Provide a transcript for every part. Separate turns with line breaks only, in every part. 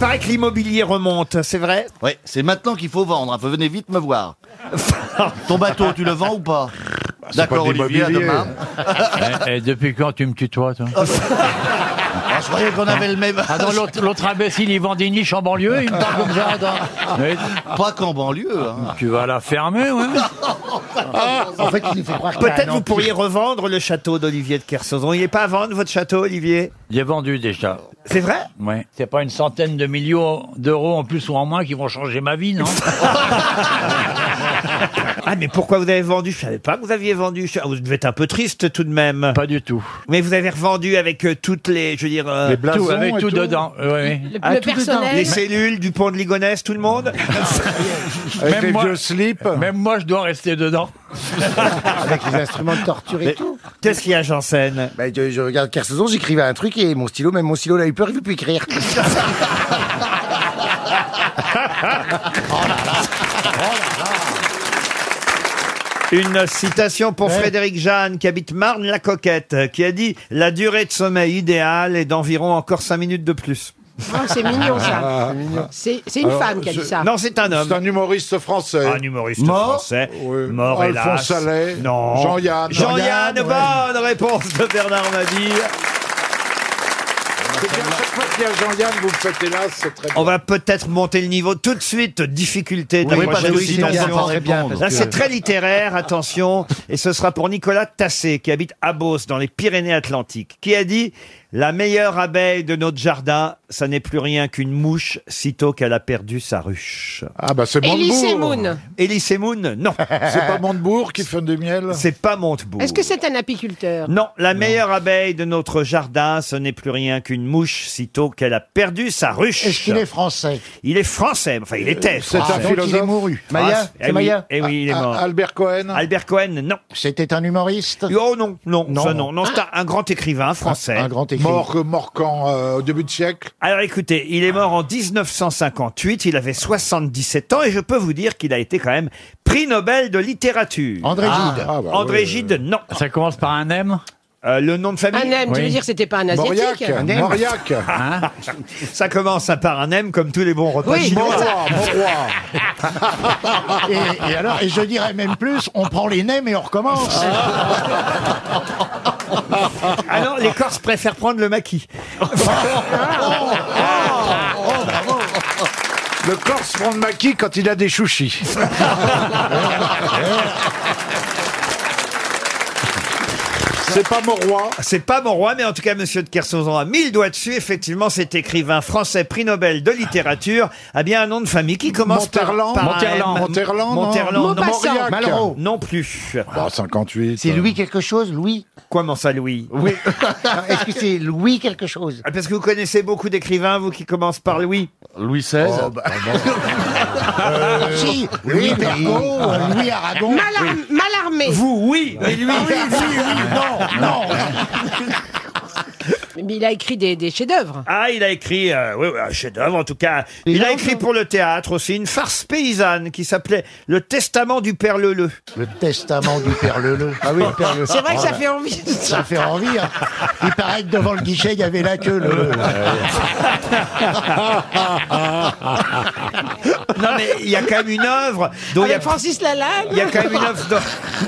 paraît que l'immobilier remonte, c'est vrai
Ouais, c'est maintenant qu'il faut vendre. hein. Faut- Venez vite me voir. Ton bateau, tu le vends ou pas
Bah,
Ah,
D'accord, Olivier, à demain.
Et, Eh, depuis quand tu me tutoies, toi
Oh,
Ah, je croyais qu'on avait le même.
Ah non, l'autre l'autre imbécile, il vend des niches en banlieue, il me parle comme ça. attends. Mais
Pas qu'en banlieue. hein.
Ah, tu vas la fermer, ouais
En fait, il nous fait croire qu'il y a
Peut-être
un
vous
an.
pourriez revendre le château d'Olivier de Kersauzon. Il n'est pas à vendre votre château, Olivier
J'ai vendu déjà.
C'est vrai
Ouais. C'est pas une centaine de millions d'euros en plus ou en moins qui vont changer ma vie, non
Ah, mais pourquoi vous avez vendu Je savais pas que vous aviez vendu. Ah, Vous devez être un peu triste tout de même.
Pas du tout.
Mais vous avez revendu avec euh, toutes les, je veux dire, euh,
Les blasons
Tout, avec
et
tout, dedans. ouais, ouais.
Le,
Ah,
le
tout dedans.
personnel.
les cellules du pont de Ligonesse, tout le monde
Avec
Même
les
moi-
vieux slips.
Même moi, je dois rester dedans.
Avec les instruments de torture et tout.
Qu'est-ce qu'il y a, Janssen
Bah, je, je regarde Kersazon, j'écrivais un truc et mon stylo, même mon stylo, là, il peut il veut plus écrire. Oh
Une citation pour Frédéric Jeanne, qui habite Marne-la-Coquette, euh, qui a dit « La durée de sommeil idéale est d'environ encore 5 minutes de plus
Oh, c'est mignon ça. C'est c'est une femme qui a dit ça. ».
Non, c'est un
C'est
homme.
un humoriste français.
Un humoriste français.
Oui.
Mort, hélas.
Alphonse Allais.
Non.
Jean-Yann.
Jean-Yann,
Jean-Yann, ouais.
bonne réponse de Bernard Mabille.
C'est bien, chaque fois qu'il y a Jean-Yann, vous me faites hélas, c'est très
On
bien.
va peut-être monter le niveau tout de suite. Difficulté de la
Oui, parce
prochaine
que sinon,
citation.
on va pas
Très bien,
répondre.
Là, c'est très littéraire, attention. Et ce sera pour Nicolas Tassé, qui habite à Beauce, dans les Pyrénées-Atlantiques, qui a dit « La meilleure abeille de notre jardin, ça n'est plus rien qu'une mouche, sitôt qu'elle a perdu sa ruche.
Ah bah c'est
Elise et
Montebourg.
Moon. ».
Elise Moon, non,
C'est pas Montebourg qui fait du miel
c'est pas Montebourg.
Est-ce que c'est un apiculteur
Non, la meilleure abeille de notre jardin, ce n'est plus rien qu'une mouche, sitôt qu'elle a perdu sa ruche.
Est-ce qu'il est français Euh,
Il est français, enfin il était
C'est
français.
un
Donc, il est
philosophe.
mouru. Maya
Ah, eh
C'est
oui,
Maya
Eh oui, il est
Ah,
mort.
Albert Cohen.
Albert Cohen, non.
C'était un humoriste
Oh non, non,
Non.
ça, non, non, c'est un, un grand écrivain français.
Un grand écrivain.
Mort, euh, mort quand euh, Au début de siècle
Alors écoutez, il est mort en 1958, il avait 77 ans et je peux vous dire qu'il a été quand même prix Nobel de littérature.
André Gide.
Ah, bah
André
oui.
Gide, non.
Ça commence par un M
Euh, le nom de
Un
famille,
M, tu veux
Oui.
dire c'était pas un asiatique
Mauriac. Mauriac.
hein
ça commence par un M comme tous les bons repas
Oui.
chinois.
Mauroy, Mauroy.
Et, et alors, et je dirais même plus, on prend les nems et on recommence.
Ah.
Alors les Corses préfèrent prendre le maquis.
Oh,
Le Corse prend de maquis quand il a des chouchis. C'est pas mon roi.
C'est pas mon roi, mais en tout cas, monsieur de Kersauzon a mille doigts dessus. Effectivement, cet écrivain français prix Nobel de littérature a bien un nom de famille qui commence par-
Monterland,
par, un
Monterland,
M.
Monterland, non.
Monterland, non.
Maupassant.
Mauriac.
Malraux.
Non plus.
Bah, 58.
C'est Louis quelque chose, Louis
Euh. Comment ça, Louis
Oui. Est-ce que c'est Louis quelque chose
Ah, Parce que vous connaissez beaucoup d'écrivains, vous qui commencent par Louis. Oh, bah.
Louis XVI.
Euh,
Si, Louis
oh,
Pergaud,
euh,
Louis Aragon.
Malar- Malarmé.
Vous, oui, mais lui.
Ah, Mais il a écrit des, des chefs-d'œuvre.
Ah, il a écrit, euh, oui, oui, un chef-d'œuvre en tout cas. Il, a écrit pour le théâtre aussi une farce paysanne qui s'appelait Le Testament du Père Leleu.
Le testament du Père Leleu. Ah oui, le Père Leleu.
C'est vrai que ça fait envie.
Ça fait envie. hein. Il paraît que devant le guichet, il y avait la queue. Le...
Non, mais il y a quand même une œuvre dont il y a
Avec Francis Lalanne.
Il y a quand même une œuvre dont...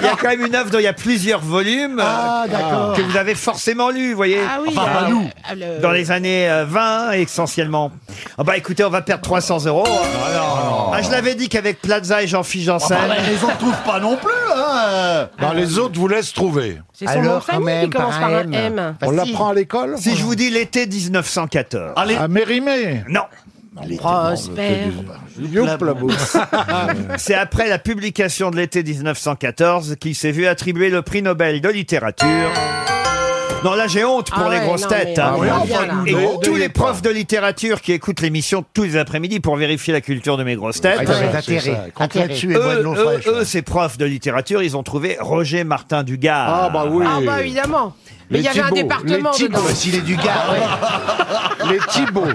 Il y a quand même une œuvre dont il y a plusieurs volumes euh,
Ah, d'accord.
que vous avez forcément lu, vous voyez.
Ah oui.
Enfin,
euh,
nous.
euh, le-
Dans les années euh, 20, essentiellement. Ah bah écoutez, on va perdre 300 euros. hein. Ah, je l'avais dit qu'avec Plaza et Jean-Philippe Janssen,
Ah, bah,
Ah.
les autres trouvent pas non plus. Hein.
Bah, les autres vous laissent trouver.
C'est son nom de famille qui commence par un M. Bah,
On
Facile.
l'apprend à l'école
si je vous dis l'été 1914.
Allez,
À Mérimée.
Non,
Prosper.
Youp, la bouffe.
c'est après la publication de l'été 1914 qu'il s'est vu attribuer le prix Nobel de littérature. Non, là j'ai honte pour
Ah
les
ouais,
grosses
non,
têtes.
mais
hein.
on
oui,
voit
enfin,
bien, là.
nous,
Et
N'ayez-
tous
n'ayez
les
pas.
profs de littérature qui écoutent l'émission tous les après-midi pour vérifier la culture de mes grosses têtes.
Ah, ils avaient atterré. Compte là-dessus et moi de
Eux,
l'eau
eux,
fraîche.
eux, ces profs de littérature, ils ont trouvé Roger Martin Dugard.
Ah bah oui.
Ah bah évidemment. Mais
Les
il y avait un
Thibault,
département
les
dedans. Ah,
Thibault.
S'il est du gars, ouais.
Ah
Les Thibauts.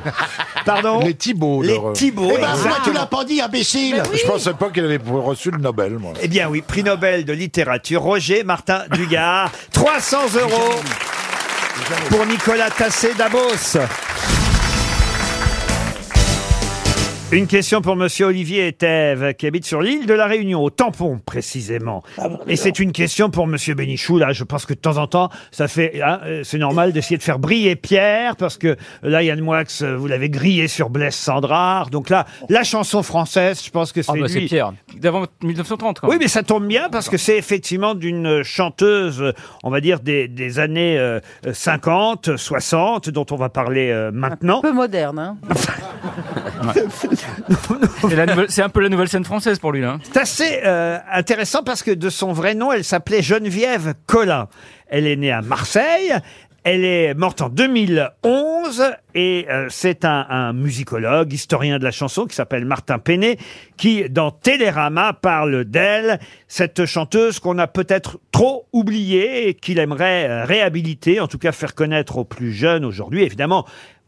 Pardon
Les Thibauts.
Les
leur-
Thibauts,
Eh ben, moi,
exactement.
tu l'as pas dit, imbécile.
Je pensais pas qu'il avait reçu le Nobel, moi.
Eh bien oui, prix Nobel de littérature, Roger Martin Dugard. 300 euros pour Nicolas Tassé d'Abos. Une question pour Monsieur Olivier Etève, qui habite sur l'île de la Réunion, au tampon précisément. Et c'est une question pour Monsieur Bénichou. Là, je pense que de temps en temps, ça fait, hein, euh, c'est normal d'essayer de faire briller Pierre, parce que là, Yann Moix, euh, vous l'avez grillé sur Blaise Sandrard. Donc là, la chanson française, je pense que c'est
Ah bah c'est
lui.
Pierre. D'avant 1930 quand
Oui,
même.
mais ça tombe bien parce que c'est effectivement d'une chanteuse, euh, on va dire, des, des années euh, 50, 60, dont on va parler euh, maintenant.
peu moderne. Hein.
C'est la nouvelle- C'est un peu la nouvelle scène française pour lui là.
C'est assez euh, intéressant parce que de son vrai nom, elle s'appelait Geneviève Collin. Elle est née à Marseille. Elle est morte en 2011 et euh, c'est un, un musicologue, historien de la chanson qui s'appelle Martin Péné qui, dans Télérama, parle d'elle, cette chanteuse qu'on a peut-être trop oubliée et qu'il aimerait euh, réhabiliter, en tout cas faire connaître aux plus jeunes aujourd'hui. Évidemment,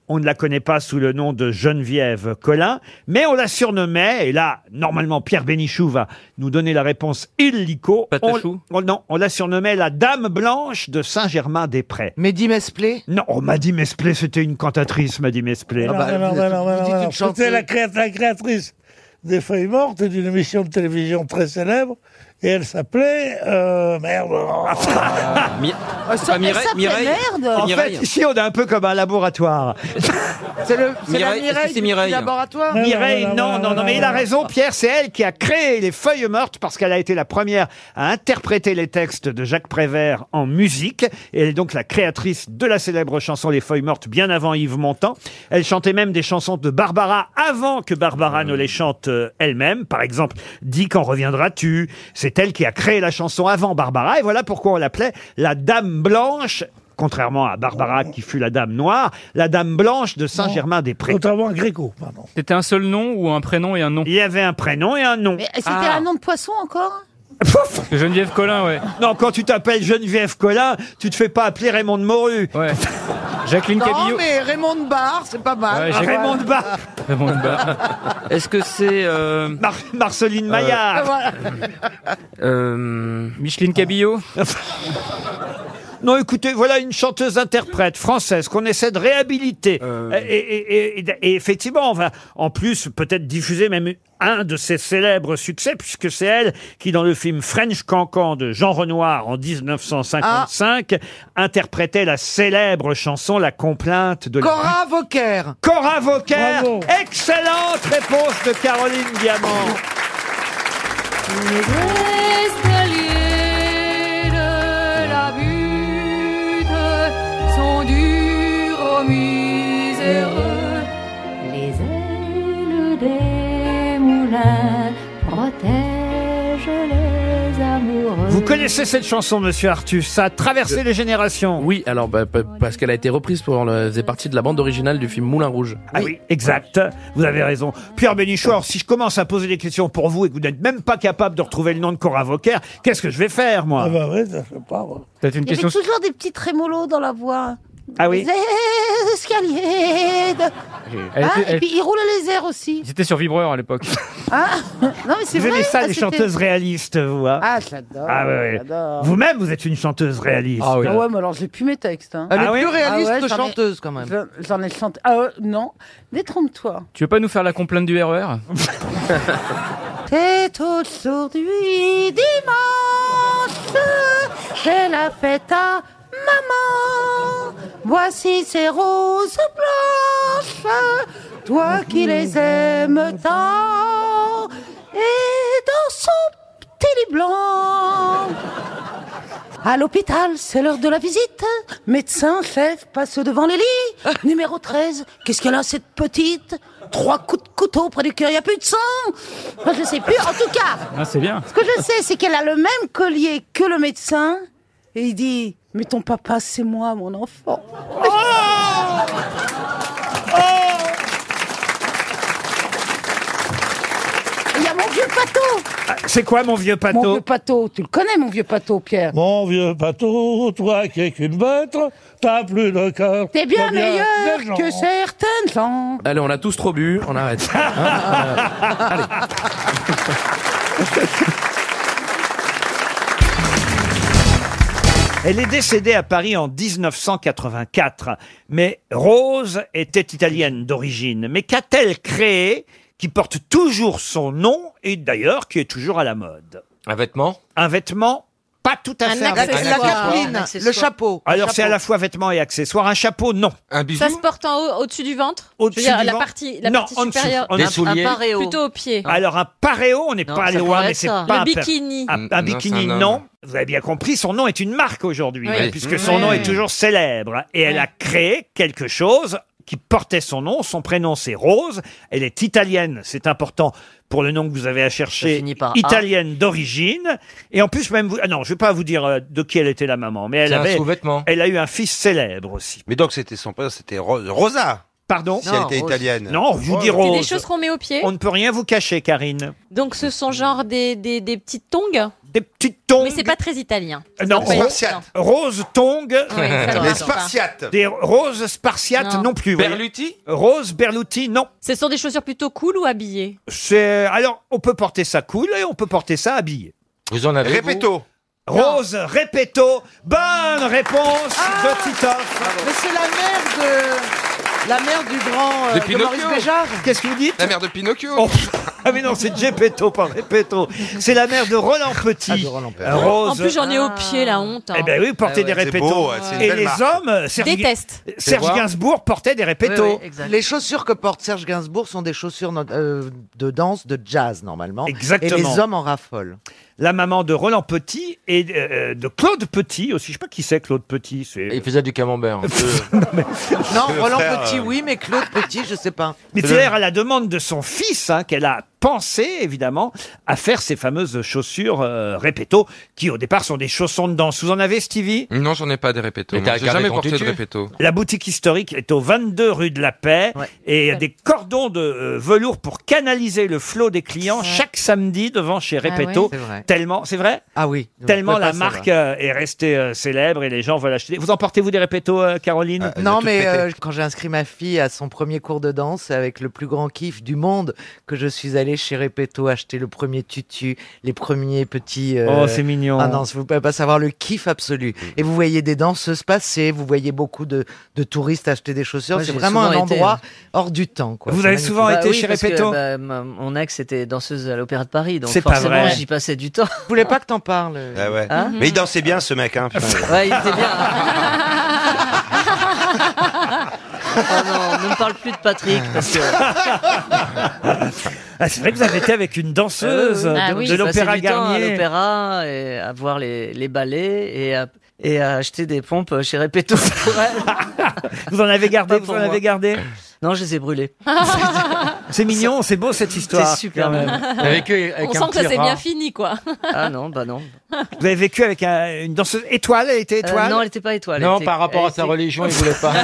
on ne la connaît pas sous le nom de Geneviève Collin, mais on la surnommait, et là, normalement, Pierre Bénichou va nous donner la réponse illico.
Patachou.
On, on- non, on la surnommait la Dame Blanche de Saint-Germain-des-Prés.
Mehdi Mesplé
Non, oh, Maddy Mesplé, c'était une cantatrice, Maddy Mesplé.
bah,
Non, non,
vous
non,
êtes-
non, non,
vous dites
non,
une
non.
chanteuse.
C'était la, créa- la créatrice des Feuilles Mortes, d'une émission de télévision très célèbre. Et elle s'appelait... euh, merde.
Mi-
Ah, ça-
Ah,
elle
Mireille-
s'appelait
Mireille.
en
Merde
fait,
Mireille.
ici, on est un peu comme un laboratoire.
C'est le c'est la
Mireille- est-ce que
Mireille
c'est
du
Mireille
laboratoire
Non, non,
Mireille,
non,
non,
non,
non, non,
non,
mais il
non,
a raison, Pierre, c'est elle qui a créé les feuilles mortes parce qu'elle a été la première à interpréter les textes de Jacques Prévert en musique. Et elle est donc la créatrice de la célèbre chanson Les feuilles mortes bien avant Yves Montand. Elle chantait même des chansons de Barbara avant que Barbara ne les chante euh, elle-même. Par exemple, Dis quand reviendras-tu C'est elle qui a créé la chanson avant Barbara. Et voilà pourquoi on l'appelait la Dame Blanche. Contrairement à Barbara qui fut la dame noire, la dame blanche de Saint-Germain-des-Prés.
Notamment Gréco, pardon.
C'était un seul nom ou un prénom et un nom
Il y avait un prénom et un nom.
Mais c'était
Ah.
un nom de poisson encore
Parce que Geneviève Collin, ouais.
Non, quand tu t'appelles Geneviève Collin, tu te fais pas appeler Raymond de Morue.
ouais. Jacqueline
Oh,
Cabillot.
mais Raymond de Barre, c'est pas mal.
Ouais,
Ah,
j'ai-
Raymond de Bar-
Raymond de Barre. Est-ce que c'est euh,
Mar- Marceline
Ah,
Maillard.
Eh,
euh, Micheline Cabillot
Ah. Non, écoutez, voilà une chanteuse-interprète française qu'on essaie de réhabiliter. Et, et- et- et- et effectivement, on va en plus peut-être diffuser même un de ses célèbres succès, puisque c'est elle qui, dans le film French Cancan de Jean Renoir en 1955, interprétait la célèbre chanson La complainte de la
Cora Vauquer.
Cora Vauquer.
Bravo.
Excellente réponse de Caroline Diamant.
Queste liées de la butte sont dures aux miséreux. Les ailes des moulins protègent les amoureux.
Vous connaissez cette chanson, monsieur Artus Ça a traversé les générations.
Oui, alors bah, pa- parce qu'elle a été reprise pour le, faisait partie de la bande originale du film Moulin Rouge.
Ah oui, exact. Vous avez raison. Pierre Bénichou, alors si je commence à poser des questions pour vous et que vous n'êtes même pas capable de retrouver le nom de Cora Vauquer, qu'est-ce que je vais faire, moi
Ah bah oui, ça fait pas... moi.
Peut-être une
Il y avait
question.
toujours des petits trémolos dans la voix.
Ah oui
Les escaliers. de-
Elle
Ah,
était-
et
elle-
puis il roulait les airs aussi.
C'était sur vibreur à l'époque.
Ah, non, mais c'est
Vous
vrai.
aimez ça,
ça,
les
c'était-
chanteuses réalistes, vous hein
Ah, j'adore.
Ah ouais, ouais.
j'adore.
Vous-même, vous êtes une chanteuse réaliste.
Ah oui.
Ah ouais, mais alors j'ai plus mes textes. Hein.
Elle est
Ah oui
plus réaliste
Ah ouais,
que
j'en ai-
chanteuse quand même.
Je- J'en ai chanté. Ah euh, non, détrompe-toi.
Tu veux pas nous faire la complainte du E RER
C'est aujourd'hui dimanche, c'est la fête à maman. Voici ces roses blanches, toi qui les aimes tant, et dans son petit lit blanc. À l'hôpital, c'est l'heure de la visite. Médecin, chef, passe devant les lits. Numéro 13, qu'est-ce qu'elle a cette petite Trois coups de couteau près du cœur, il n'y a plus de sang Moi, je sais plus. En tout cas,
Ah, c'est bien.
ce que je sais, c'est qu'elle a le même collier que le médecin. Et il dit, mais ton papa, c'est moi, mon enfant.
Oh
Il y a mon vieux pato
Ah, C'est quoi, mon vieux
Mon
pato
vieux pato, tu le connais, mon vieux pato, Pierre.
Mon vieux bateau, toi qui es qu'une bête, t'as plus de cœur.
T'es bien
T'as
meilleur
d'argent.
que certaines gens.
Allez, on a tous trop bu, on arrête.
Ah, Elle est décédée à Paris en 1984. Mais Rose était italienne d'origine. Mais qu'a-t-elle créé qui porte toujours son nom et d'ailleurs qui est toujours à la mode. Un vêtement Un vêtement pas tout à
Un
fait un
accessoire.
vêtement.
La capeline, Un accessoire. le chapeau.
Alors
Le
c'est à
chapeau.
la fois vêtement et accessoire. Un chapeau, non. Un
Ça se porte en haut, au-dessus du ventre
Au-dessus
Je veux dire,
du
la
ventre.
partie, la
Non,
partie
en dessous,
supérieure.
en Un- dessous. un paréo. Ah.
Plutôt au pied.
Alors un paréo, on n'est
Non,
pas
ça
loin,
pourrait
mais
être
c'est
ça.
pas un
Le
pa-
bikini.
Un, un
Non,
bikini,
c'est un
non.
homme.
Vous avez bien compris, son nom est une marque aujourd'hui,
Oui.
hein, puisque son
Oui.
nom est toujours célèbre. Et elle a créé quelque chose qui portait son nom. Son prénom, c'est Rose. Elle est italienne, c'est important pour le nom que vous avez à chercher.
A.
Italienne d'origine. Et en plus, même vous... Ah non, je vais pas vous dire euh, de qui elle était la maman, mais elle
C'est un
avait...
sous-vêtement.
Elle a eu un fils célèbre aussi.
Mais donc c'était son père, c'était Ro- Rosa.
Pardon
Si elle était italienne.
Non, je Oh, vous dis
Oh, C'est des
Rose.
choses qu'on met au pied.
On ne peut rien vous cacher, Karine.
Donc ce sont genre des, des, des petites tongs.
Des petites tongs.
Mais c'est pas très italien.
Euh, Non,
Ça, c'est-
Spartiate. Rose Tong.
ça va, Les attends.
Spartiates.
Des roses Spartiates non,
Non.
plus. vous
Berluti
voyez. Rose Berluti, non.
Ce sont des chaussures plutôt cool ou habillées
C'est alors on peut porter ça cool et on peut porter ça habillé.
Vous en avez
Répéto. Rose Repetto. Bonne réponse de Titoff.
Mais c'est la mère de. La mère du grand. euh,
De
de Maurice
Pinocchio.
Béjart.
Qu'est-ce que vous dites
La mère de Pinocchio.
Oh, ah mais non, c'est Geppetto, pas Repetto. C'est la mère de Roland Petit. Euh, Rose.
En plus, j'en ai au
Ah.
pied, la honte. hein.
Eh ben oui, porter des répétos. Et les hommes, euh, Serge,
Déteste.
Serge Gainsbourg portait des répétos.
les chaussures que porte Serge Gainsbourg sont des chaussures no- euh, de danse, de jazz normalement.
Exactement.
Et les hommes en raffolent.
La maman de Roland Petit et euh, de Claude Petit aussi. Je sais pas qui c'est Claude Petit. Il faisait du camembert.
Non,
Le
Roland
frère,
Petit,
euh,
oui, mais Claude Petit, je sais pas.
Mais c'est d'ailleurs à la demande de son fils hein, qu'elle a pensé, évidemment, à faire ces fameuses chaussures euh, répéto, qui au départ sont des chaussons de danse. Vous en avez, Stevie
Non, j'en ai pas des répétos.
Mais t'as
moi. J'ai
gardé
jamais
ton
porté de
tutu.
répétos.
La boutique historique est au 22 rue de la Paix et il y a des cordons de euh, velours pour canaliser le flot des clients chaque samedi devant chez
Ah
Repetto.
ouais. C'est vrai.
Tellement, c'est vrai
Ah oui.
Tellement
Vous pouvez
la
pas
marque
savoir.
euh, est restée euh, célèbre et les gens veulent acheter. Vous en portez-vous des répétos, euh, Caroline
Non, mais euh, quand j'ai inscrit ma fille à son premier cours de danse, c'est avec le plus grand kiff du monde que je suis allée chez Repetto acheter le premier tutu, les premiers petits.
Oh, c'est mignon.
Ah non, vous pouvez pas savoir le kiff absolu. Et vous voyez des danseuses passer, vous voyez beaucoup de, de touristes acheter des chaussures.
Moi,
c'est
j'ai
vraiment un
souvent été,
endroit
euh,
hors du temps. Quoi.
Vous
C'est
avez
magnifique.
souvent
Bah
été
oui,
chez
parce que,
Repetto
bah, ma- Mon ex était danseuse à l'Opéra de Paris, donc
C'est pas
forcément
vrai.
j'y passais du temps.
Je voulais pas que t'en parles.
euh,
Ah ouais.
Hein
mais il dansait bien ce mec. Hein, putain.
Ouais, il était bien. oh non, ne me parle plus de Patrick. Parce que...
Ah, c'est vrai que vous avez été avec une danseuse
Ah
euh, de,
oui,
de
j'ai passé
l'Opéra
du temps à
Garnier.
l'opéra et à voir les, les ballets et à, et à acheter des pompes chez Repetto pour elle.
Vous en avez gardé,
Pas
vous
pour
en avez
moi.
gardé
Non, je les ai brûlés.
C'est mignon, c'est beau cette histoire.
C'est super
quand même.
mignon. Avec eux, avec
On
un
sent que ça
petit
s'est
rat.
bien fini, quoi.
Ah non, bah non.
Vous avez vécu avec un- une danseuse étoile, elle était
Euh,
étoile
non, elle n'était pas étoile.
Non, par rapport à sa religion, il voulait pas.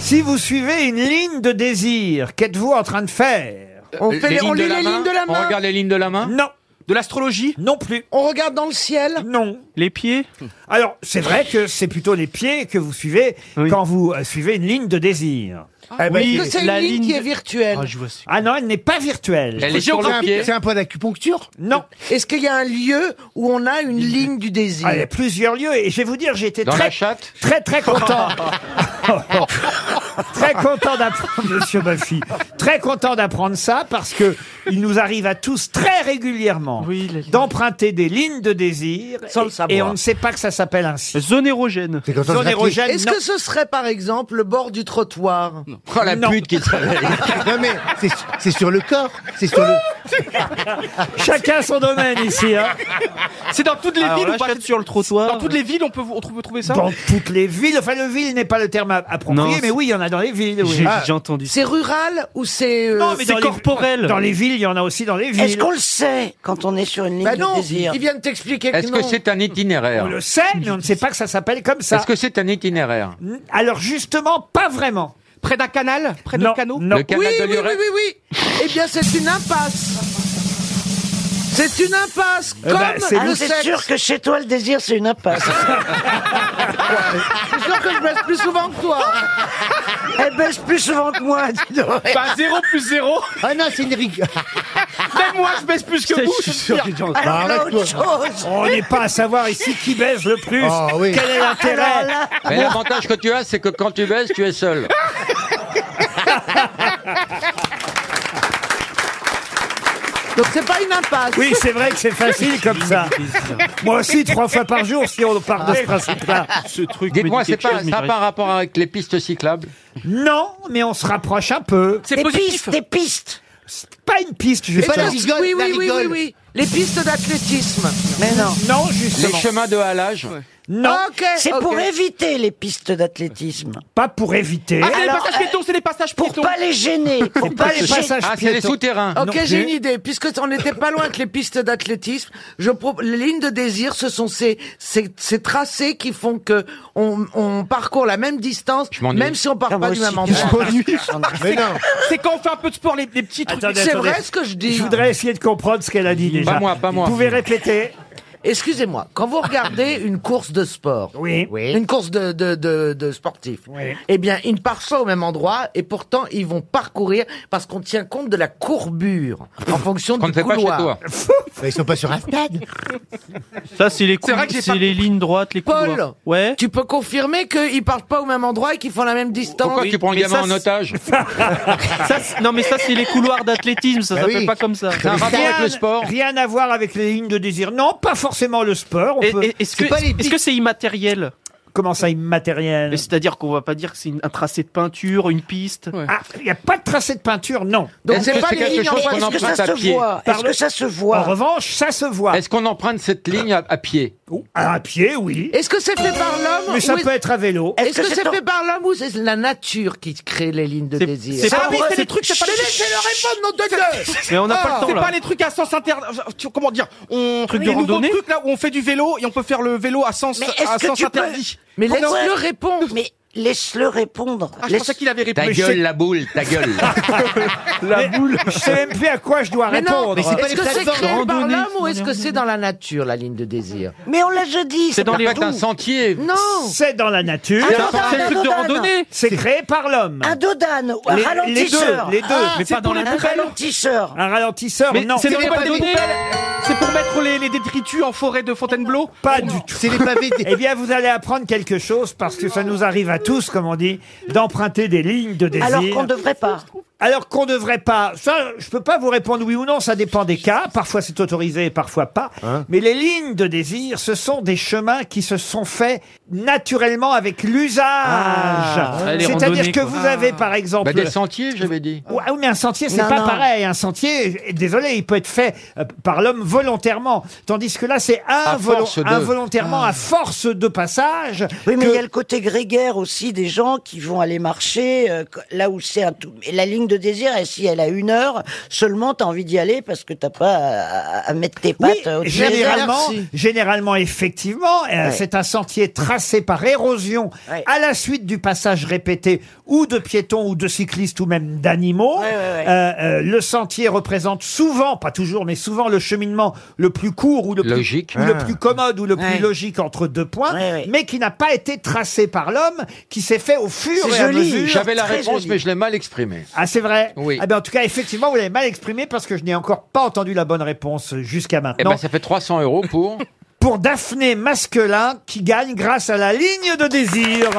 Si vous suivez une ligne de désir, qu'êtes-vous en train de faire
Euh, On fait les- on lit les lignes de la main.
les lignes de la main Non. De l'astrologie Non plus.
On regarde dans le ciel
Non. Les pieds Alors, c'est vrai que c'est plutôt les pieds que vous suivez quand vous euh, suivez une ligne de désir.
Ah, oui, Parce que c'est une ligne, qui est virtuelle.
Ah non, elle n'est pas virtuelle.
Elle est sur le pied. C'est un
point d'acupuncture Non.
Est-ce qu'il y a un lieu où on a une ligne du désir
Ah, il y a plusieurs lieux et je vais vous dire, j'ai été
Dans
très,
la chatte
très très content. très content d'apprendre, monsieur Buffy, très content d'apprendre ça parce que il nous arrive à tous très régulièrement d'emprunter des lignes de désir
Sans le
et-
savoir.
et on ne sait pas que ça s'appelle ainsi. Zone érogène. Zone érogène.
Est-ce
non.
que ce serait par exemple le bord du trottoir
Oh, la Non. pute qui te réveille.
Non mais
C'est sur le corps. C'est sur le.
Ah
Chacun son domaine ici. Hein.
C'est dans toutes les
Alors
villes
là,
ou pas
je- sur le trottoir.
Dans toutes les villes, on peut, on peut trouver ça.
Dans toutes les villes, enfin le ville n'est pas le terme a- approprié,
Non,
mais
c'est-
oui, il y en a dans les villes. oui.
J'ai-
Ah.
j'ai entendu
c'est rural ou c'est euh,
Non, mais dans les- dans les villes, il y en a aussi dans les villes.
Est-ce qu'on le sait quand on est sur une ligne
Bah non, il vient
de t'expliquer
Est-ce que c'est un itinéraire
On le sait, mais on ne sait pas que ça s'appelle comme ça.
Est-ce que c'est un itinéraire
Alors justement, pas vraiment.
Près d'un canal Près d'un canot
non.
Le canal
oui,
de
oui, oui,
Lurette
oui, oui. Eh bien, c'est une impasse. C'est une impasse
Eh ben, c'est le
Ah, C'est
sexe.
sûr que chez toi, le désir, c'est une impasse.
C'est sûr que je baisse plus souvent que toi.
Elle baisse plus souvent que moi, dis donc.
Bah, zéro plus zéro.
Ah non, c'est une rigueur.
Même moi, je baisse plus que vous.
je suis
c'est
sûr
pire.
que j'en- Bah, Alors, arrête, autre toi. chose.
On n'est pas à savoir ici qui baise le plus.
Ah, oui.
Quel est
Alors
l'intérêt
là-
Mais l'avantage que tu as, c'est que quand tu baises, tu es seul.
Donc c'est pas une impasse.
Oui, c'est vrai que c'est facile comme ça. Moi aussi, trois fois par jour, si on part de Ah. ce
Ah.
principe-là.
Dites-moi, c'est pas, ça n'a pas un rapport avec les pistes cyclables
Non, mais on se rapproche un peu.
Des pistes, des pistes.
C'est Pas une piste, justement.
pas la rigole, oui, oui, oui, oui, oui. Les pistes d'athlétisme. Mais non.
Non, justement.
Les chemins de halage
Non.
c'est pour éviter les pistes d'athlétisme.
Pas pour éviter.
Ah, c'est les
Alors,
passages piétons, c'est les passages
Pour
piétons.
pas les gêner. Pour
pas les passages Ah, c'est les piétons. souterrains.
Ok,
Non
j'ai
plus.
une idée. Puisque on n'était pas loin que les pistes d'athlétisme, je pro- les lignes de désir, ce sont ces, ces, ces tracés qui font que on, on parcourt la même distance,
m'ennuie.
même si on part
Ah, moi
pas du
aussi.
même endroit.
Je m'ennuie.
Mais non.
C'est quand on fait un peu de sport, les, les petits trucs.
Attendez,
C'est
attendez.
vrai ce que je dis.
Je voudrais essayer de comprendre ce qu'elle a dit déjà.
moi, pas moi.
Vous pouvez répéter
Excusez-moi, quand vous regardez une course de sport,
Oui.
une course de, de, de, de sportif, eh bien, ils ne partent pas au même endroit et pourtant, ils vont parcourir parce qu'on tient compte de la courbure en fonction
qu'on
du
ne fait pas chez
couloir.
toi.
Ils sont pas sur un stade.
Ça, c'est les, cou-
C'est vrai que j'ai
c'est
pas
les lignes droites, les
Paul,
couloirs. Ouais.
tu peux confirmer qu'ils partent pas au même endroit et qu'ils font la même distance
Pourquoi tu prends le gamin en otage
Ça, c'est- non, mais ça, c'est les couloirs d'athlétisme, ça
Bah
s'appelle pas comme ça.
C'est un rapport avec le sport.
Rien à voir avec les lignes de désir. Non, pas forcément le sport. on
Et-
peut-
et- Est-ce que
C'est pas les
est-ce que c'est immatériel
Comment ça, immatériel
Mais C'est-à-dire qu'on va pas dire que c'est une- un tracé de peinture, une piste.
Ah, il n'y a pas de tracé de peinture, non.
Donc
Est-ce que
c'est pas
c'est
les
quelque
lignes en
chose qu'on
Est-ce que ça
emprunte à
se
pied
voit Est-ce
Pardon
que ça se
En
voit
revanche, ça se voit.
Est-ce qu'on emprunte cette ligne à, à pied
Oh, À pied, oui.
Est-ce que c'est fait par l'homme
Mais ça
ou est-
peut être à vélo.
Est-ce que c'est fait par l'homme ou c'est la nature qui crée les lignes de désir Ah
c'est pas-
oui,
c'est-
c'est pas les répondre, nom de Dieu
Mais on n'a pas
Ah,
le temps
C'est
là.
pas les trucs à sens inter. tu- Comment dire On
Truc
les
de
nouveaux
randonnée
trucs là où on fait du vélo et on peut faire le vélo à sens
Mais
à
est-ce que
sens
tu peux
interdit.
Mais
Non,
laisse-le
non.
répondre Mais laisse-le répondre
Ah, je pensais qu'il avait
Ta
répondu.
gueule, la boule, ta gueule.
La boule. Je sais même plus à quoi je dois
Mais
répondre.
non, est-ce que c'est créé par
randonnée,
l'homme ou
c'est
est-ce
dans
que
les
c'est dans la nature la ligne de désir
Mais on l'a jeudi.
C'est dans les
Faites un sentier.
Non
C'est dans la nature.
Un
C'est le
dodane,
truc de
un dodane.
randonnée.
C'est créé par l'homme.
Un dodane, ou un
Les- les
ralentisseur.
deux, les deux, mais
c'est
pas dans
pour
la
les-
poubelle.
Un ralentisseur.
Un ralentisseur,
Mais
non.
c'est dans les
pas des
randonnées.
poubelles. C'est pour mettre les, les détritus en forêt de Fontainebleau.
Pas du tout.
C'est les pavés.
Eh bien, vous allez apprendre quelque chose parce que ça nous arrive à tous, comme on dit, d'emprunter des lignes de désir.
Alors qu'on ne devrait pas.
Alors qu'on ne devrait pas. Ça, je peux pas vous répondre oui ou non. Ça dépend des cas. Parfois c'est autorisé, parfois pas. Mais les lignes de désir, ce sont des chemins qui se sont faits naturellement avec l'usage.
les
C'est-à-dire
randonnées,
que
quoi.
vous avez, par exemple,
Bah, des sentiers, j'avais dit.
Ouais, oui, mais un sentier, c'est
Non,
pas
non.
pareil. Un sentier, désolé, il peut être fait euh, par l'homme volontairement. Tandis que là, c'est involo-
force de.
involontairement, à force de passage.
Oui,
Ah. Mais
que-
il y a le côté grégaire aussi des gens qui vont aller marcher euh, qu- là où c'est un tout. Et la ligne de désir, elle, si elle a une heure, seulement t'as envie d'y aller parce que t'as pas à, à- à mettre tes pattes
Oui,
Euh, au
généralement, généralement, effectivement, euh,
Ouais.
c'est un sentier tracé par érosion
Ouais.
à la suite du passage répété ou de piétons ou de cyclistes ou même d'animaux.
ouais.
Euh, euh, le sentier représente souvent, pas toujours, mais souvent le cheminement le plus court ou le,
Logique. Ah.
Plus, ou le plus commode ou le
Ouais.
plus logique entre deux points,
Ouais, ouais.
mais qui n'a pas été tracé par l'homme, qui s'est fait au fur et
C'est
à
joli.
mesure.
J'avais la
Très
réponse,
joli.
mais je l'ai mal exprimée.
Ah, c'est vrai
Oui.
Ah ben, en tout cas, effectivement, vous l'avez mal exprimé parce que je n'ai encore pas entendu la bonne réponse jusqu'à
Eh
maintenant
ben, ça fait 300 euros pour.
pour Daphné Masquelin qui gagne grâce à la ligne de désir.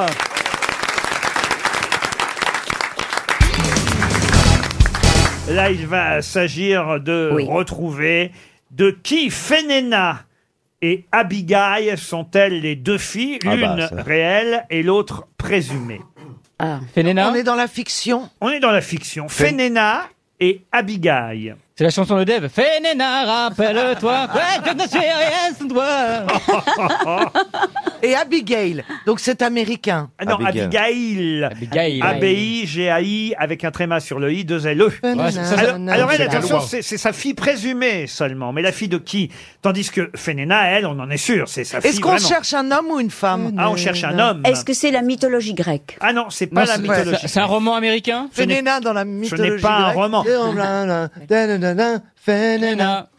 Là, il va s'agir de
Oui.
retrouver de qui Fénéna et Abigail sont-elles les deux filles,
Ah
l'une
bah, ça.
réelle et l'autre présumée.
Ah. On est dans la fiction.
On est dans la fiction. Fénéna et Abigail.
C'est la chanson de Dev. Fénéna, rappelle-toi, ouais, je ne suis rien sans toi.
Et Abigail, donc c'est américain.
Ah non, Abigail.
Abigail.
A-B-I-G-A-I avec un tréma sur le I, deux L-E.
Ouais, ça, ça-
Alors, alors elle,
c'est la
attention,
loi.
c'est c'est sa fille présumée seulement, mais la fille de qui Tandis que Fénéna, elle, on en est sûr, c'est sa fille.
Est-ce qu'on
Ah, vraiment.
cherche un homme ou une femme
Ah, on cherche un homme.
Est-ce que c'est la mythologie grecque
Ah non, c'est pas
Non,
la
c'est-
mythologie.
C'est un roman américain
Ce n'est-
Fénéna dans la
ce
mythologie
n'est pas un
grecque.
roman.
Fénéna. Fénéna.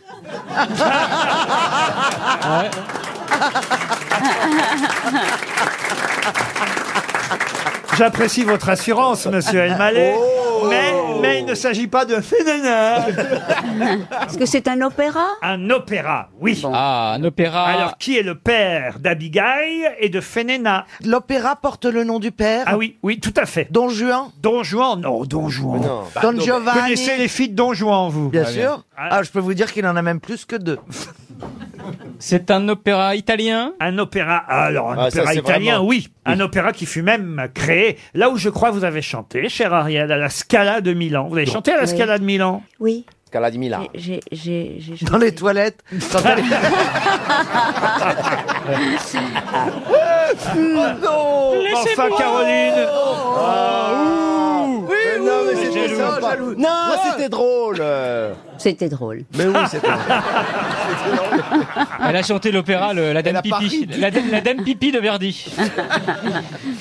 J'apprécie votre assurance, monsieur Elmaleh. Mais, mais il ne s'agit pas de Fénana.
Est-ce que c'est un opéra
Un opéra, oui.
Ah, un opéra.
Alors, qui est le père d'Abigail et de Fénena
L'opéra porte le nom du père
Ah oui, oui, tout à fait.
Don Juan
Don Juan Non, Don Juan.
Don Giovanni.
Vous connaissez les filles de Don Juan, vous
Bien sûr. Ah, je peux vous dire qu'il en a même plus que deux.
C'est un opéra italien
Un opéra, alors un
Ah, ça,
opéra
c'est
italien,
vraiment-
oui. Un opéra qui fut même créé, là où je crois vous avez chanté, cher Ariel, à la Scala de Milan. Vous avez chanté à la
Oui.
Scala de Milan
Oui.
Scala di Milan.
J'ai, j'ai, j'ai
Dans les toilettes.
Ah,
Ah quand elle-
non
Enfin, Caroline
Oui, oui,
Non, Ah, mais
oui,
c'était
jaloux.
ça, jaloux. Moi, c'était drôle. euh.
C'était drôle.
Mais oui, c'était
Elle a chanté l'opéra, le- la dame pipi. La, da- la dame pipi de Verdi.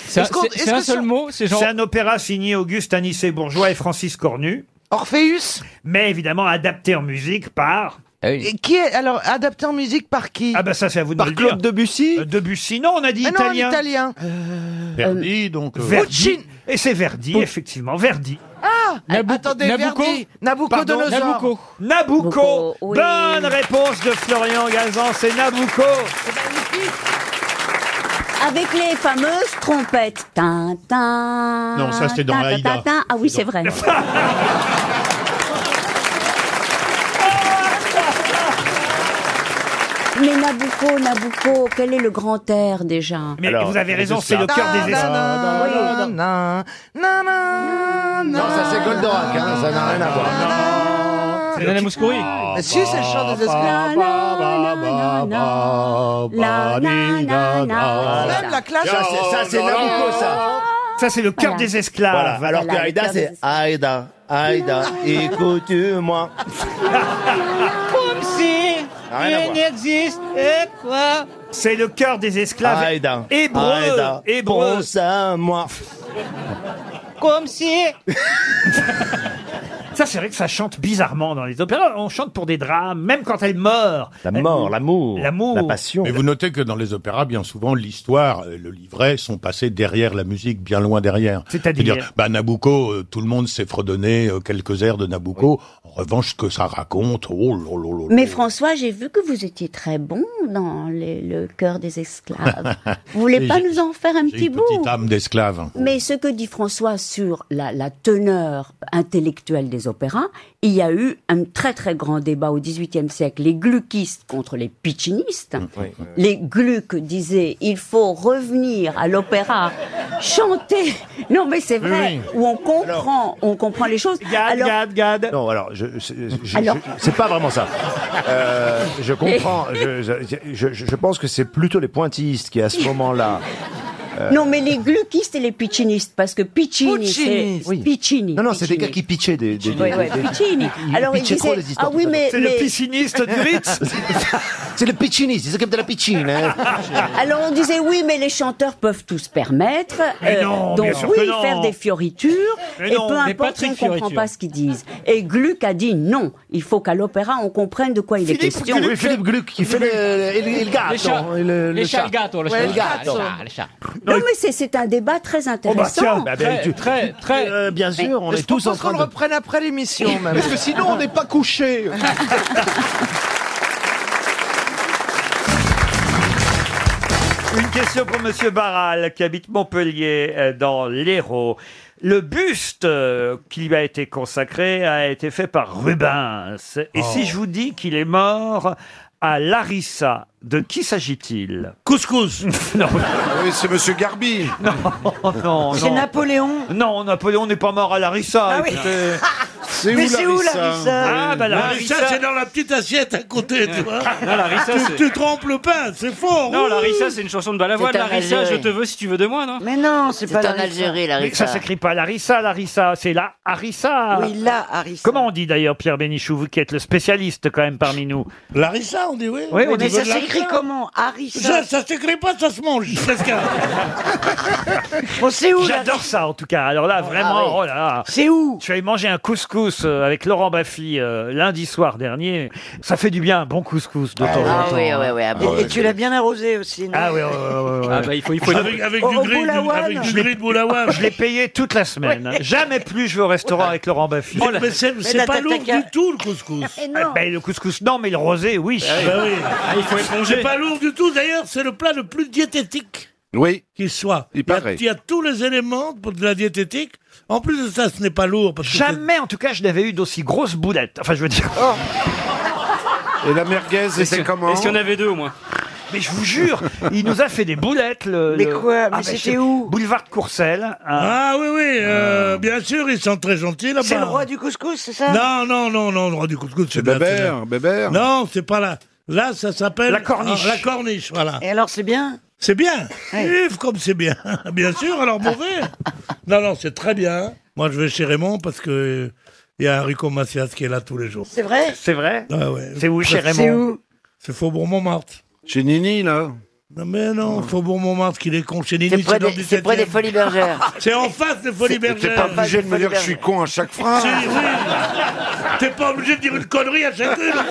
C'est un-
Est-ce qu'on-
c'est-
est-ce
c'est un
que
seul
sur-
mot, c'est genre.
un opéra signé Auguste Anicet Bourgeois et Francis Cornu.
Orpheus
Mais évidemment adapté en musique par.
Ah
Et qui est alors adapté en musique par qui
Ah ben ça c'est à vous de
Par
me le dire.
Claude
Debussy Debussy, non, on a dit
Ah non, en
italien.
italien.
Verdi, donc. euh,
Puccini.
Et c'est Verdi,
Puc-
effectivement, Verdi.
Ah
Nabucco-
Attendez,
Nabucco
Verdi, Nabucodonosor.
Nabucco. Nabucco. Bonne réponse de Florian Gazan, c'est Nabucco.
Avec les fameuses trompettes. Tintin.
Non, ça, c'était dans Aïda.
Ah oui, c'est vrai. Mais Nabucco, Nabucco, quel est le grand air déjà
Mais vous avez raison, c'est le cœur des esprits.
Na, na, na, na.
Non, ça c'est Goldorak, hein, ça n'a rien à voir.
C'est Nana Mouskouri.
Mais Si, c'est le chant des esclaves. Même la classe.
Ça, c'est- ça, c'est Nabucco, ça.
Ça, c'est le cœur des esclaves.
Voilà, Alors
Voilà,
que
le
Aïda,
cœur des
c'est Aïda, Aïda, écoute-moi.
Comme si
Ah, rien à
il
voir.
n'existe pas.
C'est le cœur des esclaves.
Aïda.
Hébreux.
Aïda.
Hébreux.
Pense à moi.
Comme si.
Ça, c'est vrai que ça chante bizarrement dans les opéras. On chante pour des drames, même quand elle meurt. La mort, l'amour. L'amour.
Mais vous notez que dans les opéras, bien souvent, l'histoire, euh, le livret sont passés derrière la musique, bien loin derrière.
C'est-à-dire
bah, Nabucco, euh, tout le monde s'est fredonné euh, quelques airs de Nabucco. En revanche, ce que ça raconte, oh là là là là.
Mais François, j'ai vu que vous étiez très bon dans les- le cœur des esclaves. vous voulez
Et
pas
j'ai-
nous en faire un
J'ai
petit
une
bout
petite âme d'esclave.
Mais ce que dit François sur la, la teneur intellectuelle des opéras, il y a eu un très très grand débat au XVIIIe siècle, les gluckistes contre les piccinistes. Les glucks disaient il faut revenir à l'opéra, chanter. Non mais c'est vrai,
Oui,
où on comprend, on comprend les choses. Alors,
Non, alors, je, je- je-
Alors
je- c'est pas vraiment ça. Euh, je comprends. Je, je- je- je pense que c'est plutôt les pointillistes qui, à ce moment-là. euh,
Non, mais les gluckistes et les piccinistes, parce que Piccini, c'est
Puccini. Oui.
Piccini.
Non, non, c'est des
Piccini.
gars qui pitchaient des. des, des-
Oui, oui,
des-
Piccini. Alors, il
pitchaient trop
disait,
les histoires
ah oui,
tout à
mais...
l'heure.
mais-
c'est le pisciniste, c'est comme de la piscine. hein.
Alors, on disait, oui, mais les chanteurs peuvent tout se permettre. euh,
Mais non,
donc,
bien sûr
oui,
que non.
faire des fioritures.
Mais
et
non,
peu
des
importe, on
Patrick
comprend
Fioritures.
pas ce qu'ils disent. Et Gluck a dit non. Il faut qu'à l'opéra, on comprenne de quoi il est question.
Oui, Philippe Gluck qui fait le, le, le, le
Les chats.
gâteau. Le,
Les chats,
chat.
le gâteau, le
Ouais, oh.
chat, Ah,
le
le chat,
gâteau.
le chat, le chat.
Non, mais c'est- c'est un débat très intéressant.
Oh, Bah, ben, tu-
Très, très.
Euh, bien sûr, on
Je
est tous en
propose qu'on
train
le
de.
reprenne après l'émission. même.
Parce que sinon, on n'est pas couché.
Une question pour Monsieur Barral, qui habite Montpellier, euh, dans l'Hérault. Le buste euh, qui lui a été consacré a été fait par Rubens. Et si je vous dis qu'il est mort à Larissa, de qui s'agit-il Couscous Non.
Oui, c'est Monsieur Garbi.
Non, non.
C'est
Napoléon Non, Napoléon n'est pas mort à Larissa.
Ah oui.
écoutez.
C'est Mais où c'est où, Larissa Larissa
Ah, bah,
La Larissa,
Larissa, c'est
dans la petite assiette à côté, tu vois.
Non, Larissa,
tu,
c'est-
tu trompes le pain, c'est fort.
Non,
ouh.
Larissa,
c'est une chanson de Balavoine.
C'est un
Larissa,
Algérien.
je te veux si tu veux de moi, non
Mais non, c'est pas
en
Larissa.
Algérie,
Mais ça s'écrit pas Larissa, Larissa, c'est la Harissa.
Oui, la Harissa.
Comment on dit d'ailleurs, Pierre Bénichou, vous qui êtes le spécialiste quand même parmi nous
Larissa, on dit oui.
Oui, on dit
mais ça
de Larissa.
s'écrit comment Harissa
Ça, ça s'écrit pas, ça se mange. Qu'est-ce qu'il y a
Oh,
J'adore ça en tout cas. Alors là, vraiment,
Ah oui.
oh là là. C'est où Je suis allé manger un couscous couscous euh, avec Laurent Baffy euh, lundi soir dernier. Ça fait du bien, un bon couscous
Ah
de temps en temps.
Et, et tu l'as bien arrosé aussi.
Ah oui,
Ah bah, il faut- il faut- Avec- avec Au- du au gris, du- boulawan. avec du gris de boulawan.
Je l'ai payé toute la semaine. Jamais plus je vais au restaurant avec Laurent Baffy.
Oh là- Mais c'est- c'est Mais pas t'as- lourd t'as- du
tout le couscous.
Eh
Ben, le couscous, non, mais le rosé, oui.
Bah
Ah oui.
il faut éponger.
C'est pas lourd du tout. D'ailleurs, c'est le plat le plus diététique
Oui.
qu'il soit.
Il
y a-
paraît.
Il y a tous les éléments pour de la diététique. En plus de ça, ce n'est pas lourd. Parce
Jamais, en tout cas, je n'avais eu d'aussi grosses boulettes. Enfin, je veux dire.
Et la merguez,
c'était comment
Est-ce qu'il y en avait deux au moins
Mais je vous jure, il nous a fait des boulettes. Le,
Mais
le-
quoi Mais
Ah,
c'était
c'est-
où
Boulevard de Courcelles. hein.
Ah oui, oui, euh,
Ah.
bien sûr, ils sont très gentils là-bas.
C'est le roi du couscous, c'est ça
Non, non, non, non, le roi du couscous, c'est bien,
Bébert,
c'est bien. Non, c'est pas là. Là, ça s'appelle...
La corniche.
Ah, la corniche, voilà.
Et alors, c'est bien
C'est bien. Yves, comme c'est bien. bien sûr, alors mauvais.
Ah.
non, non, c'est très bien. Moi, je vais chez Raymond parce que euh, il y a Enrico Macias qui est là tous les jours.
C'est vrai
C'est vrai
Ah ouais.
C'est où, chez
C'est
Raymond
où C'est Faubourg Montmartre. Chez Nini, là non mais non, Faubourg Montmartre, qu'il est con chez Nini.
C'est près
dans
des-
le
c'est près des
17e.
Folies Bergères.
C'est en face des Folies
C'est- t'es
Bergères.
pas obligé de me dire que je suis
con à chaque phrase. T'es pas obligé de dire une connerie à chacune.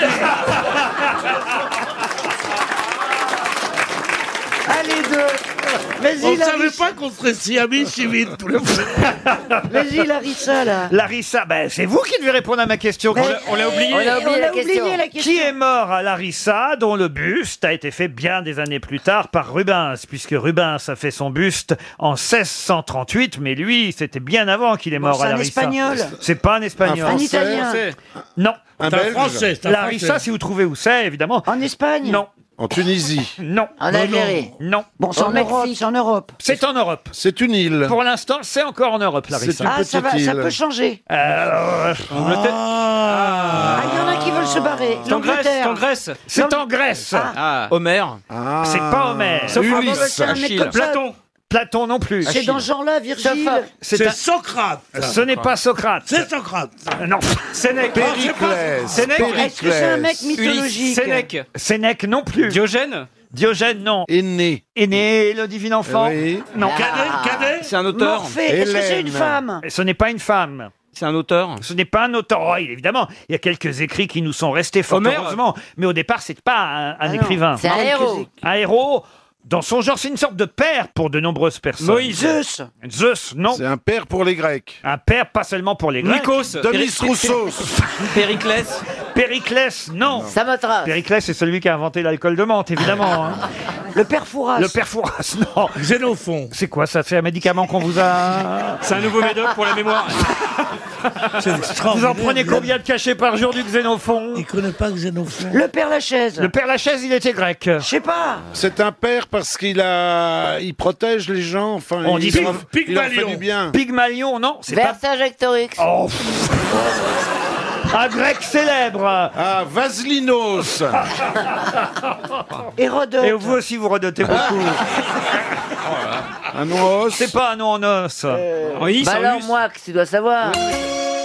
Allez, deux Vas-y,
On
Larissa.
savait pas qu'on serait si amis si vite tous les
Vas-y, Larissa, là.
Larissa, ben, c'est vous qui devez répondre à ma question.
Mais- On l'a- Ben, on l'a oublié. On l'a oublié la question.
Qui est mort à Larissa, dont le buste a été fait bien des années plus tard par Rubens, puisque Rubens a fait son buste en 1638, mais lui, c'était bien avant qu'il est
Bon,
mort
c'est
à
un
Larissa.
Espagnol.
C'est pas un Espagnol.
Un Français. Un Italien. Français.
Non.
Un C'est un Belge. Français, c'est un
Larissa,
Français.
si vous trouvez où c'est, évidemment.
En Espagne
Non.
En Tunisie
Non.
En Algérie
Non.
Bon, c'est en, Europe, c'est en Europe.
C'est en Europe.
C'est une île.
Pour l'instant, c'est encore en Europe, Larissa.
Ah, ça, va, ça peut changer.
Euh,
Ah, il y en a qui veulent se barrer.
C'est en Grèce,
L'Angleterre.
c'est en Grèce.
C'est en Grèce.
Ah.
Homère. C'est pas Homère.
Sauf- Ah, bah, bah, c'est un mec Achille. comme ça.
Platon. Platon non plus.
C'est dans ce genre-là, Virgile.
C'est Socrate.
Ce n'est pas Socrate. Euh,
C'est Socrate.
Non. Sénèque.
Périclès. Sénèque. Est-ce que c'est un mec mythologique
Ulysse. Sénèque. Sénèque non plus. Diogène. Diogène non. Aîné. Aîné, le divin enfant.
Oui.
Non.
Cadet,
Ah.
cadet C'est un auteur. Morphée. Est-ce que c'est une Hélène. femme
Ce n'est pas une femme. C'est un auteur Ce n'est pas un auteur. Oh, évidemment, il y a quelques écrits qui nous sont restés fort
Homère
heureusement, mais au départ, c'est pas un, un
Ah non,
écrivain.
c'est un héros.
Un héros, dans son genre, c'est une sorte de père pour de nombreuses personnes.
Moïse.
Zeus. Zeus, non. C'est un père pour les Grecs. Un père, pas seulement pour les Grecs.
Nikos. Demis Péri- Roussos. Périclès.
Périclès, non. Samothrace. Périclès, c'est celui qui a inventé l'alcool de menthe, évidemment. Le père Fouras. Le père Fouras, non.
Xénophon.
C'est quoi ça C'est un médicament qu'on vous a. hein
C'est un nouveau médoc pour la mémoire.
Vous en prenez combien de cachets par jour du Xénophon
Il connaît pas Xénophon.
Le Père Lachaise.
Le Père Lachaise, il était grec. Je
sais pas.
C'est un père parce qu'il a, il protège les gens. Enfin,
On
il
dit
leur- il leur fait du bien.
Pygmalion, non. C'est pas.
Vercingétorix.
Oh, pff. Un grec célèbre. Ah, Vaslinos.
Hérodote.
Et vous aussi, vous redotez beaucoup. Oh un nom os C'est pas un nom en os.
Euh,
Oui,
bah
c'est
alors, moi, que tu dois savoir.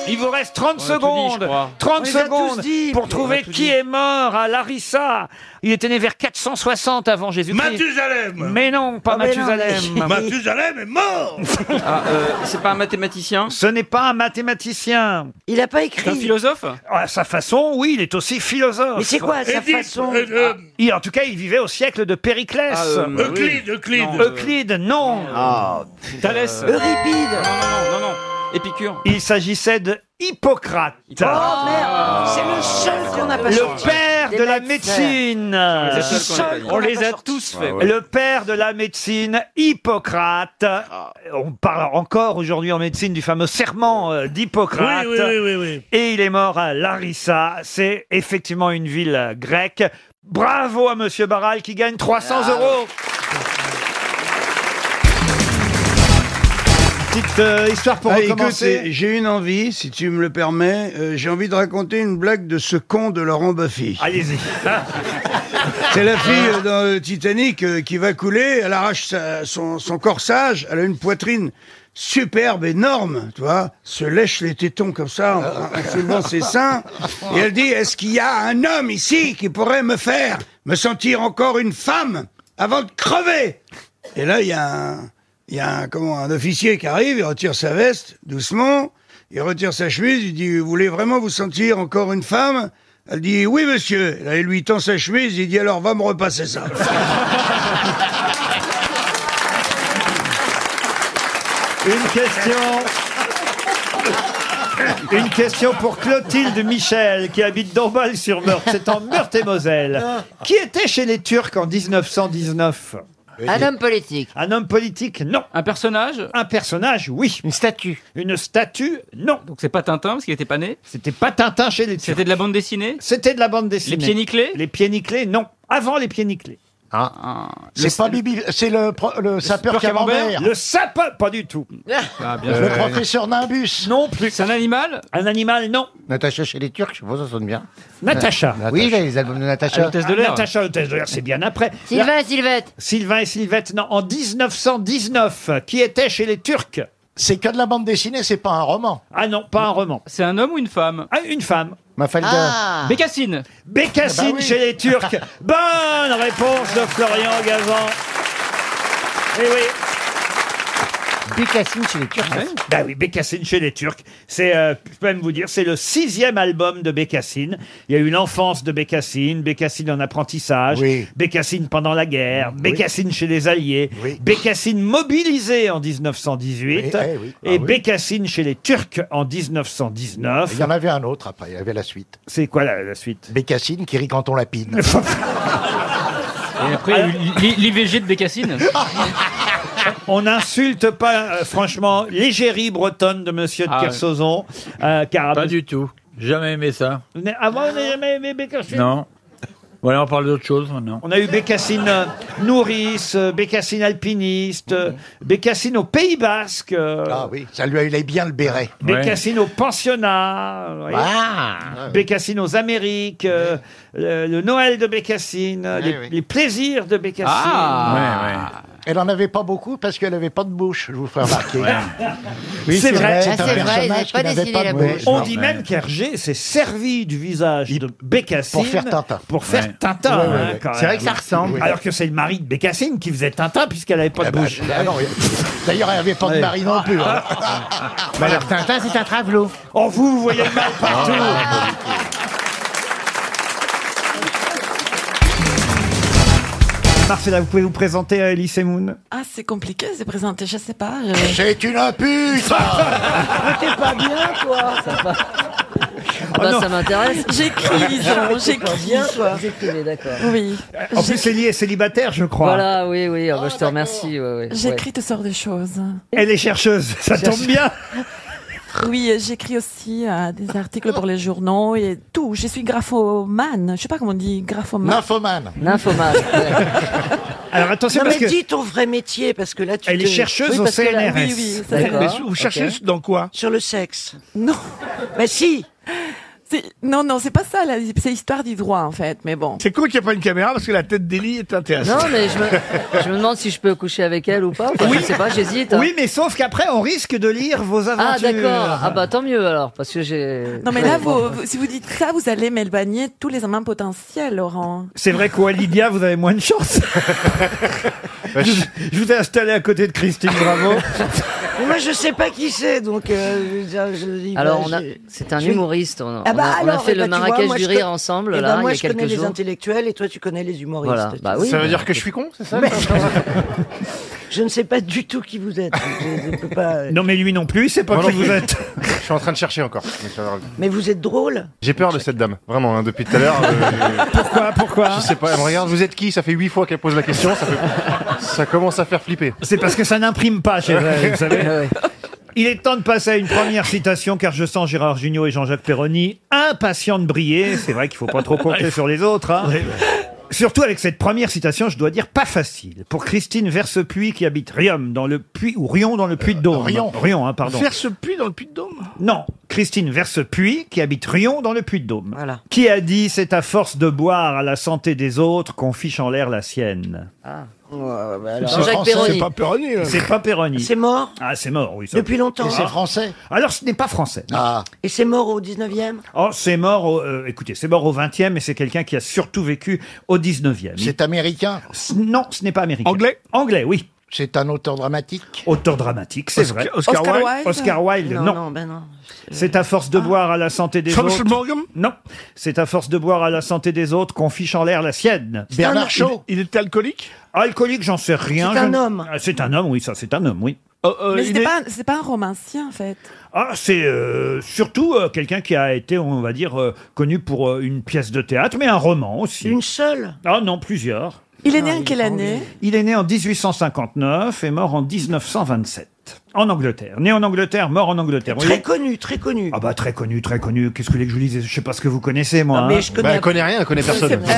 Il vous reste 30
On a tout dit, je
secondes.
crois.
30
On les a
secondes
tous dit.
pour
On
trouver
a tout
qui est mort à Larissa. Il était né vers 460 avant Jésus-Christ.
Mathusalem.
Mais non,
Ah,
pas Mathusalem.
Mathusalem est mort
Ah, euh, c'est pas un mathématicien
Ce n'est pas un mathématicien. Ah,
Il n'a pas écrit.
C'est un philosophe
À sa façon, oui, il est aussi philosophe.
Mais c'est quoi, sa Édith, façon euh, euh,
Ah, il- En tout cas, il vivait au siècle de Périclès.
Ah, euh, Euclide, oui. Euclide. Non, euh,
Euclide, non.
Thalès.
Ah, euh, Euripide.
Non, non, non, non, non. Épicure.
Il s'agissait de Hippocrate.
Oh, merde.
C'est le seul qu'on n'a pas
Le
sorti.
père
Des
de la
médecins.
médecine.
C'est le seul qu'on n'a
On les
pas
a
sorti.
tous fait.
Le père de la médecine, Hippocrate.
Ah.
On parle encore aujourd'hui en médecine du fameux serment euh, d'Hippocrate.
Oui, oui, oui, oui,
Et il est mort à Larissa. C'est effectivement une ville euh, grecque. Bravo à Monsieur Barral qui gagne 300
Ah.
euros. Petite euh, histoire pour
Ah,
recommencer.
écoute, j'ai une envie, si tu me le permets, euh, j'ai envie de raconter une blague de ce con de Laurent Buffy.
Allez-y.
C'est la fille euh, dans euh, Titanic euh, qui va couler, elle arrache sa- son, son corsage, elle a une poitrine superbe, énorme, tu vois, se lèche les tétons comme ça en, en soulevant ses seins, et elle dit, est-ce qu'il y a un homme ici qui pourrait me faire, me sentir encore une femme avant de crever Et là, il y a un, il y a un, comment, un officier qui arrive, il retire sa veste doucement, Il retire sa chemise, il dit Vous voulez vraiment vous sentir encore une femme Elle dit Oui, monsieur. Là, il lui tend sa chemise, il dit Alors va me repasser ça.
Une question. Une question pour Clotilde Michel, qui habite Dombasle-sur-Meurthe. C'est en Meurthe-et-Moselle. Qui était chez les Turcs en 1919
Un homme politique.
Un homme politique, non. Un personnage Un personnage, oui. Une statue Une statue, non.
Donc c'est pas Tintin parce qu'il était pas né
C'était pas Tintin chez les Turcs.
C'était de la bande dessinée
C'était de la bande dessinée.
Les pieds nickelés Ah.
Les pieds nickelés, non. Avant les pieds nickelés.
C'est pas Bibi, c'est le, pro- le sapeur camembert. Ah,
Le sapeur, pas du tout.
bien Le sûr. professeur
Nimbus. Non plus.
C'est un animal
Un animal, non.
Natacha chez les Turcs, je suppose, ça sonne bien.
Natacha.
Oui, les albums de Natacha.
Ah, Natacha, l'hôtesse de l'air, c'est bien après.
Sylvain
et Sylvette. Sylvain et Sylvette, non, en 1919, qui était chez les Turcs C'est que de la bande dessinée, c'est pas un roman. Ah non, pas un roman.
C'est un homme ou une femme
Ah, une femme.
Mafalda. Ah. Bécassine.
Bécassine
Ah bah oui.
chez les Turcs. Bonne réponse de Florian Gazan. Eh oui. Bécassine chez les Turcs. Bah oui, Bécassine chez les Turcs. C'est, euh, je peux même vous dire, c'est le sixième album de Bécassine. Il y a eu l'enfance de Bécassine, Bécassine en apprentissage, Bécassine pendant la guerre, Bécassine chez les Alliés, Bécassine mobilisée en 1918
Oui, eh oui.
et Bécassine chez les Turcs en 1919.
Il y en avait un autre après, il y avait la suite.
C'est quoi la, suite
Bécassine qui rit quand on lapine.
Et après,
Ah,
il y a eu l'i- l'IVG de Bécassine.
On n'insulte pas, euh, franchement, l'égérie bretonne de Monsieur de
Ah ouais.
Kersauzon. euh, car...
Pas du tout. Jamais aimé ça.
Avant, on n'a Ah, jamais aimé Bécassine
Non. Voilà, on parle d'autre chose maintenant.
On a eu Bécassine euh, nourrice, euh, Bécassine alpiniste, euh, Bécassine au Pays Basque. Ah
oui, ça lui allait bien le béret.
Bécassine au pensionnat. vous voyez.
Ah.
Bécassine aux Amériques, euh, le, le Noël de Bécassine, les, les plaisirs de Bécassine.
Elle en avait pas beaucoup parce qu'elle avait pas de bouche, je vous ferai remarquer.
c'est vrai,
Ah, c'est un personnage qui n'avait pas de bouche.
On dit même qu'Hergé s'est servi du visage de Bécassine
Pour faire Tintin.
Pour faire
Ouais.
Tintin,
Ouais, ouais,
hein,
ouais.
quand
C'est
même.
vrai que ça ressemble.
Alors que c'est le mari de Bécassine qui faisait Tintin puisqu'elle n'avait pas de bouche.
Ah non, D'ailleurs, elle avait pas de
Ouais. Ah.
mari non plus. hein.
Mais alors Tintin, c'est un travelot. Oh, vous, vous voyez le mal partout. Marcella, vous pouvez vous présenter à Elise Moon
Ah, c'est compliqué, c'est présenté, je sais pas.
C'est une puce
Ah,
T'es pas bien, toi
Ah
bah, non.
ça m'intéresse. J'écris, disons, j'écris.
Bien, toi.
Vous écrivez, d'accord. Oui.
En plus, Ellie est célibataire, je crois.
Voilà, oui, oui, ah bah, je te remercie. ouais, ouais,
J'écris
toutes sortes de choses.
Elle est chercheuse, ça tombe bien.
Oui, et j'écris aussi euh, des articles pour les journaux et tout. Je suis graphomane. Je sais pas comment on dit graphomane.
Nymphomane.
Nymphomane.
Alors attention,
Non,
parce
mais
que.
dis
ton vrai métier, parce que là,
tu
Elle est
te-
chercheuse
Oui,
au
parce que là-
CNRS.
oui, oui, ça
Mais-
va.
mais vous cherchez
Ok.
dans quoi
Sur le sexe. Bah, Non.
Mais si
C'est- Non, non, c'est pas ça, là. c'est l'histoire du droit, en fait, mais bon. C'est
cool qu'il n'y ait pas une caméra, parce que la tête d'Elie est
intéressante.
Non, mais je me, je me demande si je peux coucher avec elle ou pas. Enfin, Je sais pas, j'hésite. hein.
Oui, mais sauf qu'après, on risque de lire vos aventures.
Ah, d'accord. Ah, bah tant mieux alors, parce que j'ai.
Non, mais là,
Ouais, bon.
vous, vous- si vous dites ça, vous allez m'éloigner de tous les amants potentiels, Laurent.
C'est vrai qu'au Lydia, vous avez moins de chance.
Bah,
je, je vous ai installé à côté de Christine Bravo.
Mais moi, je sais pas qui c'est, donc euh, je veux dire, je dis.
Alors,
bah,
on a,
j'ai-
c'est un
je vais-
humoriste. On a,
Ah
on
bah,
a- on a
alors,
fait
eh
le
bah, tu vois,
Marrakech
moi,
du
je
rire
co-
ensemble,
eh
là,
bah, moi,
il y
je
a quelques
connais les
jours.
intellectuels et toi, tu connais les humoristes.
Voilà,
tu
bah
sais.
oui. Ça veut dire
que je suis con, c'est ça
Mais- Je ne sais pas du tout qui vous êtes. Je- je peux pas- euh,
Non, mais lui non plus, c'est pas
Moi
qui
non plus.
vous êtes.
Je suis en train de chercher encore. mais ça va revenir.
Mais vous êtes drôle.
J'ai peur de cette dame, vraiment, hein, depuis tout à l'heure.
pourquoi Pourquoi
Je sais pas, elle me regarde, vous êtes qui Ça fait huit fois qu'elle pose la question, ça, fait- ça commence à faire flipper.
C'est parce que ça n'imprime pas chez elle, vous savez. Il est temps de passer à une première citation, car je sens Gérard Jugnot et Jean-Jacques Perroni impatients de briller. C'est vrai qu'il faut pas trop compter sur les autres. hein. Surtout avec cette première citation, je dois dire pas facile. Pour Christine Versepuy, qui habite Riom dans le Puy, ou Rion dans le Puy-de-Dôme.
Rion.
Rion, hein, pardon.
Verse-
Ce puits dans le puits de Dôme.
Non, Christine Versepuy, qui habite Rion dans le Puy-de-Dôme. Qui a dit c'est à force de boire à la santé des autres qu'on fiche en l'air la sienne.
Ah. bah, Jean-Jacques Perroni.
Perroni.
euh.
C'est pas Perroni. C'est mort. Ah, c'est mort, oui. ça-
Depuis longtemps. Et c'est
français. Alors, ce n'est pas français. Ah.
Et c'est mort au 19e
Oh, c'est mort, au, euh, écoutez, c'est mort au 20e et c'est quelqu'un qui a surtout vécu au 19e. C'est américain Non, ce n'est pas américain. Anglais Anglais, oui.
C'est un auteur dramatique.
Auteur dramatique, c'est
Oscar-
vrai.
Oscar Oscar Wilde Wilde
Oscar Wilde, non.
Non, non, ben non.
Euh, C'est à force de boire à la santé des
Ah. Charles
autres. Non. C'est à force de boire à la santé des autres qu'on fiche en l'air la sienne.
C'est Bernard un- Shaw.
Il, était alcoolique Alcoolique, j'en sais rien.
C'est un
Je-
homme.
Ah, C'est un homme, oui, ça, c'est un homme, oui.
Euh,
Mais c'était pas, un- c'est pas un romancien, en fait.
Ah, c'est euh, surtout euh, quelqu'un qui a été, on va dire, euh, connu pour euh, une pièce de théâtre, mais un roman aussi. Une seule Ah non, plusieurs. Ah,
Il est né en quelle année
Il est né en 1859 et mort en 1927. En Angleterre. Né en Angleterre, mort en Angleterre. Vous
Très
voyez
connu, très connu.
Ah bah très connu, très connu. Qu'est-ce que vous voulez que je vous dise Je sais pas ce que vous connaissez moi. hein.
Non, mais je connais- Bah, elle connaît rien, elle connaît personne. Euh,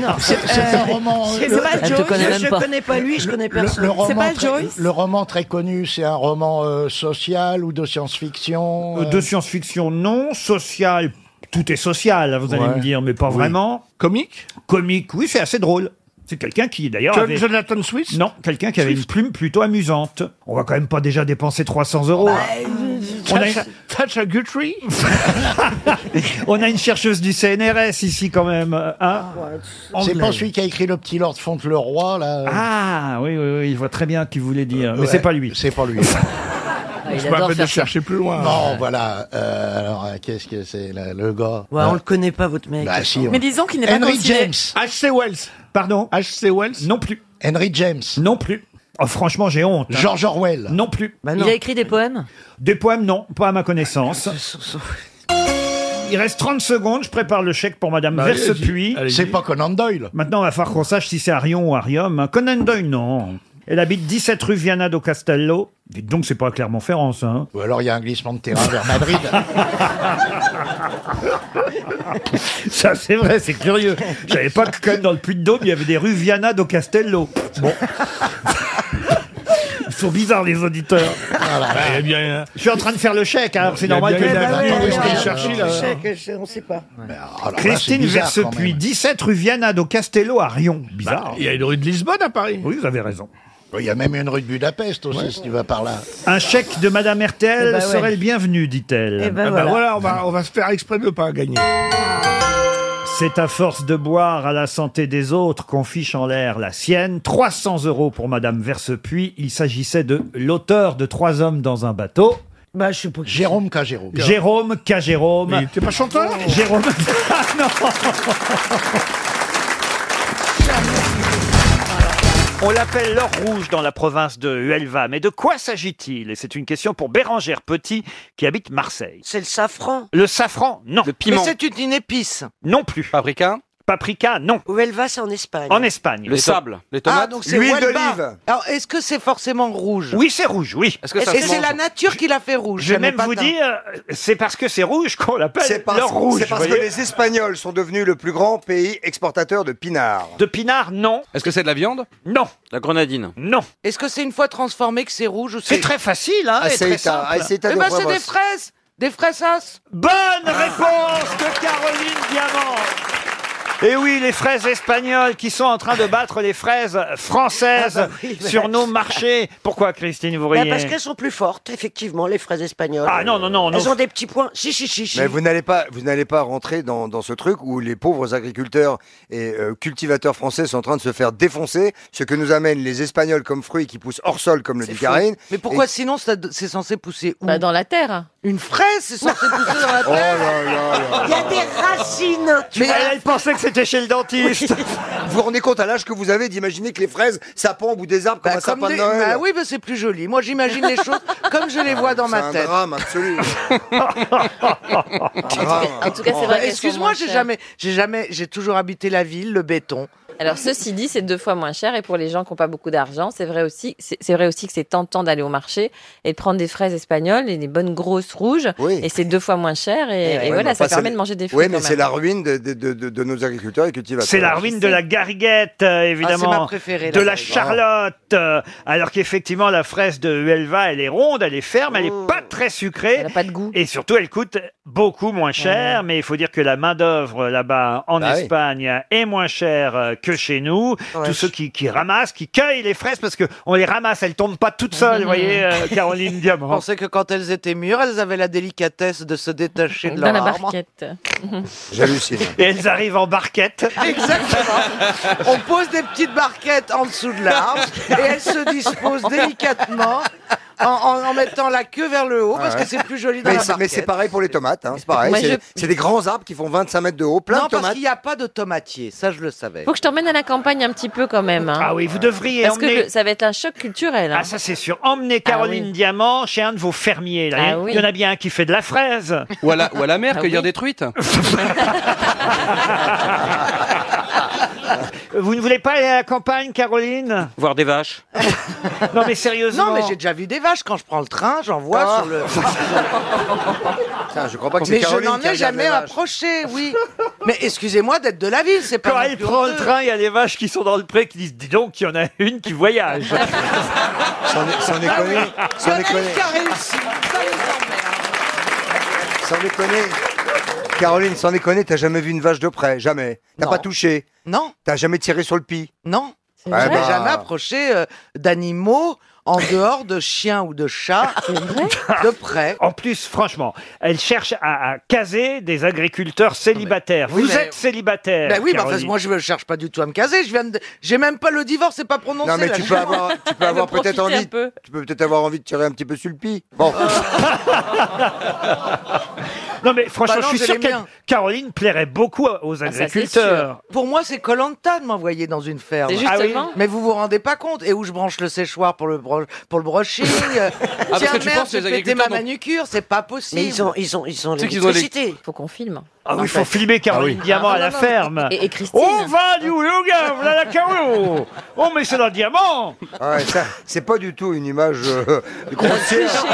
Euh, C'est un roman.
C'est
le-
pas
le-
Joyce. Je- je connais pas lui, je connais personne.
Le,
C'est
roman
pas
très-
Joyce.
le roman très connu, c'est un roman euh, social ou de science-fiction.
Euh,
euh,
De science-fiction, non. Social, tout est social, vous allez
Ouais.
me dire, mais pas
Oui.
vraiment. Comique Comique, oui, c'est assez drôle. C'est quelqu'un qui, d'ailleurs.
John-
avait-
Jonathan Swift
Non, quelqu'un qui avait une plume plutôt amusante. On va quand même pas déjà dépenser 300 euros.
Bah, euh,
On a une-
Thatcher Guthrie
On a une chercheuse du CNRS ici quand même. hein
C'est pas
Anglaise.
celui qui a écrit Le Petit Lord Fauntleroy, là. euh,
Ah oui, oui, oui, je vois très bien qui voulait dire. Mais c'est pas lui.
C'est pas lui.
il C'est pas la adore peine de faire ça. chercher plus loin.
Non,
Ouais.
voilà. euh, alors, euh, qu'est-ce que c'est le, le gars
Ouais, on le connaît pas, votre mec.
Bah, si, on-
Mais disons qu'il n'est pas
Henry
considéré-
James. H.C. Wells.
Pardon
H.C. Wells
Non plus.
Henry James.
Non plus. Oh, franchement, j'ai honte. hein.
George Orwell.
Non plus.
non. Il a
écrit des poèmes Des poèmes, non, pas à ma connaissance. Il reste 30 secondes, je prépare le chèque pour Madame
Bah,
Versepuis.
allez-y, allez-y. C'est pas Conan Doyle.
Maintenant, il va falloir qu'on sache si c'est Arion ou Arium. hein. Conan Doyle, non. Elle habite 17 rue Viana do Castello. Dites donc, c'est pas à Clermont-Ferrand, ça. hein.
Ou alors il y a un glissement de terrain vers Madrid.
Ça, c'est vrai, c'est curieux. Je savais pas que quand même dans le Puy-de-Dôme, il y avait des rues Viana do Castello. Bon. Ils sont bizarres, les auditeurs.
Eh bien,
Je suis en train de faire le chèque, hein, c'est normal que...
Ah,
Ah,
on sait pas.
oh,
Oh
Christine Versepuis, 17 rue Viana do Castello à Rion.
Bah,
Bizarre.
hein.
Il y a une rue de Lisbonne à Paris.
Oui, vous avez raison.
Il y a même une rue de Budapest aussi, si tu vas par là.
Un chèque de Madame Hertel
Eh ben ouais.
serait le bienvenu, dit-elle.
Eh ben
Ah
voilà.
bah on va, on va se faire exprès de ne pas gagner.
Ah.
C'est à force de boire à la santé des autres qu'on fiche en l'air la sienne. 300 euros pour Madame Versepuis. Il s'agissait de l'auteur de Trois hommes dans un bateau.
Bah, je sais pas. Jérôme K. Jérôme.
Jérôme K. Jérôme.
Mais il était pas chanteur
Jérôme. Ah, non On l'appelle l'or rouge dans la province de Huelva. Mais de quoi s'agit-il Et c'est une question pour Bérangère Petit qui habite Marseille.
C'est le safran.
Le safran, non. Le
Mais c'est une, une épice.
Non plus.
Paprika
Paprika, non.
Où elle va, c'est en Espagne.
En Espagne.
Le sable, les tomates.
Ah, donc c'est
L'huile
Huelva.
d'olive.
Alors, est-ce que c'est forcément rouge
Oui, c'est rouge, oui.
Est-ce que Et c'est la nature qui l'a fait rouge.
Je
ça
vais
n'est
même
pas
vous
d'un-
dire, euh, c'est parce que c'est rouge qu'on
C'est
l'appelle
parce,
l'or rouge.
c'est parce
vous
que
voyez.
les Espagnols sont devenus le plus grand pays exportateur de pinard.
De pinard, non.
Est-ce que c'est de la viande
Non.
La grenadine
Non.
Est-ce que c'est une fois transformé que c'est rouge ou
C'est très facile,
Ah,
hein, et très simple.
Eh ben, c'est des fraises. Des fraises as.
Bonne réponse de Caroline Diamant. Et Eh oui, les fraises espagnoles qui sont en train de battre les fraises françaises
Ah bah oui, mais-
sur nos marchés. Pourquoi,
Ah
Christine, vous
Bah,
riez
parce qu'elles sont plus fortes, effectivement, les fraises espagnoles.
Ah non, non, non, non.
Elles ont des petits points. Si, si, si, si.
Mais vous n'allez pas, vous n'allez pas rentrer dans, dans ce truc où les pauvres agriculteurs et euh, cultivateurs français sont en train de se faire défoncer, ce que nous amènent les Espagnols comme fruits qui poussent hors sol, comme le dit
faux.
Karine.
Mais pourquoi
Et-
sinon ça do- c'est censé pousser où
Bah, dans la terre.
Une fraise, c'est censé pousser dans la Ah.
Oh là
terre.
là là.
Il y a des racines. Tu
Mais
vois.
elle
pensait que c'était chez le dentiste.
vous vous rendez compte à l'âge que vous avez d'imaginer que les fraises, ça pend au bout des arbres comme un
Comme
sapin
des-
de Noël.
Ah
Bah oui, mais c'est plus joli. Moi, j'imagine les choses comme je les vois dans ma
C'est un
tête.
drame absolu.
En tout
c'est vrai
cas,
qu'elles sont
Excuse-moi,
moins
j'ai
chères.
jamais, j'ai jamais, j'ai toujours habité la ville, le béton.
Alors ceci dit, c'est deux fois moins cher et pour les gens qui n'ont pas beaucoup d'argent, c'est vrai aussi, c'est c'est vrai aussi que c'est tentant d'aller au marché et de prendre des fraises espagnoles et des bonnes grosses rouges et c'est deux fois moins cher et, et
Eh Ouais,
voilà,
mais
ça
enfin,
permet
c'est-
de manger des fruits.
Oui, mais
quand
c'est
même.
la ruine de, de- de- de- de nos agriculteurs et cultivateurs.
C'est la ruine de la gariguette, euh, évidemment.
ma préférée, la
de la
gariguette.
charlotte. euh, alors qu'effectivement, la fraise de Huelva, elle est ronde, elle est ferme, elle est pas très sucrée. Elle n'a pas de goût. Et surtout, elle coûte beaucoup moins cher. Mais il faut dire que la main-d'œuvre euh, là-bas en
Bah oui.
Espagne est moins chère euh, que chez nous. Tous ceux qui, qui ramassent, qui cueillent les fraises, parce qu'on les ramasse, elles tombent pas toutes seules, vous voyez, euh, Caroline
Hmm. Je
Diamant.
pensais que quand elles étaient mûres, elles avaient la délicatesse de se détacher de
Dans
leur
la
arbre.
barquette.
J'hallucine.
Et elles arrivent en barquette.
Exactement. On pose des petites barquettes en dessous de l'arbre et elles se disposent délicatement en, en- en mettant la queue vers le haut parce
Ouais.
que c'est plus joli dans
mais
la
c'est-
barquette.
mais c'est pareil pour les tomates, hein, c'est pareil.
Moi,
c'est
je-
c'est des grands arbres qui font 25 mètres de haut, plein
non,
de tomates.
parce qu'il n'y a pas de tomatier, ça je le savais.
Faut que je t'emmène à la campagne un petit peu quand même. hein.
Ah oui, vous devriez
Parce que
emmener-
le- ça va être un choc culturel. hein.
Ah, ça c'est sûr. Emmenez Caroline Diamant chez un de vos fermiers. là. Il y a-
Ah oui.
Il y en a bien un qui fait de la fraise.
Ou à la, ou à la mer,
Ah
cueillir
oui.
des truites.
Vous ne voulez pas aller à la campagne, Caroline
Voir des vaches.
Non mais sérieusement.
Non mais j'ai déjà vu des vaches quand je prends le train, j'en vois
Ah.
sur le.
je crois pas que c'est
mais je
Caroline
n'en
qui
ai
regarde
jamais
les vaches.
approché, oui. mais excusez-moi d'être de la ville, c'est pas.
Quand
non
elle
plus
prend le
honteux.
train, il y a les vaches qui sont dans le pré qui disent Dis donc, il y en a une qui voyage.
Sans déconner, sans déconner,
Qui a réussi.
sans déconner. Caroline, sans déconner, t'as jamais vu une vache de près, jamais. T'as pas touché.
Non.
T'as jamais tiré sur le pis.
Non. Je
Ouais,
n'ai
bah.
jamais approché euh, d'animaux en dehors de chiens ou de chats de près.
En plus, franchement, elle cherche à, à caser des agriculteurs célibataires.
Oui,
Vous
mais-
êtes célibataire.
Ben oui, mais
Caroline.
enfin, moi je ne cherche pas du tout à me caser. Je viens, de- j'ai même pas le divorce, c'est pas prononcé.
Non mais
là,
tu
je
peux
viens-
avoir, tu peux avoir peut-être envie, tu peux peut-être avoir envie de tirer un petit peu sur le pis. Bon.
Non mais franchement,
Bah non,
je suis
j'ai
sûr
les
que
miens.
Caroline plairait beaucoup aux
Ah, ça, c'est
agriculteurs.
sûr. Pour moi, c'est Colanta de m'envoyer dans une ferme.
C'est justement. Ah oui.
Mais vous vous rendez pas compte. Et où je branche le séchoir pour le, bro- pour le brushing euh,
parce
Tiens,
que tu
merde,
penses que
j'ai
les
pété ma
agriculteurs, donc-
manucure, c'est pas possible.
Mais ils ont, ils ont, ils ont
C'est qu'ils ont
l'électricité.
Faut qu'on filme.
ah oui,
En
il faut
fait.
filmer Caroline
Ah oui.
Diamant
Ah,
à la
non, non, non.
ferme.
Et- et Christine.
On va du yoga, voilà la Caro. Oh mais c'est dans le diamant.
Ah ouais, ça, c'est pas du tout une image euh, grossière.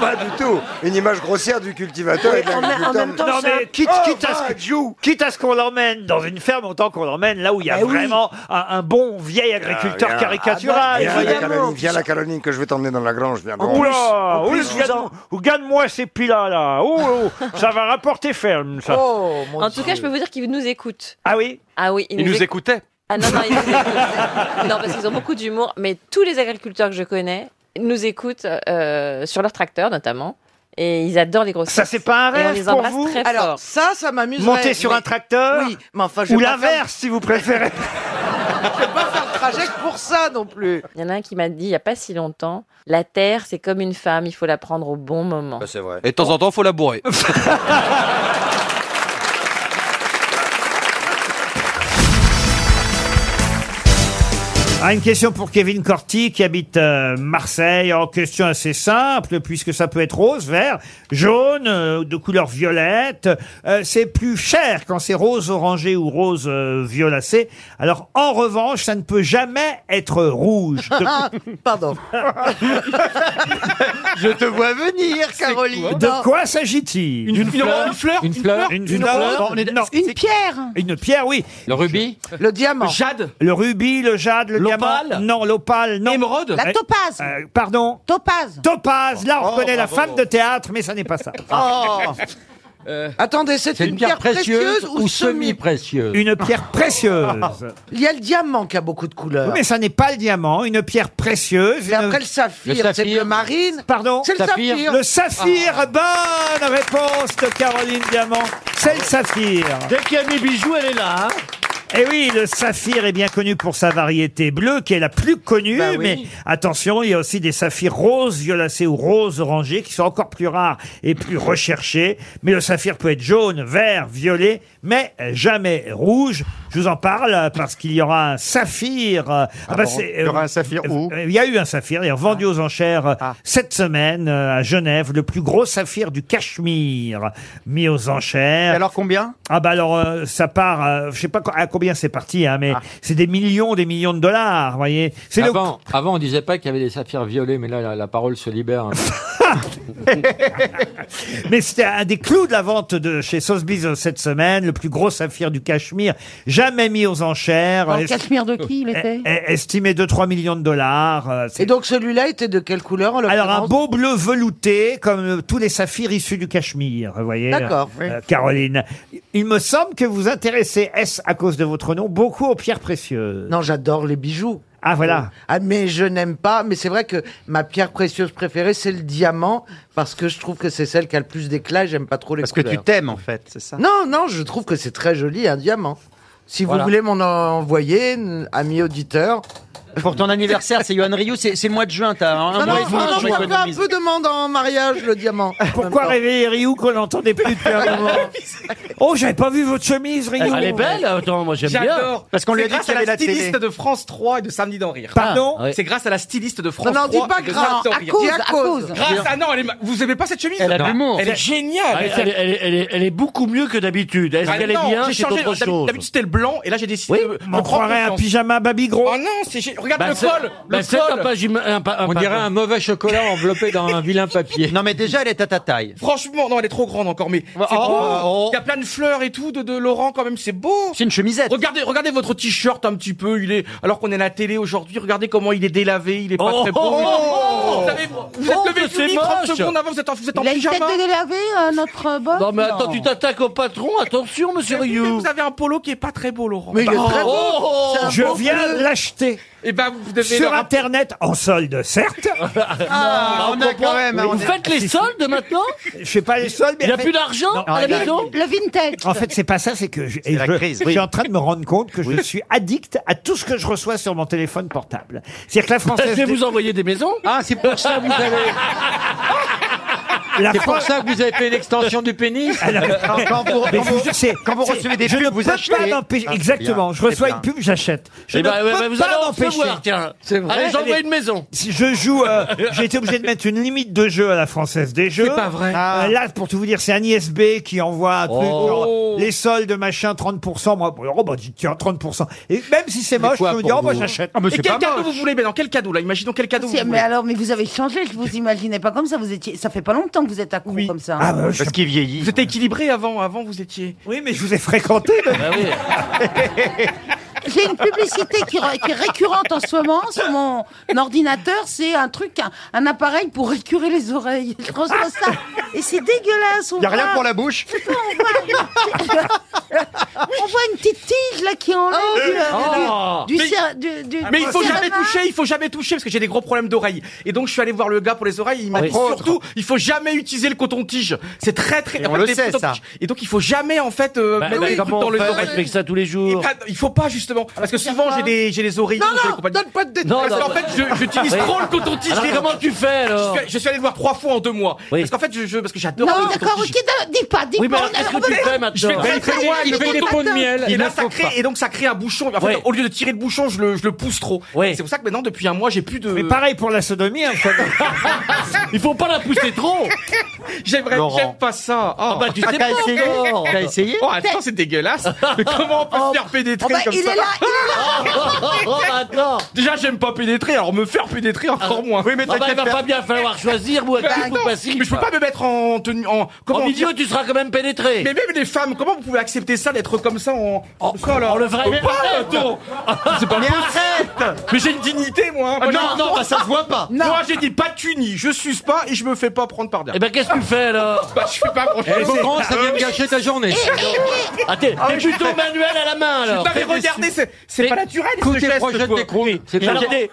pas du tout. Une image grossière du cultivateur et de
Oui, en- en
l'agriculteur.
même temps,
Non
ça-
mais quitte,
Oh,
quitte à ce que- quitte à ce qu'on l'emmène dans une ferme, autant qu'on l'emmène là où il y a
Eh oui.
vraiment un, un bon vieil agriculteur
Ah, viens.
caricatural.
Viens, la
voyez.
Caroline, viens la Caroline que je vais t'emmener dans la grange. Viens. donc.
Oula, oui, regarde- regarde-moi ces pilas là. Oh, oh, ça va rapporter ferme ça.
Oh, mon
En tout cas, je peux vous dire qu'ils nous écoutent.
Ah oui.
Ah oui,
Ils nous
éc-
écoutaient.
Ah non, non, ils nous écoutent. non, parce qu'ils ont beaucoup d'humour, mais tous les agriculteurs que je connais nous écoutent euh, sur leur tracteur notamment. Et ils adorent les grosses
Ça,
têtes.
c'est pas un
Ah,
Et on
rêve
les
pour
embrasse
vous
très
Alors,
fort.
ça, ça m'amuse.
Monter sur un tracteur
Oui, mais enfin, je
ou
vais pas faire-
l'inverse si vous préférez.
Je vais pas faire de trajet que pour ça non plus.
Il y en a un qui m'a dit il n'y a pas si longtemps la terre, c'est comme une femme, il faut la prendre au bon moment.
Bah, c'est vrai.
Et de temps en temps, faut la bourrer.
Ah, une question pour Kevin Corti qui habite euh, Marseille. En question assez simple puisque ça peut être rose, vert, jaune, euh, de couleur violette. Euh, c'est plus cher quand c'est rose orangé ou rose euh, violacé. Alors en revanche, ça ne peut jamais être rouge. De,
Pardon. je te vois venir, Caroline.
de
Non.
quoi s'agit-il
Une, fleur, une fleur, une fleur,
Une fleur Non.
Une pierre.
Une pierre, oui.
Le rubis.
Le diamant.
Jade.
Le rubis, le jade, le
L'opale
diamant. Non, l'opale, non.
Émeraude.
La
topaze.
pardon
Topaz.
Topaz, là on
Oh,
reconnaît la
bravo.
femme de théâtre, mais ça n'est pas ça.
Oh. Attendez, c'est une, pierre, précieuse, ou semi
semi-précieuse
Une pierre précieuse.
Il y a le diamant qui a beaucoup de couleurs.
Mais ça n'est pas le diamant, une pierre précieuse.
Et
une-
après le saphir,
Le
c'est
saphir.
bleu marine.
Pardon
C'est le
Saphir.
saphir. Ah.
Le saphir, bonne réponse de Caroline Diamant. C'est le saphir.
Dès qu'il y a des bijoux, elle est là. hein.
Et oui, le saphir est bien connu pour sa variété bleue, qui est la plus connue.
Bah oui.
Mais attention, il y a aussi des saphirs roses violacés ou roses orangés, qui sont encore plus rares et plus recherchés. Mais le saphir peut être jaune, vert, violet, mais jamais rouge. Je vous en parle euh, parce qu'il y aura un saphir. euh, ah bah c'est,
Il y aura
euh,
un saphir où Ah.
euh, Il y a eu un saphir, il est vendu aux enchères euh, cette semaine euh, à Genève, le plus gros saphir du Cachemire mis aux enchères.
alors combien
Ah bah alors euh, ça part, euh, je sais pas co- à combien c'est parti, hein,
Ah.
mais c'est des millions, des millions de dollars, vous voyez. C'est le-
Avant, avant, on disait pas qu'il y avait des saphirs violets, mais là, la, la parole se libère. hein.
Mais c'était un des clous de la vente de chez Sotheby's euh, cette semaine, le plus gros saphir du Cachemire, jamais mis aux enchères.
Dans le
Est-
cachemire de qui il
Eh,
était
est- Eh, Estimé 2-3 millions de dollars. euh, c'est-
Et donc celui-là était de quelle couleur en
alors un
l'occurrence
beau bleu velouté, comme euh, tous les saphirs issus du Cachemire, vous voyez.
D'accord,
euh,
oui.
Caroline, il me semble que vous intéressez, est-ce à cause de votre nom, beaucoup aux pierres précieuses.
Non, j'adore les bijoux.
Ah voilà.
Ah mais je n'aime pas, mais c'est vrai que ma pierre précieuse préférée c'est le diamant parce que je trouve que c'est celle qui a le plus d'éclat, et j'aime pas trop les
Parce que
couleurs.
tu t'aimes en fait, c'est ça
Non, non, je trouve que c'est très joli un diamant. Si
Voilà.
vous voulez m'en envoyer, n- ami auditeur.
Pour ton anniversaire, c'est Yohan Ryu, c'est c'est le mois de juin, t'as un
Non, non,
mois
non,
et demi,
non,
tu
pourquoi pas un
économises.
peu demande en mariage le diamant.
Pourquoi réveiller Ryu qu'on n'entendait plus depuis un moment
Ah
Oh, j'avais pas vu votre chemise, Ryu.
Elle est belle,
Oh
attends, moi
J'adore.
Parce qu'on lui a
C'est
dit
grâce
qu'il
à
avait
la
la télé.
styliste de France 3 et de Samedi d'en rire.
Pardon
Ah, ouais. C'est grâce à la styliste de France
Non,
3.
non, dis pas
et de
grâce,
Samedi d'en
à
rire.
cause, à cause.
Grâce à non, elle est ma- vous aimez pas cette chemise
Elle a de l'humour.
Elle est géniale.
Elle, elle- elle- elle est- elle est beaucoup mieux que d'habitude. Est-ce
Ah,
qu'elle est
non,
bien
j'ai
C'est
changé.
autre
D'habi-
chose.
D'habitude c'était le blanc et là j'ai décidé de
m'en croirait un
pyjama baby gros.
Oh non, c'est ben, gé- regarde
Bah,
le
c'est-
col,
bah,
le
c'est
col.
un pagima- un
Ah,
pa- un
On
pa-
dirait un
mauvais chocolat enveloppé dans un vilain papier.
Non mais déjà elle est à ta taille. Franchement, non, elle est trop grande encore, mais c'est
oh,
beau.
oh.
Il y a plein de fleurs et tout de, de Laurent quand même, c'est beau. C'est une chemisette. Regardez, regardez votre t-shirt un petit peu, il est alors qu'on est à la télé aujourd'hui. Regardez comment il est délavé, il est pas
Oh,
très beau.
oh, oh.
vous, avez- vous êtes
Oh,
levé
que
le
c'est
soulier 30
moche.
secondes avant, vous êtes en, vous êtes en
Il a une tête
pyjama.
de délavé, euh, notre boss
Non mais attends, tu t'attaques au patron, attention monsieur Oh,
Mais
Ryu.
Vous avez un polo qui est pas très beau, Laurent.
bah,
Mais il est
oh,
très beau. C'est un
Je
beau
viens
bleu.
l'acheter
Eh
Et ben vous devez
sur
le rappeler.
Internet, en solde, certes.
Ah, on a
comprend.
quand même,
Vous
on est-
faites les soldes maintenant
Je fais pas les soldes.
Il
mais
n'y a
en fait-
plus d'argent
Non,
à la
il y a-
maison
Ah, Le vintage.
En fait, c'est pas ça, c'est que je, et
la
je-
crise,
je
oui.
suis en train de me rendre compte que je suis addict à tout ce que je reçois sur mon téléphone portable. C'est-à-dire que la française.
Je vais vous envoyer des maisons. Ah, c'est pour ça que vous avez.
La
C'est pour
France-
ça que vous avez fait l'extension du pénis.
Alors- Mais je jure, c'est- c'est- je ne peux pas m'empêcher-
Ah,
Ah,
Exactement. Je reçois une pub, j'achète. Je
Eh
ne
ben, ouais,
peux
bah, vous
pas
allez en
m'empêcher.
recevoir, tiens. C'est vrai. Allez, j'envoie
Allez,
une maison.
Si je joue, euh, j'ai été obligé de mettre une limite de jeu à la française des jeux.
pas vrai.
Euh,
Ah.
là, pour tout vous dire, c'est un ISB qui envoie un truc,
Oh.
genre, les soldes, machin, 30%. Moi, bon, oh, bah, dis, tiens, 30%. Et même si c'est moche, je
quoi
me dis,
pour
oh, moi,
vous
j'achète.
Ah,
Et quel cadeau vous voulez Mais dans quel cadeau là Imaginons quel cadeau vous
Si, mais
voulez.
alors, mais vous avez changé, je vous imaginais pas comme ça. Vous étiez, ça fait pas longtemps que vous êtes accro comme ça. hein.
Ah, bah, je-
qu'il vieillit. Vous étiez équilibré avant, avant vous étiez.
Oui, mais je vous ai fréquenté.
J'ai une publicité qui, re- qui est récurrente en ce moment sur mon ordinateur. C'est un truc, un, un appareil pour récurer les oreilles. Je reçois ça et c'est dégueulasse. Il
Y a rien pour la bouche
On voit une petite tige là qui enlève
Ah,
euh,
Oh.
du, du, du
Mais-
cer- du- du-
Mais il faut
du
jamais
cerveau.
toucher, il faut jamais toucher parce que j'ai des gros problèmes d'oreilles. Et donc je suis allé voir le gars pour les oreilles. Il
Ah
m'a Oui. dit surtout, il faut jamais utiliser le coton-tige. C'est très très.
Et on
en fait,
le
des
sait,
coton-tiges.
ça.
Et donc il faut jamais en fait euh,
Bah,
mettre
bah,
des trucs
comment
dans
on
les
fait On
oreilles.
fait que ça tous les jours.
Et pas- il faut pas justement parce que souvent j'ai des j'ai les oreilles. Non non, donne pas de
Non,
Parce
non,
qu'en
non.
fait je- j'utilise
Oui.
trop le coton-tige.
Alors,
les-
comment tu fais, alors
Je suis- Je suis allé le voir trois fois en deux mois. Parce qu'en fait je je- parce que j'adore.
Non,
le
oui, d'accord, ok,
coton-tige.
d'accord, dis pas, dis
Oui,
pas.
mais alors,
on a-
qu'est-ce
on
que tu
veut-
fais maintenant Je fais
Mais
très
il fait
très
loin,
loin,
il
il
fait
fait
des
des
pots de
atteintes.
miel.
Et
Il
là,
ne
ça
faut
crée-
pas.
et donc ça crée un bouchon. Et en fait,
Ouais.
au lieu de tirer le bouchon, je le, je le pousse trop. C'est pour ça que maintenant, depuis un mois, j'ai plus de.
Mais pareil pour la sodomie, hein, faut-
Il faut pas la pousser trop.
J'aimerais,
Laurent.
j'aime pas ça. Oh.
Ah bah, tu sais T'as pas, essayé encore. T'as essayé
Oh, attends, c'est dégueulasse. Mais comment on peut se faire pénétrer
Oh, bah,
comme
il
ça
est là, il est là.
Déjà, j'aime pas pénétrer, alors me faire pénétrer encore moins. Oui, mais
Ah bah, il va pas bien falloir choisir
Bah,
ou
Bah,
actif ou passif.
Mais je peux pas me mettre en tenue, en, comment
En milieu,
dire
tu seras quand même pénétré.
Mais même les femmes, comment vous pouvez accepter ça d'être comme ça en, en col
en oh, le vrai-
Faut
mais
pas,
arrête
attends. C'est pas
Mais
possible. Mais j'ai une dignité, moi.
Ah,
Moi,
non,
j'ai-
non, bah, ça se voit pas. Non.
Moi, j'ai dit pas tuni, je suce pas et je me fais pas prendre par derrière.
Eh ben, qu'est-ce que tu fais, alors
Bah, je fais pas grand
Eh, Beaugrand, ça vient me
gâcher ta journée.
Ah, t'es t'es plutôt manuel à la main, alors.
Non, mais regardez, c'est- c'est pas naturel. ce geste, quoi.
C'est
Alors,
Attendez,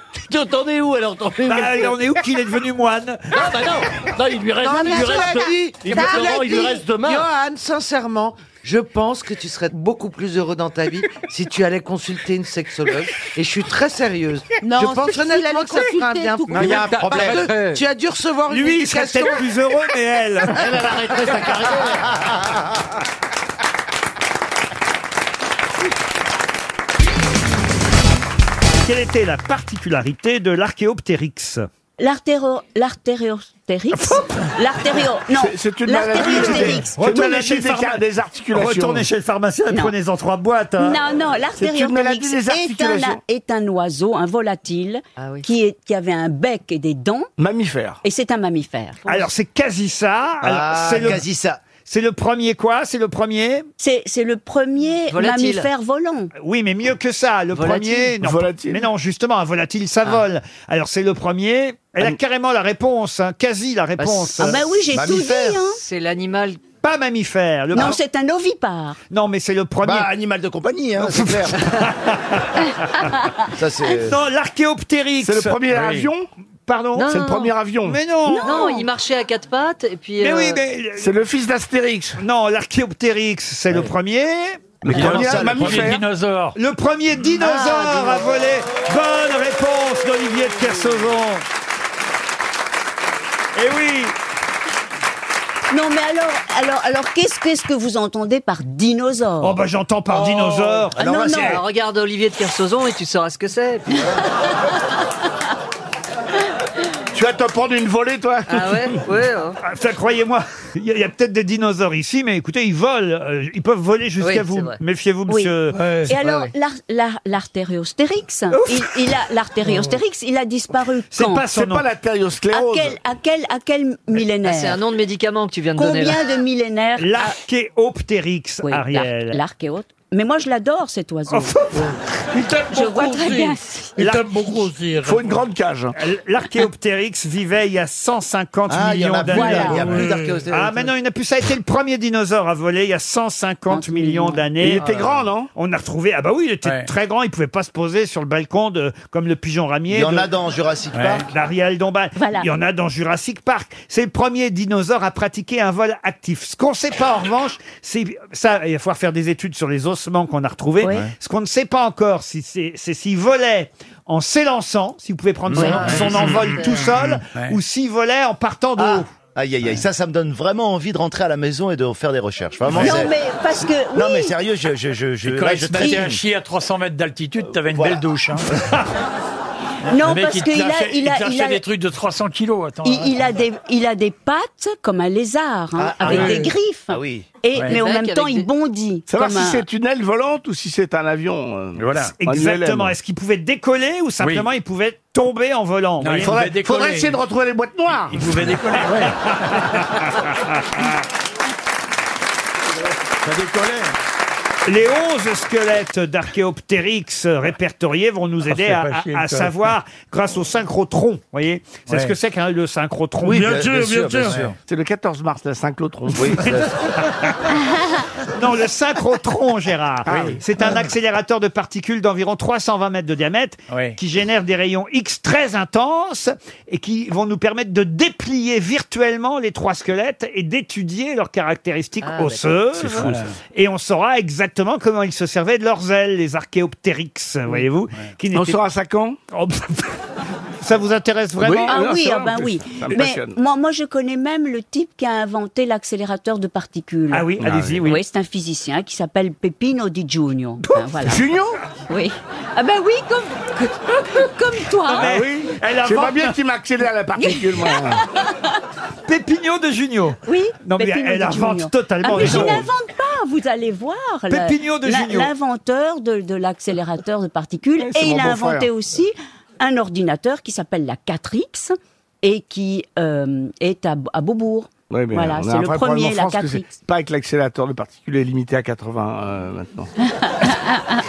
t'en es où, alors T'en es où
Bah, on est où qu'il est devenu moine
Non, bah non. Non, il lui reste,
Non, mais
il lui
je l'ai
reste,
dit.
il,
Ça, je
Laurent,
l'ai
il lui
dit.
reste demain.
Johan, sincèrement, je pense que tu serais beaucoup plus heureux dans ta vie si tu allais consulter une sexologue. Et je suis très sérieuse.
Non,
je pense
si, si,
honnêtement
allez
que ça ferait un
consulter,
bien.
tout
pour
court. Il y a
toi.
un problème.
Parce que Tu as dû recevoir une
Lui, il serait
éducation.
peut-être plus heureux, mais elle.
Elle, elle arrêterait sa carrière.
Quelle était la particularité de l'archéoptérix
L'artéro... L'artériostérix L'artério... oh, Non,
C'est- c'est une maladie
l'artériostérix.
des- Retournez maladie chez le des pharma- car- des articulations. retournez chez le pharmacien et
Non.
prenez-en trois boîtes, hein.
Non, non,
C'est une maladie
l'artériostérix
des
est, un-
articulations. Ah
est un oiseau, un volatile, qui, est, qui avait un bec et des dents,
Mammifère.
et c'est un mammifère.
Alors c'est quasi ça. Alors,
Ah,
c'est le-
quasi ça.
C'est le premier quoi C'est le premier
C'est c'est le premier
Volatile.
mammifère volant.
Oui, mais mieux que ça. Le
Volatile. Ah.
premier. Non,
Volatile.
Mais non, justement, un volatile, ça vole. Alors, c'est le premier. Elle a carrément la réponse, hein, quasi la réponse.
Ah bah oui, j'ai tout dit. Hein.
C'est l'animal.
Pas mammifère. Le
Non,
pre-
c'est un ovipare.
non, mais c'est le premier.
Bah,
animal de compagnie, hein,
c'est clair.
ça,
c'est-
Non, l'archéoptérix.
C'est le premier avion
Pardon
C'est le premier avion.
Mais non
Non, il marchait à quatre pattes et puis.
Mais
euh,
oui, mais. C'est le fils d'Astérix. Non, l'archéoptérix, c'est le premier.
Le Dis-leur premier ça, le mammifère.
hein.
premier
dinosaure. Oh. Le premier dinosaure
Ah,
à voler. Bonne réponse d'Olivier de Kersauzon. Eh oui
Non, mais alors, alors, alors qu'est-ce qu'est-ce que vous entendez par dinosaure
Oh, bah j'entends par dinosaure.
Ah non, non, alors regarde Olivier de Kersauzon et tu sauras ce que c'est.
Tu vas te prendre une volée, toi
Ah ouais Ouais, hein.
Ça, croyez-moi, il y a, il y a peut-être des dinosaures ici, mais écoutez, ils volent. euh, Ils peuvent voler jusqu'à
Oui, c'est
vous.
vrai.
Méfiez-vous,
Oui.
monsieur.
Et alors, l'ar- l'ar- l'artériostérix, il, il a l'artériostérix, il a disparu
C'est
quand
pas son C'est nom. pas
l'artériosclérose. À quel, à quel, à quel millénaire
Ah, C'est un nom de médicament que tu viens de donner.
Combien de millénaires a-
L'archéoptérix,
Oui,
Ariel. Oh,
l'ar- l'archéote. Mais moi, je l'adore, cet oiseau. Je
beaucoup
vois très
aussi.
bien.
Il tape beaucoup aussi. Faut une grande cage.
L'archéoptérix vivait il y a 150
Ah, il y en
millions
a plus,
d'années.
il y a plus d'archéoptérix.
Ah, mais non, il n'y en a plus. Ça a été le premier dinosaure à voler il y a 150 millions d'années. Euh,
Il était grand, non
On a retrouvé. Ah, bah oui, il était très grand. Il pouvait pas se poser sur le balcon de, comme le pigeon ramier.
Il y en
de-
a dans Jurassic
Ouais,
Park.
d'Ariel Dombal.
Voilà.
Il y en a dans Jurassic Park. C'est le premier dinosaure à pratiquer un vol actif. Ce qu'on ne sait pas en revanche, c'est ça. Il va falloir faire des études sur les ossements qu'on a retrouvés. Ce qu'on ne sait pas encore, si c'est c'est s'il volait en s'élançant, si vous pouvez prendre
Ouais.
son, son
Ouais.
envol tout seul,
Ouais.
ou s'il volait en partant de haut.
Ah. Aïe, aïe, aïe, ça, ça me donne vraiment envie de rentrer à la maison et de faire des recherches. Vraiment,
Non,
c'est-
mais parce que. Oui,
Non, mais sérieux, je. je, je, je,
Quand
là,
il
je
se mettait un
trine.
chier à 300 mètres d'altitude, t'avais une belle douche. Hein.
Non,
Le mec,
parce
il te
qu'il a-
lâchait-
il
il te
a- il
lâchait
a-
des trucs de 300 kilos. Attends,
il, il a des, il a des pattes comme un lézard, hein, avec des griffes. Et,
Ouais.
Mais en
Avec
même temps,
des-
il bondit.
Savoir
comme
si
un-
c'est une aile volante ou si c'est un avion. euh,
Voilà.
en
Exactement.
ULM.
Est-ce qu'il pouvait décoller ou simplement il pouvait tomber en volant
Non, il faudrait- faudrait essayer de retrouver les boîtes noires.
Il pouvait décoller.
Ça décollait.
Les 11 squelettes d'Archéoptérix répertoriés vont nous
Ah,
aider
c'est
à,
pas chier,
à- à
ça.
savoir grâce au synchrotron. Vous voyez C'est
Ouais.
ce que c'est qu'un le synchrotron.
Oui, bien, sûr, bien, sûr. C'est le 14 mars, la synclotron. Oui,
Non, le synchrotron, Gérard.
Ah,
C'est un accélérateur de particules d'environ 320 mètres de diamètre qui génère des rayons X très intenses et qui vont nous permettre de déplier virtuellement les trois squelettes et d'étudier leurs caractéristiques
Ah,
osseuses.
d'accord. C'est fou, ça.
Et on saura exactement comment ils se servaient de leurs ailes, les archéoptérix, voyez-vous. qui
On
n'étaient-
saura ça quand
Oh, Ça vous intéresse vraiment
ah oui, ah ben oui.
Ça me
Mais
passionne.
moi, moi, je connais même le type qui a inventé l'accélérateur de particules.
Ah oui, Ah allez-y, oui. oui.
oui. c'est un physicien qui s'appelle Pepino Di Giugno. Hein, voilà. Oui. Ah ben oui, comme, comme toi.
Ah oui, elle
J'aimerais
invente-
bien qu'il m'accélère la particule, moi.
Pépignon de Junio.
Oui.
Non, mais
Pépino
elle
de
invente
Giugno.
totalement
Ah, mais
les
je
choses.
n'invente pas, vous allez voir. la-
Pépino de
la-
Giugno.
L'inventeur de, de l'accélérateur de particules.
c'est
et il
mon
a
beau-frère.
inventé aussi un ordinateur qui s'appelle la 4X et qui euh, est à, à Beaubourg.
Oui, mais
voilà,
on a
c'est
un
le
vrai problème en
premier, la
France que
4X.
c'est Pas avec l'accélérateur de particules est limité à 80 euh, maintenant.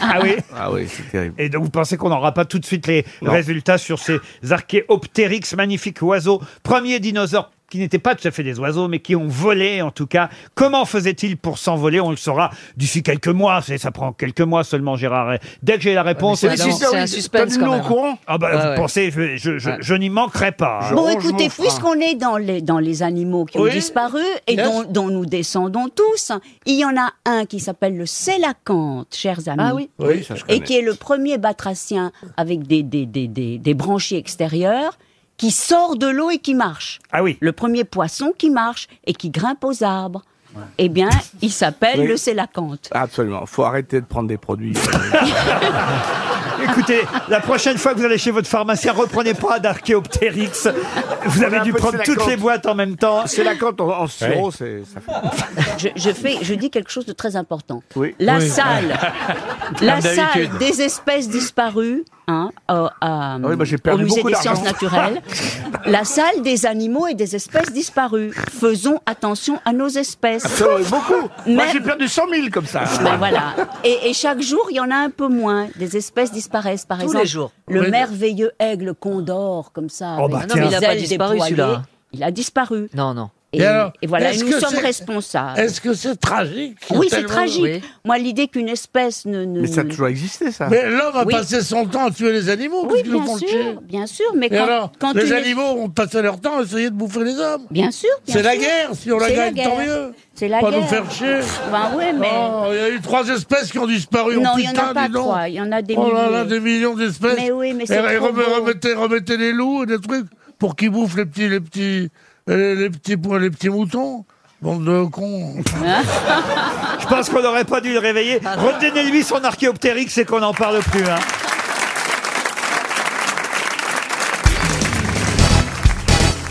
Ah oui
Ah oui, c'est terrible.
Et donc vous pensez qu'on n'aura pas tout de suite les résultats sur ces archéoptérix, magnifiques oiseaux, premiers dinosaures qui n'étaient pas tout à fait des oiseaux, mais qui ont volé en tout cas. Comment faisaient-ils pour s'envoler On le saura d'ici quelques mois. C'est- Ça prend quelques mois seulement, Gérard. Et Dès que j'ai la réponse...
Mais c'est Oui, si, un- c'est un suspense
tenez-nous
quand même.
au courant. Ah bah,
Ouais,
vous
ouais.
pensez, je, je- je- je n'y manquerai pas. hein.
Bon, écoutez, puisqu'on est dans les, dans les animaux qui
Oui.
ont disparu et
Yes.
dont, dont nous descendons tous, il y en a un qui s'appelle le sélacanthe, chers amis.
Ah oui. Oui, ça, je
et
connais.
qui est le premier batracien avec des, des, des, des, des branchies extérieures qui sort de l'eau et qui marche.
Ah oui.
Le premier poisson qui marche et qui grimpe aux arbres. Eh bien, il s'appelle
Oui.
le sélacanthe.
euh, Absolument. Faut arrêter de prendre des produits.
Écoutez, la prochaine fois que vous allez chez votre pharmacien, reprenez pas d'archéoptérix. Vous avez
On a un
dû
peu de
prendre toutes
Sénacante.
les boîtes en même temps.
C'est la cante en, en sirop,
Oui.
c'est- ça fait.
Je, je fais, je dis quelque chose de très important. La salle, la
Comme d'habitude.
salle des espèces disparues hein, au- à-
oui, bah, j'ai
au
perdu
musée
beaucoup
des
d'argent.
sciences naturelles, la salle des animaux et des espèces disparues. Faisons attention à nos espèces.
Ah, beaucoup. Moi,
Même-
j'ai perdu 100 000 comme ça.
Ben voilà. Et, et chaque jour, il y en a un peu moins. Des espèces disparaissent, par
Tous
exemple.
les jours.
Le
Oui.
merveilleux aigle condor, comme ça.
Oh,
avec
bah,
ses
tiens. Non, mais il a pas
ailes
disparu,
déployées.
celui-là.
Il a disparu.
Non, non.
Et,
Et alors,
et voilà,
est-ce
nous
que
sommes
c'est-
responsables.
est-ce que c'est tragique
Oui, c'est
Tellement-
tragique.
oui.
Moi, l'idée qu'une espèce ne, ne-
Mais ça a
ne-
toujours existé, ça.
Mais l'homme a
Oui.
passé son temps à tuer les animaux.
Oui,
qu'est-ce qu'ils nous
bien
font
sûr,
chier
bien sûr, mais
Et
quand,
alors,
quand
les
une es-
animaux ont passé leur temps à essayer de bouffer les hommes.
Bien sûr. bien
C'est la
sûr.
guerre, si on la
C'est
gagne, tant
guerre.
mieux.
C'est la
Pas
guerre.
nous faire chier.
Ben ouais, mais-
Oh, il y a eu trois espèces qui ont disparu. Oh,
Non, il y en a
putain,
pas
dis donc.
trois, il y en a des
Oh là là,
milliers.
des millions d'espèces.
Mais oui, mais
Et-
c'est
et
trop
rem-
beau.
remettez, remettez les loups et des trucs pour qu'ils bouffent les petits, les petits, les, les petits, pois- les petits moutons. Bande de cons.
Hein
Je pense qu'on n'aurait pas dû le réveiller. Redonnez-lui son archéoptérix et qu'on n'en parle plus. hein.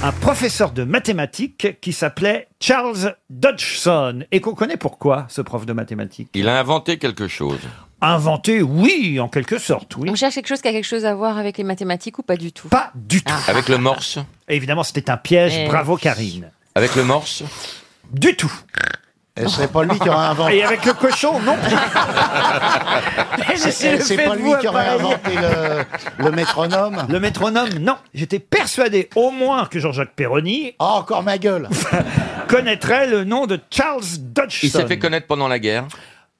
Un professeur de mathématiques qui s'appelait Charles Dodgson et qu'on connaît pourquoi ce prof de mathématiques.
Il a inventé quelque chose.
Inventé, oui, en quelque sorte, oui.
On cherche quelque chose qui a quelque chose à voir avec les mathématiques ou pas du tout
Pas du tout.
Ah. Avec le morse
Évidemment, c'était un piège.
Eh.
Bravo, Karine.
Avec le morse
Du tout.
Et ce serait pas lui qui aurait inventé.
Et avec le cochon, non.
Ah, C'est- c'est pas lui qui aurait inventé
le, métronome Le métronome, non. J'étais persuadé au moins que Jean-Jacques Perroni... Ah, encore ma gueule ...connaîtrait le nom de Charles Dodgson.
Il s'est fait connaître pendant la guerre.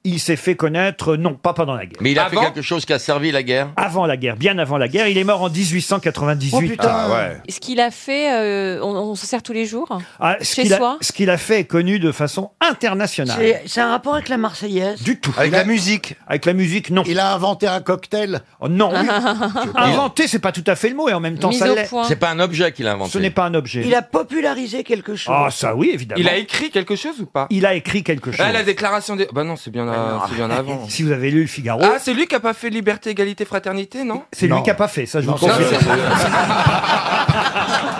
Il s'est fait connaître, non, pas pendant la guerre.
Mais il a
Avant
fait quelque chose qui a servi la guerre.
Avant la guerre, bien avant la guerre. Il est mort en 1898.
Oh, putain. Ah, ouais.
Ce qu'il a fait, euh, on, on se sert tous les jours
Ah, ce
Chez
qu'il a-
soi
ce qu'il a fait est connu de façon internationale.
C'est c'est un rapport avec la Marseillaise.
Du tout. Avec la musique Avec la musique, non. Il a inventé un cocktail Non. inventé, c'est pas tout à fait le mot, et en même temps,
Mise
ça
au
l'est.
point.
C'est pas un objet qu'il a inventé.
Ce n'est pas un objet.
Il a popularisé quelque chose.
Ah, ça oui, évidemment.
Il a écrit quelque chose ou pas
Il a écrit quelque chose.
Ah, la déclaration des. Bah non, c'est bien, à- c'est bien avant.
Si vous avez lu le Figaro,
Ah, c'est lui qui a pas fait liberté, égalité, fraternité, non
c'est lui qui a pas fait, ça je vous confirme.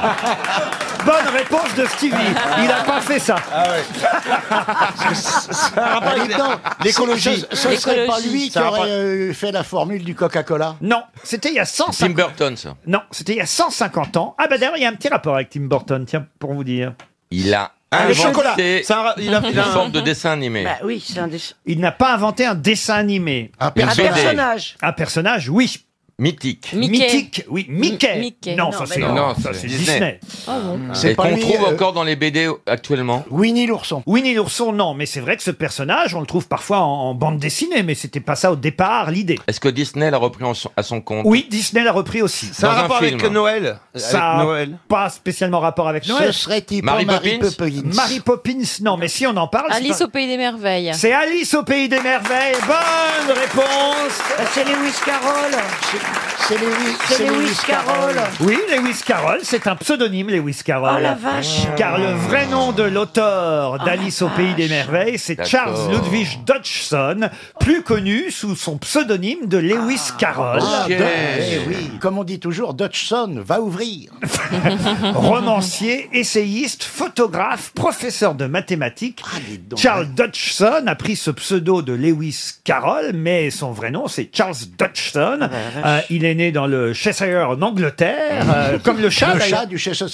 Bonne réponse de Stevie. Il a pas fait ça. bah,
Ah, dis donc,
L'écologie.
Ce, ce serait pas
L'écologie.
lui qui
Ça a
aurait
pas-
euh, fait la formule du Coca-Cola
Non, c'était il y a 150
Tim Burton, ça.
Non, c'était il y a 150 ans. Ah bah d'ailleurs, il y a un petit rapport avec Tim Burton, tiens, pour vous dire.
Il a
Ah, le chocolat.
inventé
C'est un ra- il a- il
une
a un-
forme de dessin animé.
Bah oui, c'est un dessin.
Il n'a pas inventé un dessin animé. Un
personnage. personnage.
Un personnage, oui.
Mythique.
Mythique. oui. Mickey.
Mi-
Non, Ah ça c'est
Non,
ça, c'est Disney. Mm.
C'est qu'on trouve
euh,
encore dans les BD actuellement.
Winnie l'ourson. Winnie l'ourson, non, mais c'est vrai que ce personnage, on le trouve parfois en, en bande dessinée, mais c'était pas ça au départ l'idée.
Est-ce que Disney l'a repris en son- à son compte
Oui, Disney l'a repris aussi.
Ça a Dans un rapport film. avec Noël
Ça
Avec
a
Noël
pas spécialement rapport avec
Ce
Noël.
serait-il Mary pas Mary Poppins Poppins
Mary Poppins, non, mais si on en parle. c'est
Alice
pas-
au pays des merveilles.
C'est Alice au pays des merveilles. Bonne réponse.
Euh,
C'est Lewis Carroll.
C'est Lewis,
C'est Lewis Carroll.
Oui, Lewis Carroll, c'est un pseudonyme, Lewis Carroll. Ah.
Oh, la vache. Oh,
Car le vrai nom de l'auteur d'Alice au pays des merveilles, c'est Charles
D'accord.
Ludwig Dodgson, plus connu sous son pseudonyme de Lewis Carroll.
Ah, Dutch, eh oui, comme on dit toujours, Dutchson va ouvrir.
Romancier, essayiste, photographe, professeur de mathématiques,
Ah, hein.
Charles Dodgson a pris ce pseudo de Lewis Carroll, mais son vrai nom c'est Charles
Ah, bah,
Dodgson. Euh, il est né dans le Cheshire en Angleterre, euh, comme le chat.
Ah. Le
d'ailleurs.
chat du Cheshire.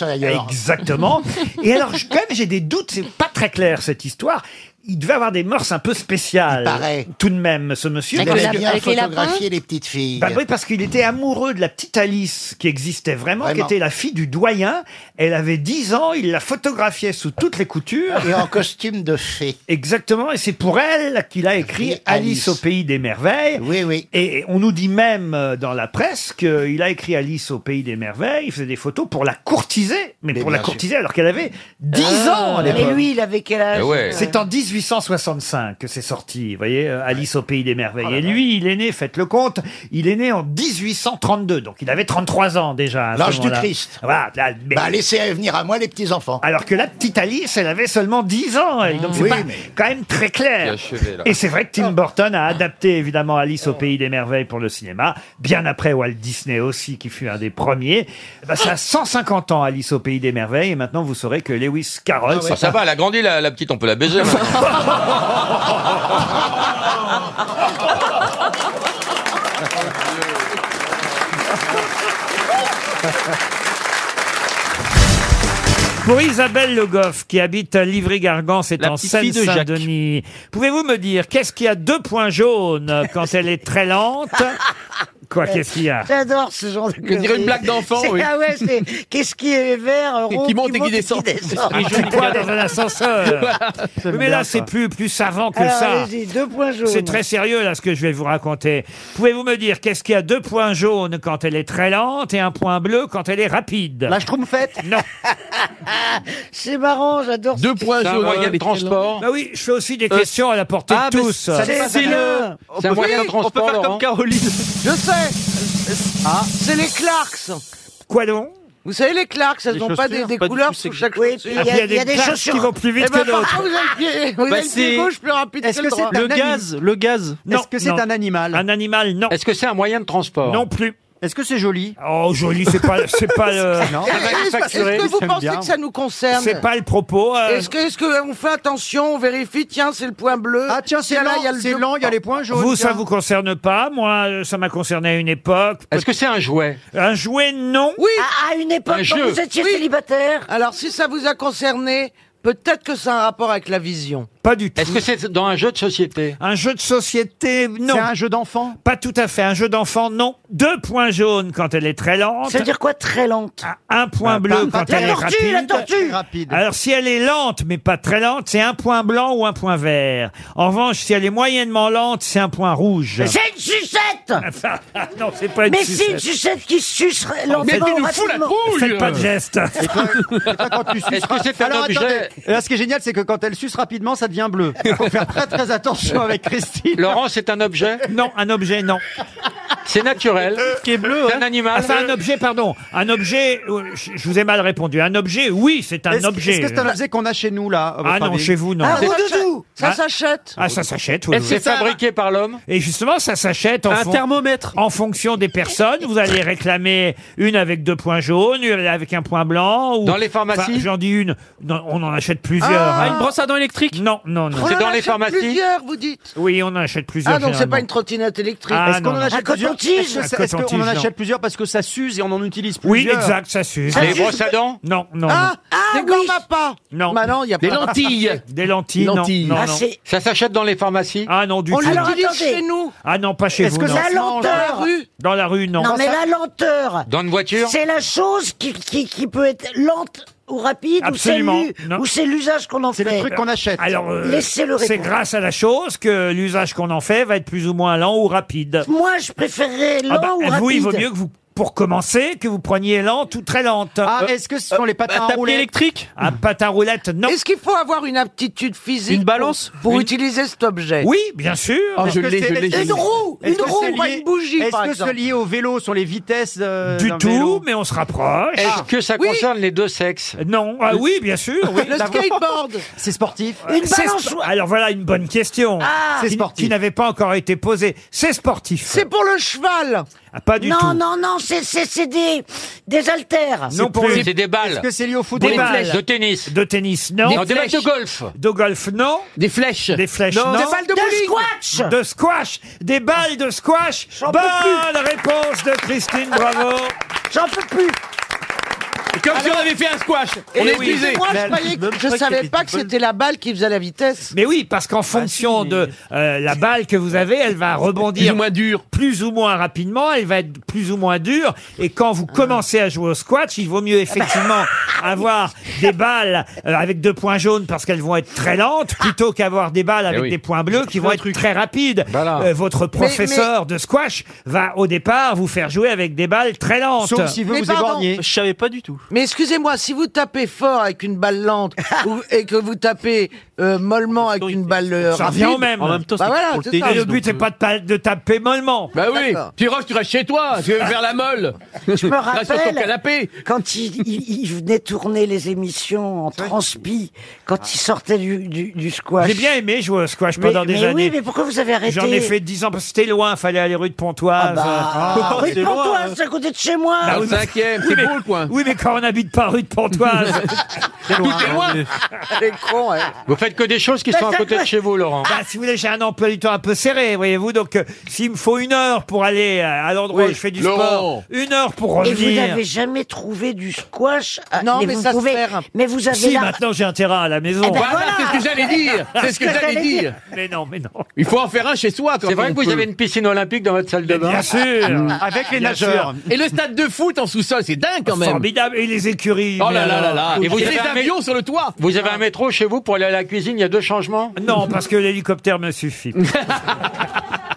Exactement. Et alors, je- quand même, j'ai des doutes, c'est pas très clair cette histoire. Il devait avoir des mœurs un peu spéciales. Tout de même, ce monsieur.
Il
Parce
aimait
que-
bien photographier les petites filles.
Bah oui, parce qu'il était amoureux de la petite Alice qui existait vraiment,
Vraiment.
qui était la fille du doyen. Elle avait 10 ans, il la photographiait sous toutes les coutures.
Et en costume de fée.
Exactement, et c'est pour elle qu'il a écrit Alice.
Alice.
au pays des merveilles.
Oui, oui.
Et on nous dit même euh, dans la presse qu'il a écrit Alice au pays des merveilles, il faisait des photos pour la courtiser, mais, pour
bien
la
sûr.
Ah.
courtiser alors qu'elle avait 10 Ah, ans à
Mais
l'époque.
Ben
Eh
Euh,
lui, il avait quel âge
C'est en 18 1865 que c'est sorti, vous voyez, euh, Alice au pays des merveilles. Et lui, il est né, faites le compte, il est né en 1832, donc il avait 33 ans déjà. à ce
L'âge du
moment-là.
Ah,
Christ.
Voilà, là, mais-
Bah, laissez venir à moi les petits-enfants.
Alors que la petite Alice, elle avait seulement 10 ans, elle. donc c'est
Oui,
pas
mais-
quand même très clair.
Bien achevé, là.
Et c'est vrai que Tim Burton a adapté évidemment Alice au pays des merveilles pour le cinéma, bien après Walt Disney aussi, qui fut un des premiers. Bah, ça a 150 ans Alice au pays des merveilles, et maintenant vous saurez que Lewis Carroll...
Ah
ça, ça va, elle a grandi la, la petite, on peut la baiser. maintenant.
Pour Isabelle Le Goff, qui habite à Livry-Gargan, c'est
La
en
petite fille de Jacques.
Seine-Saint-Denis. Pouvez-vous me dire, qu'est-ce qui a deux points jaunes quand elle est très lente Quoi, qu'est-ce qu'il y a
J'adore ce genre de
Que dirait une blague d'enfant,
C'est-
oui.
Ah ouais, c'est qu'est-ce qui est vert, rond,
qui monte et qui
descend.
C'est quoi dans un ascenseur Oui, Mais là,
bien,
c'est
ça.
plus, plus savant que
Alors,
ça.
allez-y, deux points jaunes.
C'est très sérieux, là, ce que je vais vous raconter. Pouvez-vous me dire, qu'est-ce qui a deux points jaunes quand elle est très lente et un point bleu quand elle est rapide La schtroumpfette Non.
C'est marrant, j'adore.
Deux
points Ah, C'est un jaunes. moyen de transport.
Bah oui, je fais aussi des questions à la portée
ah,
de
mais
tous.
ça dépasse C'est rien. le-
C'est un moyen de transport, Laurent.
Caroline. Je sais.
Ah, C'est les Clarks.
Quoi donc
Vous savez, les Clarks, elles
Les
n'ont pas des,
chaussures,
des
pas du
couleurs
tout
sur chaque
sexy.
chaussure.
Ah, puis il y a des Clarks qui vont plus vite
Eh ben,
que
par
d'autres.
contre, Vous avez le pied, vous avez
Bah,
le
c'est-
pied gauche plus rapide
Est-ce
que le
que c'est
droit.
un Le anim- gaz,
le gaz.
Est-ce que c'est un
animal Un animal, non.
Est-ce que c'est un moyen de transport
Non plus.
Est-ce que c'est joli
Oh, joli, c'est pas, c'est pas le.
Est-ce que- Est-ce que vous pensez que ça nous concerne
C'est pas le propos. euh,
Est-ce que, est-ce que on fait attention, on vérifie, tiens, c'est le point bleu. Ah tiens, c'est là, il y a le bleu.
Vous, ça vous concerne pas. Moi, euh, ça m'a concerné à une époque. Est-ce que c'est un jouet Un jouet, non.
Oui.
À, à une époque, quand vous étiez
célibataire. Alors si ça vous a concerné, peut-être que c'est un rapport avec la vision.
Pas du tout.
Est-ce que c'est dans un jeu de société
Un jeu de société, non.
C'est un
jeu d'enfant Pas tout à fait. Un jeu d'enfant, non. Deux points jaunes quand elle est très lente. Ah,
Ça veut dire quoi très lente
Un
Ah,
point
Bah,
bleu
pas- pas
quand
très
elle est
lente. La tortue,
rapide.
la tortue. Très
Alors si elle est lente mais pas très lente, c'est un point blanc ou un point vert. En revanche, si elle est moyennement lente, c'est un point rouge.
C'est une sucette
non, c'est pas une
Mais
sucette.
c'est une sucette qui se suce lentement.
Mais tu nous fous la
rapidement.
trouille. Faites pas de gestes.
Et toi, et toi, quand tu suces
Est-ce que c'est un
Alors,
objet
attendez. Là, ce qui est génial, c'est que quand elle suce rapidement, ça devient bleu. Il faut faire très très attention avec Christine.
Laurent, c'est un objet
Non, un objet, non.
C'est naturel.
Euh,
Qui est bleu hein. C'est un animal.
Enfin, un objet, pardon. Un objet, euh, je je vous ai mal répondu. Un objet, oui, c'est un
Est-ce que-
objet. euh.
Est-ce que c'est un objet qu'on a chez nous là à votre
Ah non,
avis
chez vous, non.
C'est-
Ah.
s'achète.
Ah, ça s'achète, oui.
Est-ce que c'est fabriqué par l'homme
Et justement, ça s'achète en
Un
thermomètre. En fonction des personnes, vous allez réclamer une avec deux points jaunes, une avec un point blanc. Ou,
Dans les pharmacies
Enfin, J'en dis une. Non, on en achète plusieurs.
Ah, une
brosse à dents électrique Non, non, non.
On en achète Plusieurs, vous dites.
Oui, on en achète plusieurs.
Ah donc c'est
généralement.
pas une trottinette électrique.
Ah, Est-ce qu'on non, en non. achète
plusieurs Est-ce que
Un
ça- Est-ce qu'on en
coton-tige,
achète
non.
plusieurs parce que ça s'use et on en utilise
Oui,
plusieurs
exact, ça suffit.
Les brosses à
dents
Non, non.
Ah, des gants à pas.
Non.
Bah non, il y a pas.
Des lentilles. non,
Lentilles.
non,
Ah,
non.
c'est-
Ça s'achète dans les pharmacies
Ah non, du
On
tout.
l'utilise chez nous.
Ah non, pas chez
Est-ce
vous.
que
non.
ça se mange dans la Dans la rue
Dans la rue, non.
Non, mais la lenteur.
Dans une voiture
C'est la chose qui, qui, qui peut être lente ou rapide
Absolument.
ou c'est l'u-
Non.
ou c'est l'usage qu'on en fait.
Alors, euh,
laissez-le
c'est
répondre.
grâce à la chose que l'usage qu'on en fait va être plus ou moins lent ou rapide.
Moi, je préférerais lent
Ah bah,
ou
vous,
rapide.
il vaut mieux que vous, pour commencer, que vous preniez lente ou très lente.
Ah, est-ce que ce sont les
Euh, bah,
patins à roulettes
électriques Un patin roulette, non.
Est-ce qu'il faut avoir une aptitude physique
Une balance
pour, pour utiliser cet objet
Oui, bien sûr.
Oh,
Est-ce que c'est- est-ce que c'est- est-ce que c'est
pas
lié-
une bougie,
Est-ce
par
que
exemple.
c'est lié au vélo sur les vitesses euh,
Du
d'un
tout,
vélo
mais on se rapproche.
Est-ce que ça
Ah. Oui.
concerne les deux sexes
Non, ah oui, bien sûr. oui.
Le skateboard. C'est sportif.
C'est spo- Alors voilà une bonne question
Ah.
qui-
C'est sportif.
qui n'avait pas encore été posée. C'est sportif.
C'est pour le cheval.
Ah, pas du
non,
tout.
non, non, c'est, c'est, c'est des, des haltères.
Non
pour
plus.
les- C'est des balles. Est-ce que c'est lié au foot
Des
Des
balles.
flèches. De tennis.
De tennis, non.
Des Non, des flèches. balles de golf.
De golf, non. Des flèches. Des flèches, non.
Non. Des balles de
squash.
De squash. Des balles de squash.
peux
Bonne réponse de Christine, bravo.
J'en peux plus.
Comme si on avait fait un squash.
Eh
Et Moi, je, croyais que- je savais pas que c'était la balle qui faisait la vitesse. Ah,
Mais oui, parce qu'en fonction de euh, la balle que vous avez, elle va rebondir plus ou moins
dure,
plus ou moins rapidement. Elle va être plus ou moins dure. Et quand vous
Ah.
commencez à jouer au squash, il vaut mieux effectivement avoir des balles euh, avec deux points jaunes parce qu'elles vont être très lentes, plutôt qu'avoir des balles
Eh
avec
oui.
des points bleus qui vont être très rapides. Euh, votre
Mais-
professeur de squash va au départ vous faire jouer avec des balles très lentes.
Sauf si vous
Mais
vous
pardon.
éborgnez. Je savais pas du tout.
Mais excusez-moi, si vous tapez fort avec une balle lente ou- et que vous tapez euh, mollement avec une balle euh,
Ça
rapide,
revient au même.
bah voilà, c'est ça.
Et le but, c'est pas de, pa- de taper mollement.
Bah oui,
D'accord.
tu restes, tu restes chez toi, tu veux faire la molle.
Je me
Reste sur ton
rappelle
canapé.
quand il, il- il venait tourner les émissions en transpi, quand il sortait du, du- du squash.
J'ai bien aimé jouer au squash
Mais-
pendant des
mais oui,
années.
mais pourquoi vous avez arrêté
J'en ai fait 10 ans parce que c'était loin, fallait aller rue de Pontoise.
Ah, oui, pour toi, c'est à côté de chez moi.
Ah oui, mais- oui, mais- Oui, mais quand on habite pas rue de Pontoise.
C'est loin, Tout est loin. hein.
Elle est con, elle.
Vous faites que des choses
Bah,
qui sont à côté de chez vous, Laurent.
Bah, si vous voulez, j'ai un emploi du temps un peu serré, voyez-vous. Donc, euh, s'il me faut une heure pour aller euh, à l'endroit
Oui,
où je fais du
Laurent.
sport, une heure pour
Et
revenir.
vous n'avez jamais trouvé du squash à-
Non, mais
vous
ça se
pouvez- Mais vous avez
si,
la-
maintenant j'ai un terrain à la maison.
Eh ben Voilà, voilà. c'est ce que j'allais dire.
C'est ce que j'allais dire.
Mais non, mais non.
Il faut en faire un chez soi. Ah,
C'est vrai que vous avez une piscine olympique dans votre salle de bain
Bien sûr.
Avec les
Bien
nageurs.
sûr.
Et le stade de foot en sous-sol, c'est dingue quand même.
Formidable. Et les écuries.
Oh
mais
là là là
alors.
là. Et, vous avez un avion sur le toit.
Vous avez un métro chez vous pour aller à la cuisine, il y a deux changements
Non, parce que l'hélicoptère me suffit.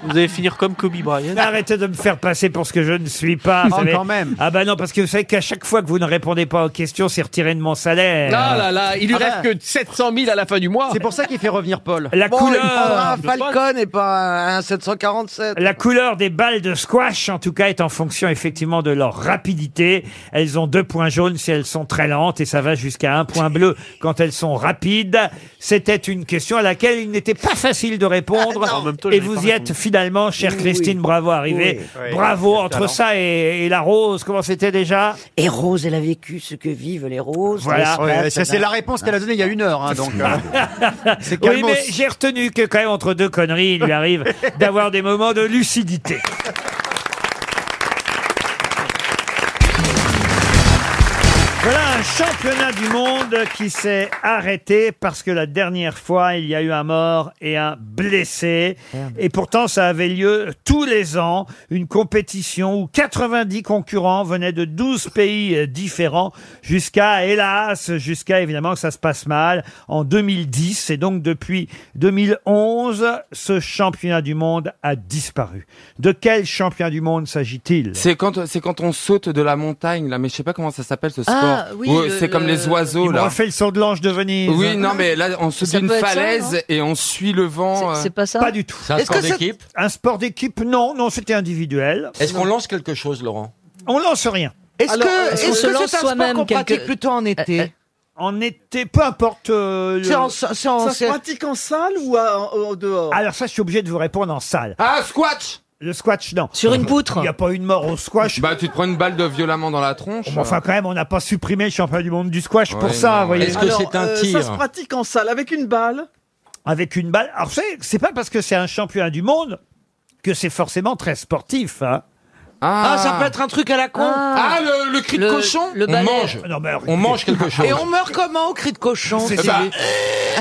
Vous allez finir comme Kobe Bryant.
Mais Arrêtez de me faire passer pour ce que je ne suis pas. vous
Oh,
savez.
quand même.
Ah bah non, parce que vous savez qu'à chaque fois que vous ne répondez pas aux questions, c'est retiré de mon salaire.
Ah là là, il lui
Ah
reste
bah.
que 700 000 à la fin du mois. C'est pour ça qu'il fait revenir Paul.
La
Bon, il prendra un
couleur.
Falcon et pas un 747.
La couleur des balles de squash, en tout cas, est en fonction effectivement de leur rapidité. Elles ont deux points jaunes si elles sont très lentes et ça va jusqu'à un point bleu quand elles sont rapides. C'était une question à laquelle il n'était pas facile de répondre.
Ah, non. En même temps,
et
j'avais
vous
pas
y
répondu.
êtes finalement, chère
Oui.
Christine, bravo arrivé.
Oui. Oui.
Bravo
Quel
entre
talent.
ça et, et la rose. Comment c'était déjà
Et Rose, elle a vécu ce que vivent les roses.
Voilà.
l'espace,
Ouais, ça, c'est
voilà.
la réponse qu'elle a donnée il y a une heure, hein, donc, euh,
c'est
Oui,
calmos.
mais j'ai retenu que quand même entre deux conneries, il lui arrive d'avoir des moments de lucidité. Voilà un championnat du monde qui s'est arrêté parce que la dernière fois, il y a eu un mort et un blessé. Et pourtant, ça avait lieu tous les ans, une compétition où 90 concurrents venaient de 12 pays euh, différents jusqu'à, hélas, jusqu'à évidemment que ça se passe mal en 2010. Et donc, depuis 2011, ce championnat du monde a disparu. De quel championnat du monde s'agit-il
C'est quand, c'est quand on saute de la montagne, là, mais je sais pas comment ça s'appelle ce sport.
Ah, oui,
Où
le-
c'est comme
le-
les oiseaux,
Il me
là.
refait le son de l'ange de Venise.
Oui, non, mais là, on saute
Ça
d'une
peut être ça,
falaise
non
et on suit le vent. euh.
Pas du tout.
C'est un Est-ce sport que c'est- d'équipe
Un sport d'équipe, non, non, c'était individuel.
Est-ce qu'on lance quelque chose, Laurent
On lance rien.
Est-ce Alors,
euh,
que- est-ce est-ce qu'on que se c'est lance un sport soi-même qu'on quelque- pratique
plutôt en été
En été, peu importe. euh, le-
ça se pratique en salle ou à- en, en dehors
Alors ça, je suis obligé de vous répondre en salle.
Ah, squash
Le squash, non.
Sur une poutre
Il n'y a pas une mort au squash.
Bah, tu te prends une balle de violemment dans la tronche. euh.
Bon, enfin, quand même, on n'a pas supprimé le championnat du monde du squash
Oh, Ouais,
pour ça,
non.
vous voyez.
Est-ce que Alors, c'est un euh, ça tir se
pratique en salle avec une balle.
Avec une balle. Alors, c'est, c'est pas parce que c'est un championnat du monde que c'est forcément très sportif, hein.
Ah, ça peut être un truc à la con.
Ah, le, le cri de cochon
le
On
balai. Ah
mange.
Non, mais
on mange quelque chose.
Et on meurt comment au cri de cochon
Eh bah,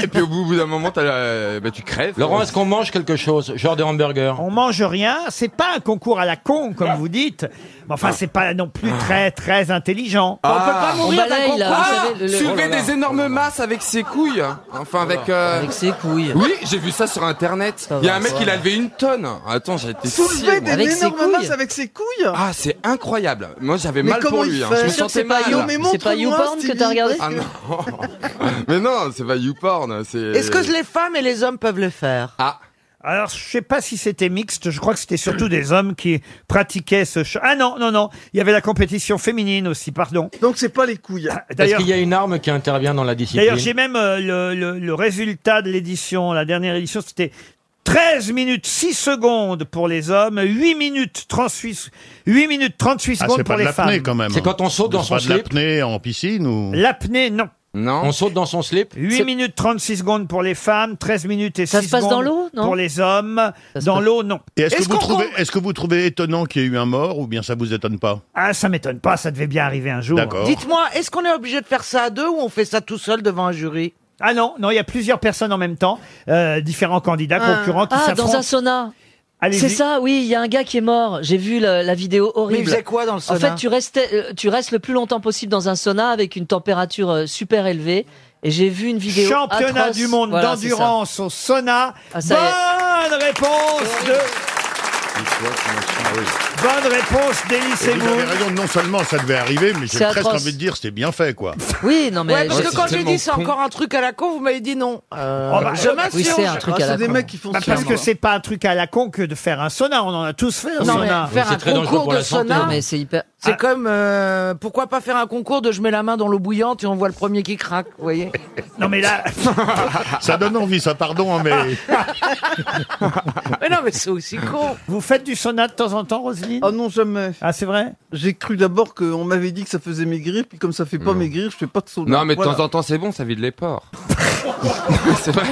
et puis au bout, au bout d'un moment, t'as la- bah, tu crèves.
Laurent, est-ce qu'on mange quelque chose Genre des hamburgers
On mange rien, c'est pas un concours à la con, comme vous dites. Mais enfin,
Ah.
c'est pas non plus très, très intelligent.
Ah. Ah, soulever
Oh là là.
des énormes masses avec ses couilles. Enfin, avec. euh,
Avec ses couilles.
Oui, j'ai vu ça sur internet. Il y a un mec
ça
qui
va.
l'a levé une tonne. Attends, j'ai été
Soulever
scié,
des
moi.
énormes masses avec ses couilles
Ah, c'est incroyable. Moi, j'avais
Mais
mal
comment
pour
il
lui. hein.
fait
Je me
Sûr
sentais
que c'est pas
mal.
You- Mais
C'est pas
montre-moi,
YouPorn que
Stevie,
t'as regardé
Ah non. Mais non, c'est pas YouPorn. C'est.
Est-ce que les femmes et les hommes peuvent le faire
Ah.
Alors, je sais pas si c'était mixte, je crois que c'était surtout des hommes qui pratiquaient ce... ch- Ah non, non, non, il y avait la compétition féminine aussi, pardon.
Donc c'est pas les couilles.
Est-ce
D'ailleurs,
qu'il y a une arme qui intervient dans la
d'ailleurs, j'ai
discipline
même euh, le, le- le résultat de l'édition, la dernière édition, c'était 13 minutes 6 secondes pour les hommes, 8 minutes 38, 8 minutes 38
Ah,
secondes
c'est
pour
pas de
les femmes.
l'apnée quand même. C'est pas de l'apnée en piscine ou
L'apnée, non.
Non.
On saute dans son slip
8 minutes 36 secondes pour les femmes, 13 minutes et
Ça
6
se passe dans
secondes
l'eau, non
pour les hommes. Dans l'eau, non.
Et est-ce que,
Est-ce
vous
qu'on
trouvez, est-ce que vous trouvez étonnant qu'il y ait eu un mort ou bien ça vous étonne pas
Ah, ça m'étonne pas, ça devait bien arriver un jour.
D'accord.
Dites-moi, est-ce qu'on est obligé de faire ça à deux ou on fait ça tout seul devant un jury
Ah non, non, il y a plusieurs personnes en même temps, euh, différents candidats, concurrents qui
Ah,
s'affrontent.
dans un sauna.
Allez-y.
C'est ça, oui, il y a un gars qui est mort. J'ai vu la, la vidéo horrible.
Mais il faisait quoi dans le sauna
En fait, tu, restais, euh, tu restes le plus longtemps possible dans un sauna avec une température euh, super élevée. Et j'ai vu une vidéo.
Championnat
atroce.
du monde
Voilà, c'est ça.
d'endurance au sauna.
Ah, ça y
Bonne réponse de Bonne réponse d'Élie
Et Vous
Semoun.
avez raison, non seulement ça devait arriver, mais j'ai
C'est
presque
atroce.
envie de dire c'était bien fait, quoi.
Oui, non,
Ouais, parce que quand j'ai dit c'est encore un truc à la con, vous m'avez dit non.
Oh, bah,
je m'insurge. Ah,
Bah, Parce que c'est pas un truc à la con que de faire un sauna. On en a tous fait un
Non, mais
sauna.
faire un concours de sauna,
c'est
Ah.
comme euh, pourquoi pas faire un concours de je mets la main dans l'eau bouillante et on voit le premier qui craque, vous voyez.
Non mais là,
ça donne envie, ça, pardon, hein, mais.
mais non, mais c'est aussi con.
Vous faites du sauna de temps en temps, Roselyne
Oh non, jamais.
Ah, c'est vrai
J'ai cru d'abord qu'on m'avait dit que ça faisait maigrir, puis comme ça fait pas maigrir, je fais pas de sauna.
Non, mais de
Bah, Voilà.
temps en temps, c'est bon, ça vide les porcs. c'est vrai.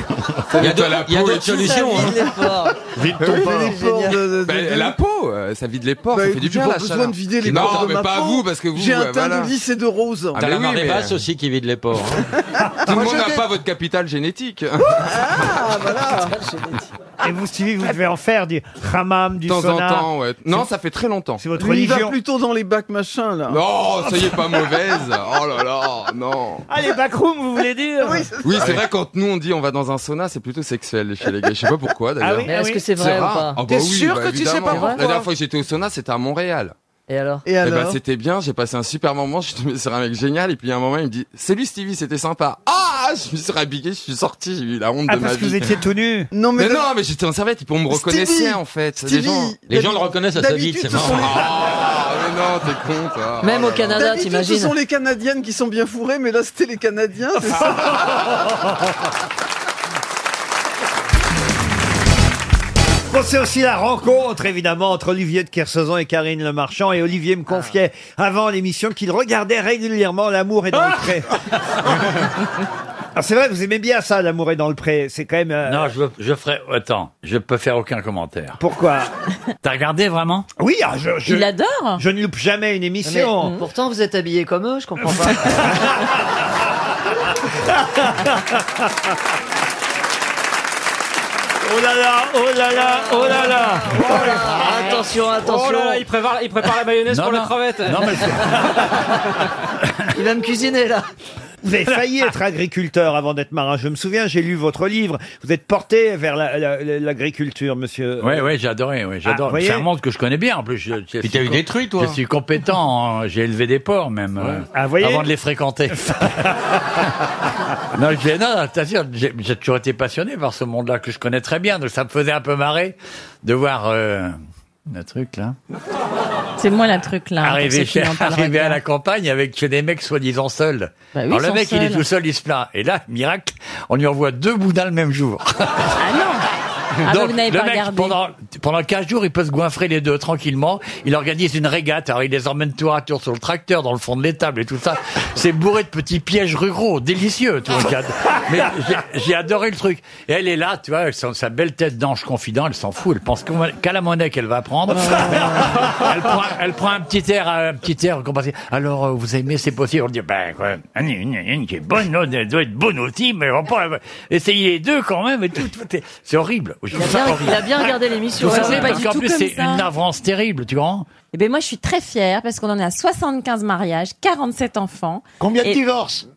Ça
Il y a
vide
d'autres-
la
il y a
peau, les
d'autres choses,
solutions.
ça vide
hein.
les porcs.
Vide
Oui,
ton
mais
porc.
les porcs de- de-
Ben,
de-
La peau, euh, ça vide les porcs,
Bah,
ça fait du
écoutez,
bien
pas
la
besoin
chaleur.
de vider les
Non,
porcs de
mais
ma
pas à
peau.
vous, parce que vous.
J'ai un
euh,
teint
voilà.
de lys et de rose.
Ah, mais oui, mais-
aussi qui vide les porcs.
hein. Tout le monde n'a pas votre capital génétique.
Ah,
Ah, Et vous, Stevie, vous devez en faire du hammam, du
De temps en
sauna.
temps, ouais. Non,
C'est-
ça fait très longtemps. C'est
votre
Lui, il va
religion.
plutôt dans les bacs machin là.
Non, ça y est, pas mauvaise. Oh là là, non.
Ah, les backrooms, vous voulez dire
Oui, c'est vrai, quand nous on dit on va dans un sauna, c'est plutôt sexuel chez les gars. Je sais pas pourquoi d'ailleurs.
Ah oui, Mais est-ce ah oui. que c'est vrai ou
rare.
pas
Ah bah
T'es
oui,
sûr
bah
que tu sais pas
évidemment.
pourquoi
La dernière fois que j'étais au sauna, c'était à Montréal.
Et alors
Eh ben, c'était bien, j'ai passé un super moment, je suis tombé sur un mec génial, et puis à un moment il me dit Salut Stevie, c'était sympa. Ah Je me suis rabiqué, je suis sorti, j'ai eu la honte
Ah,
de ma
parce
vie.
que vous étiez tout nu
Non, mais,
le-
non, mais j'étais en serviette, ils pour me reconnaissaient en fait. les
Stevie,
gens,
Les gens le reconnaissent à sa d'habitude, bite, c'est ce marrant. sont les-
Ah, mais non, t'es con, toi. Oh là là.
D'habitude, Ce sont les Canadiennes qui sont bien fourrées, mais là c'était les Canadiens. c'est ça
Bon, c'est aussi la rencontre, évidemment, entre Olivier de Kersauzon et Karine Le Marchand. Et Olivier me confiait avant l'émission qu'il regardait régulièrement L'amour est dans le pré. Alors, c'est vrai, vous aimez bien ça, L'amour est dans le pré. C'est quand même. euh,
Non, je, veux- je ferai. Attends, je peux faire aucun commentaire.
Pourquoi
T'as regardé vraiment
Oui, ah, je, je-
Il adore.
Je ne loupe jamais une
Mais,
émission.
mm, pourtant, vous êtes habillé comme eux, je comprends pas.
Oh là là, oh là là, oh là là.
Attention, attention.
Oh là là, il prépare, il prépare la mayonnaise
Non,
pour
non.
la crevette.
Non, mais Il va me cuisiner là.
Vous avez failli être agriculteur avant d'être marin. Je me souviens, j'ai lu votre livre. Vous êtes porté vers la- la- la- l'agriculture, monsieur.
Oui, oui, j'ai adoré. Oui,
Ah, vous
j'adore.
voyez
c'est un monde que je connais bien en plus. Je, je suis
t'as eu
co-
des trucs, toi.
Je suis compétent. hein. J'ai élevé des porcs même. euh,
Ah, vous voyez
avant de les fréquenter. non, j'ai non, non, t'assures, j'ai j'ai toujours été passionné par ce monde-là que je connais très bien. Donc ça me faisait un peu marrer de voir euh, le truc là.
Ah,
C'est moi la truc là.
Arrivé,
pour ceux qui n'ont pas le
arrivé à
regard.
la campagne avec chez des mecs soi-disant seuls.
Bah oui,
Alors le
ils
mec,
sont
il est
seuls.
tout seul, il se plaint. Et là, miracle, on lui envoie deux boudins le même jour.
Ah non. Ah, bah,
Donc,
vous n'avez
le
pas
mec,
regardé.
pendant, pendant 15 jours, il peut se goinfrer les deux tranquillement. Il organise une régate. Alors, il les emmène tour à tour sur le tracteur, dans le fond de l'étable et tout ça. C'est bourré de petits pièges ruraux, délicieux, tu vois. j'ai ad- Mais j'ai- j'ai adoré le truc. Et elle est là, tu vois, avec son- sa belle tête d'ange confident, elle s'en fout. Elle pense qu'on- qu'à la monnaie qu'elle va prendre. elle, prend, elle prend un petit air, euh, un petit air compassé. Alors, euh, vous aimez, c'est possible. On dit, ben, quoi, une, une, une qui est bonne, l'autre, elle doit être bonne aussi, mais on peut la- essayer les deux quand même et tout. tout est- C'est horrible. Je
Il a
trouve ça
bien,
horrible.
il a bien regardé l'émission.
Tout ça,
Alors,
c'est
pas
parce
du
qu'en
tout
plus,
comme
c'est
ça.
une avance terrible, tu vois.
Eh ben moi, je suis très fière parce qu'on en est à 75 mariages, 47 enfants.
Combien de
divorces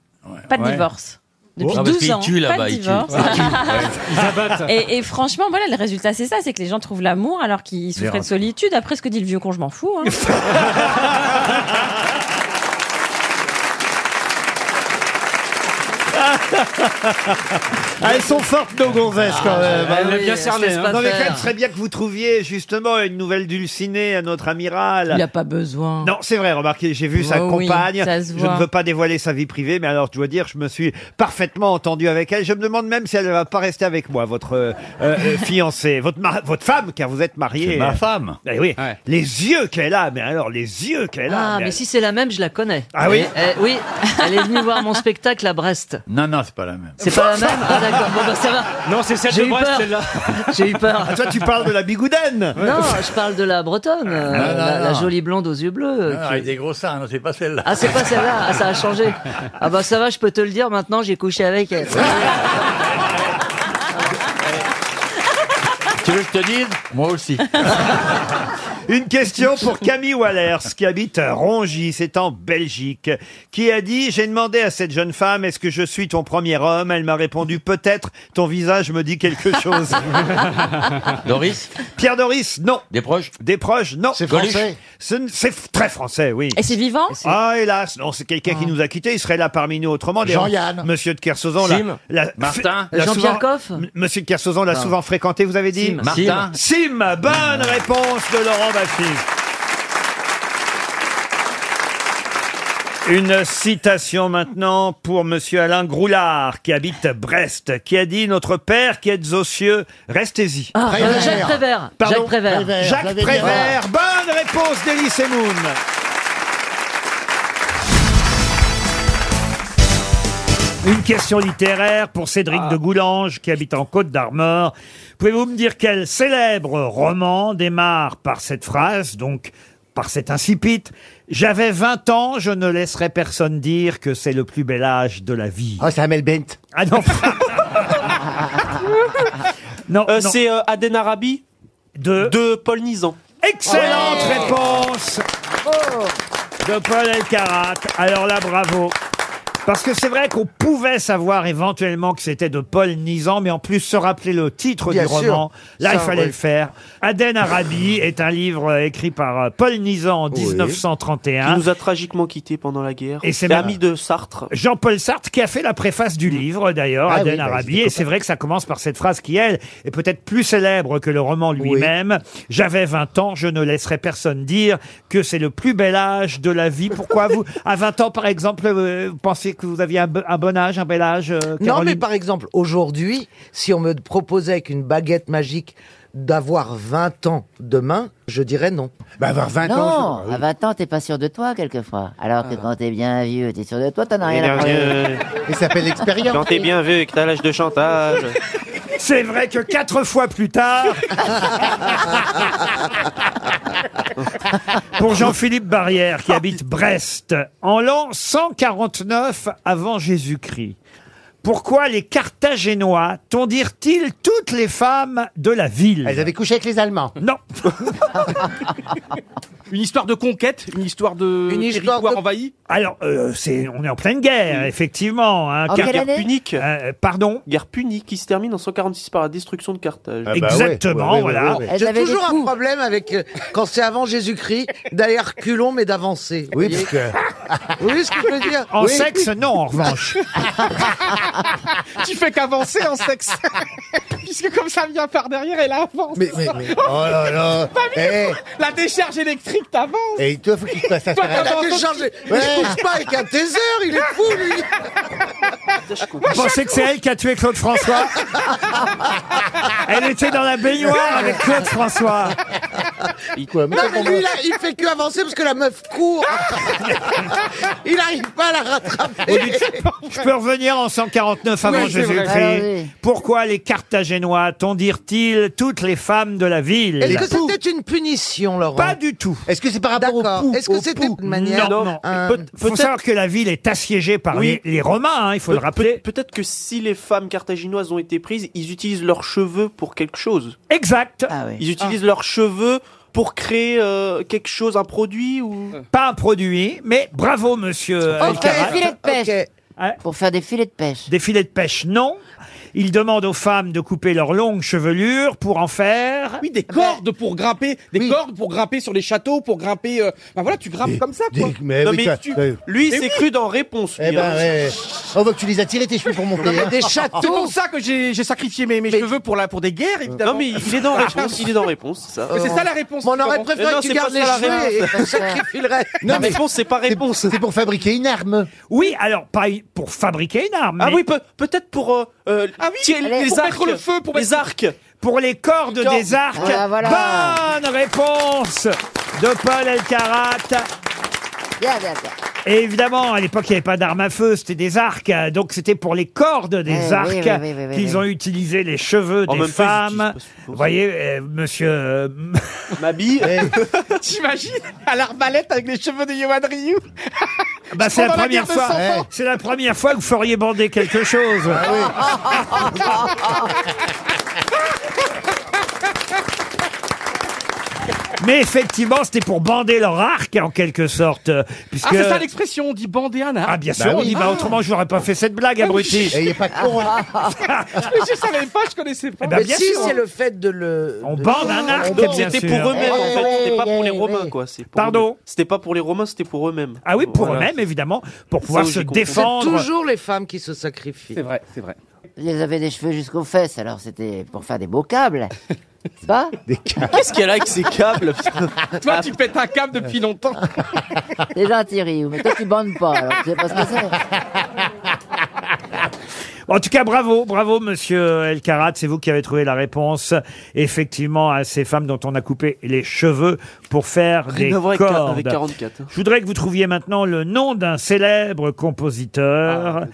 Pas de
Ouais.
divorce. Depuis
Ah, parce
12
qu'ils
ans,
tuent
pas
là-bas,
de
ils tuent.
divorce.
Ouais, ils tuent. Ils abattent.
et, et franchement, voilà, le résultat, c'est ça, c'est que les gens trouvent l'amour alors qu'ils souffraient de
ratés.
solitude. Après, ce que dit le vieux con, je m'en fous. hein.
Ah, elles sont fortes nos gonzesses quand
Ah,
même.
elle
hein.
l'a bien
Oui,
cerné,
elle se
hein.
laisse pas Non mais quand
faire.
même, ce serait bien que vous trouviez justement une nouvelle dulcinée à notre amiral.
Il a pas besoin.
Non, c'est vrai. Remarquez, j'ai vu sa
Oh oui,
compagne.
ça se
je
voit.
ne veux pas dévoiler sa vie privée, mais alors je dois dire, je me suis parfaitement entendu avec elle. Je me demande même si elle ne va pas rester avec moi, votre euh, euh, euh, fiancée, votre mari- votre femme, car vous êtes mariée.
C'est ma femme.
Eh oui. Les yeux qu'elle a, mais alors les yeux qu'elle
Ah,
a.
mais
elle-
si c'est la même, je la connais.
Ah oui
Eh, eh, Oui, elle est venue voir mon spectacle à Brest.
Non, non, c'est pas la même.
C'est pas la même Ah d'accord, bon bah ça va.
Non, c'est celle
J'ai
de
eu
Brest,
peur.
celle-là.
J'ai eu peur.
Ah, toi, tu parles de la bigoudaine.
Non,
Ah,
je parle de la bretonne, euh,
Non, non,
la, la
non.
jolie blonde aux yeux bleus.
Ah,
qui-
avec des gros seins, non, c'est pas celle-là.
Ah, c'est pas celle-là, ah, ça a changé. Ah bah ça va, je peux te le dire maintenant, j'ai couché avec elle.
Tu veux que je te dise Moi aussi.
Une question pour Camille Wallers, qui habite à Rongy, c'est en Belgique, qui a dit J'ai demandé à cette jeune femme, est-ce que je suis ton premier homme Elle m'a répondu Peut-être, ton visage me dit quelque chose.
Doris
Pierre Doris, non.
Des proches
Des proches, non. C'est
français
C'est f- très français, oui.
Et c'est vivant Ah.
Ah, hélas, non, c'est quelqu'un qui nous a quittés, il serait là parmi nous autrement. D'ailleurs,
Jean-Yann.
Monsieur de Kersauzon, l'a-
Sim.
l'a-
Martin.
l'a
Jean-Pierre
souvent-
Coff.
M- Monsieur de Kersauzon l'a
Non.
souvent fréquenté, vous avez dit
Sim. Martin.
Sim, bonne
Mmh.
réponse de Laurent Baffy. Une citation maintenant pour Monsieur Alain Groulard, qui habite Brest, qui a dit Notre Père qui êtes aux cieux, restez-y.
Ah, euh, Jacques Prévert.
Pardon
Jacques Prévert. Prévert,
Jacques
j'avais dit.
Prévert. Bonne réponse d'Élise Moon. Une question littéraire pour Cédric de Goulange qui habite en Côte d'Armor. Pouvez-vous me dire quel célèbre roman démarre par cette phrase, donc par cette incipit J'avais 20 ans, je ne laisserai personne dire que c'est le plus bel âge de la vie. Ah, c'est Amel Bent. Ah non. non,
C'est euh, Aden Arabi
de...
Paul Nizan.
Excellente réponse de Paul Elkarat. Alors là, bravo. Parce que c'est vrai qu'on pouvait savoir éventuellement que c'était de Paul Nizan, mais en plus se rappeler le titre
Bien
du
sûr.
roman, là
Ça,
il fallait
oui.
le faire. Aden Arabi est un livre euh, écrit par euh, Paul Nizan en
Oui.
1931.
Qui nous a tragiquement quittés pendant la guerre.
Et c'est même-
l'ami de Sartre.
Jean-Paul Sartre qui a fait la préface du livre d'ailleurs,
Ah
Aden
oui, bah,
Arabi.
c'était
Et c'est vrai que ça commence par cette phrase qui, elle, est peut-être plus célèbre que le roman lui-même. J'avais 20 ans, je ne laisserai personne dire que c'est le plus bel âge de la vie. Pourquoi vous, à 20 ans par exemple, euh, vous pensez que vous aviez un, be- un bon âge, un bel âge euh,
Non, mais
Caroline
par exemple, aujourd'hui, si on me proposait avec une baguette magique d'avoir 20 ans demain, je dirais non.
Bah, non, à 20 ans, t'es pas sûr de toi, quelquefois. Alors que quand t'es bien vieux, t'es sûr de toi, t'en as rien à prouver.
Il s'appelle
l'expérience.
Quand t'es bien vu et que t'as l'âge de chantage.
Ah, C'est vrai que quatre fois plus tard, pour Jean-Philippe Barrière qui habite Brest, en l'an 149 avant Jésus-Christ, pourquoi les Carthagénois tondirent-ils toutes les femmes de la ville Elles avaient couché avec les Allemands. Non.
Une histoire de conquête, une histoire de
Une histoire
territoire envahi.
Alors, euh, c'est, on est en pleine guerre, effectivement. hein.
En
Car-
quelle Guerre année punique.
Euh, Pardon
Guerre punique qui se termine en 146 par la destruction de Carthage.
Ah bah ouais, Exactement, ouais, ouais, voilà. ouais, ouais. Elles
Ah, J'ai
avaient des
toujours un problème avec euh, quand c'est avant Jésus-Christ d'aller reculons mais d'avancer.
Oui,
Vous voyez
parce que-
Vous voyez ce que je veux dire
En sexe, non, en revanche.
tu fais qu'avancer en sexe.
Puisque comme ça vient par derrière, elle avance.
Mais- mais- mais- oh là là.
Pas bien.
Eh.
La décharge électrique t'avance.
Et toi, faut qu'il te fasse
Toi,
affaire à
t'as
la-
entendu-
Ouais.
avec un taser, il est fou, lui
Vous pensez que c'est elle qui a tué Claude François Elle était dans la baignoire avec Claude François.
Non, mais lui, là, il fait que avancer parce que la meuf court. il n'arrive pas à la rattraper.
Je peux revenir en 149 avant
Oui, c'est vrai.
Jésus-Christ.
Ah oui.
Pourquoi les Carthagénois tondirent-ils toutes les femmes de la ville
Est-ce que c'était une punition, Laurent
Pas du tout.
Est-ce que c'est par rapport au Est-ce que c'était une manière
Non, non.
un-
Il faut savoir que la ville est assiégée par
Oui.
les, les Romains, hein, il faut le
Pe-
rappeler.
pe- Peut-être que si les femmes carthaginoises ont été prises, ils utilisent leurs cheveux pour quelque chose.
Exact.
Ah
Ah.
Ils utilisent leurs cheveux pour créer euh, quelque chose, un produit ou.
Euh.
Pas un produit, mais bravo, monsieur. euh,
Pour faire
Elkarat.
des filets de pêche. Pour faire des filets de pêche.
Des filets de pêche, non. Il demande aux femmes de couper leurs longues chevelures pour en faire. Bah,
Oui, des cordes pour grimper, des cordes pour grimper sur les châteaux, pour grimper. euh, Ben voilà, tu grimpes comme ça, quoi.
mais Non, oui, mais ça- tu- ça- lui, c'est cru dans réponse.
Eh
lui, hein.
ben ouais. On voit que tu les as tirés tes cheveux pour monter. hein.
C'est pour ça que j'ai j'ai sacrifié mes, mes cheveux pour, la, pour des guerres, évidemment.
Euh, Non mais il est dans réponse, il est dans réponse, c'est ça.
Mais c'est ça
Euh,
la réponse.
Mais
qui
non,
commence.
mais non, c'est pas ça, la réponse.
Non,
La
mais-
réponse, c'est pas réponse.
C'est pour fabriquer une arme.
Oui, alors pas i- pour fabriquer une arme.
Ah
mais
oui, pe- peut-être pour euh, euh,
Ah oui,
tirer
allez,
les
pour
arcs,
mettre le feu, pour
les
mettre-
arcs.
pour les cordes
Cordes.
des arcs.
Voilà, voilà.
Bonne réponse de Paul Elkarat.
Bien, bien, bien.
Et évidemment, à l'époque, il n'y avait pas d'armes à feu, c'était des arcs. euh, Donc, c'était pour les cordes des
Eh oui,
arcs
oui, oui, oui, oui,
qu'ils
oui.
ont utilisé les cheveux
En
des
même temps, ils
femmes.
utilisent pas
Vous voyez, euh, monsieur... euh,
Mabi,
Eh.
T'imagines À l'arbalète avec les cheveux de Yohan Ryu
bah, c'est la
Pendant la
première
guerre de
fois.
Cent Ans.
C'est la première fois que vous feriez bander quelque chose.
Ah
Mais effectivement, c'était pour bander leur arc, en quelque sorte. euh, Puisque...
Ah, c'est ça l'expression, on dit bander un arbre.
Ah, bien sûr, on dit, bah, autrement, je n'aurais pas fait cette blague,
Ah oui.
abruti.
Eh, il est pas con, Mais je savais pas, je connaissais pas.
Eh ben,
Mais
bien
si
sûr.
c'est le fait de le.
On
Ah.
de-
bande un arc,
Donc
bien
c'était
sûr.
pour eux-mêmes en
Eh,
fait, c'était
eh,
pas pour
eh,
les
eh,
Romains
eh.
quoi. c'est pour
Pardon
eux. C'était pas pour les Romains, c'était pour eux-mêmes.
Ah oui, pour
Voilà.
eux-mêmes, évidemment, pour
C'est
pouvoir
où
se
j'ai compris.
défendre.
C'est toujours les femmes qui se sacrifient. C'est vrai, c'est vrai.
Ils avaient des cheveux jusqu'aux fesses, alors c'était pour faire des beaux câbles. C'est pas Des câbles.
Qu'est-ce qu'il y a là avec ces câbles Toi, tu pètes un câble depuis longtemps.
C'est gentil, Ryu, mais toi tu bandes pas, alors tu sais pas ce que c'est.
En tout cas, bravo, bravo, monsieur El Karat. C'est vous qui avez trouvé la réponse, effectivement, à ces femmes dont on a coupé les cheveux pour faire
Rien
des
à voir avec-
cordes.
avec 44, hein.
Je voudrais que vous trouviez maintenant le nom d'un célèbre compositeur.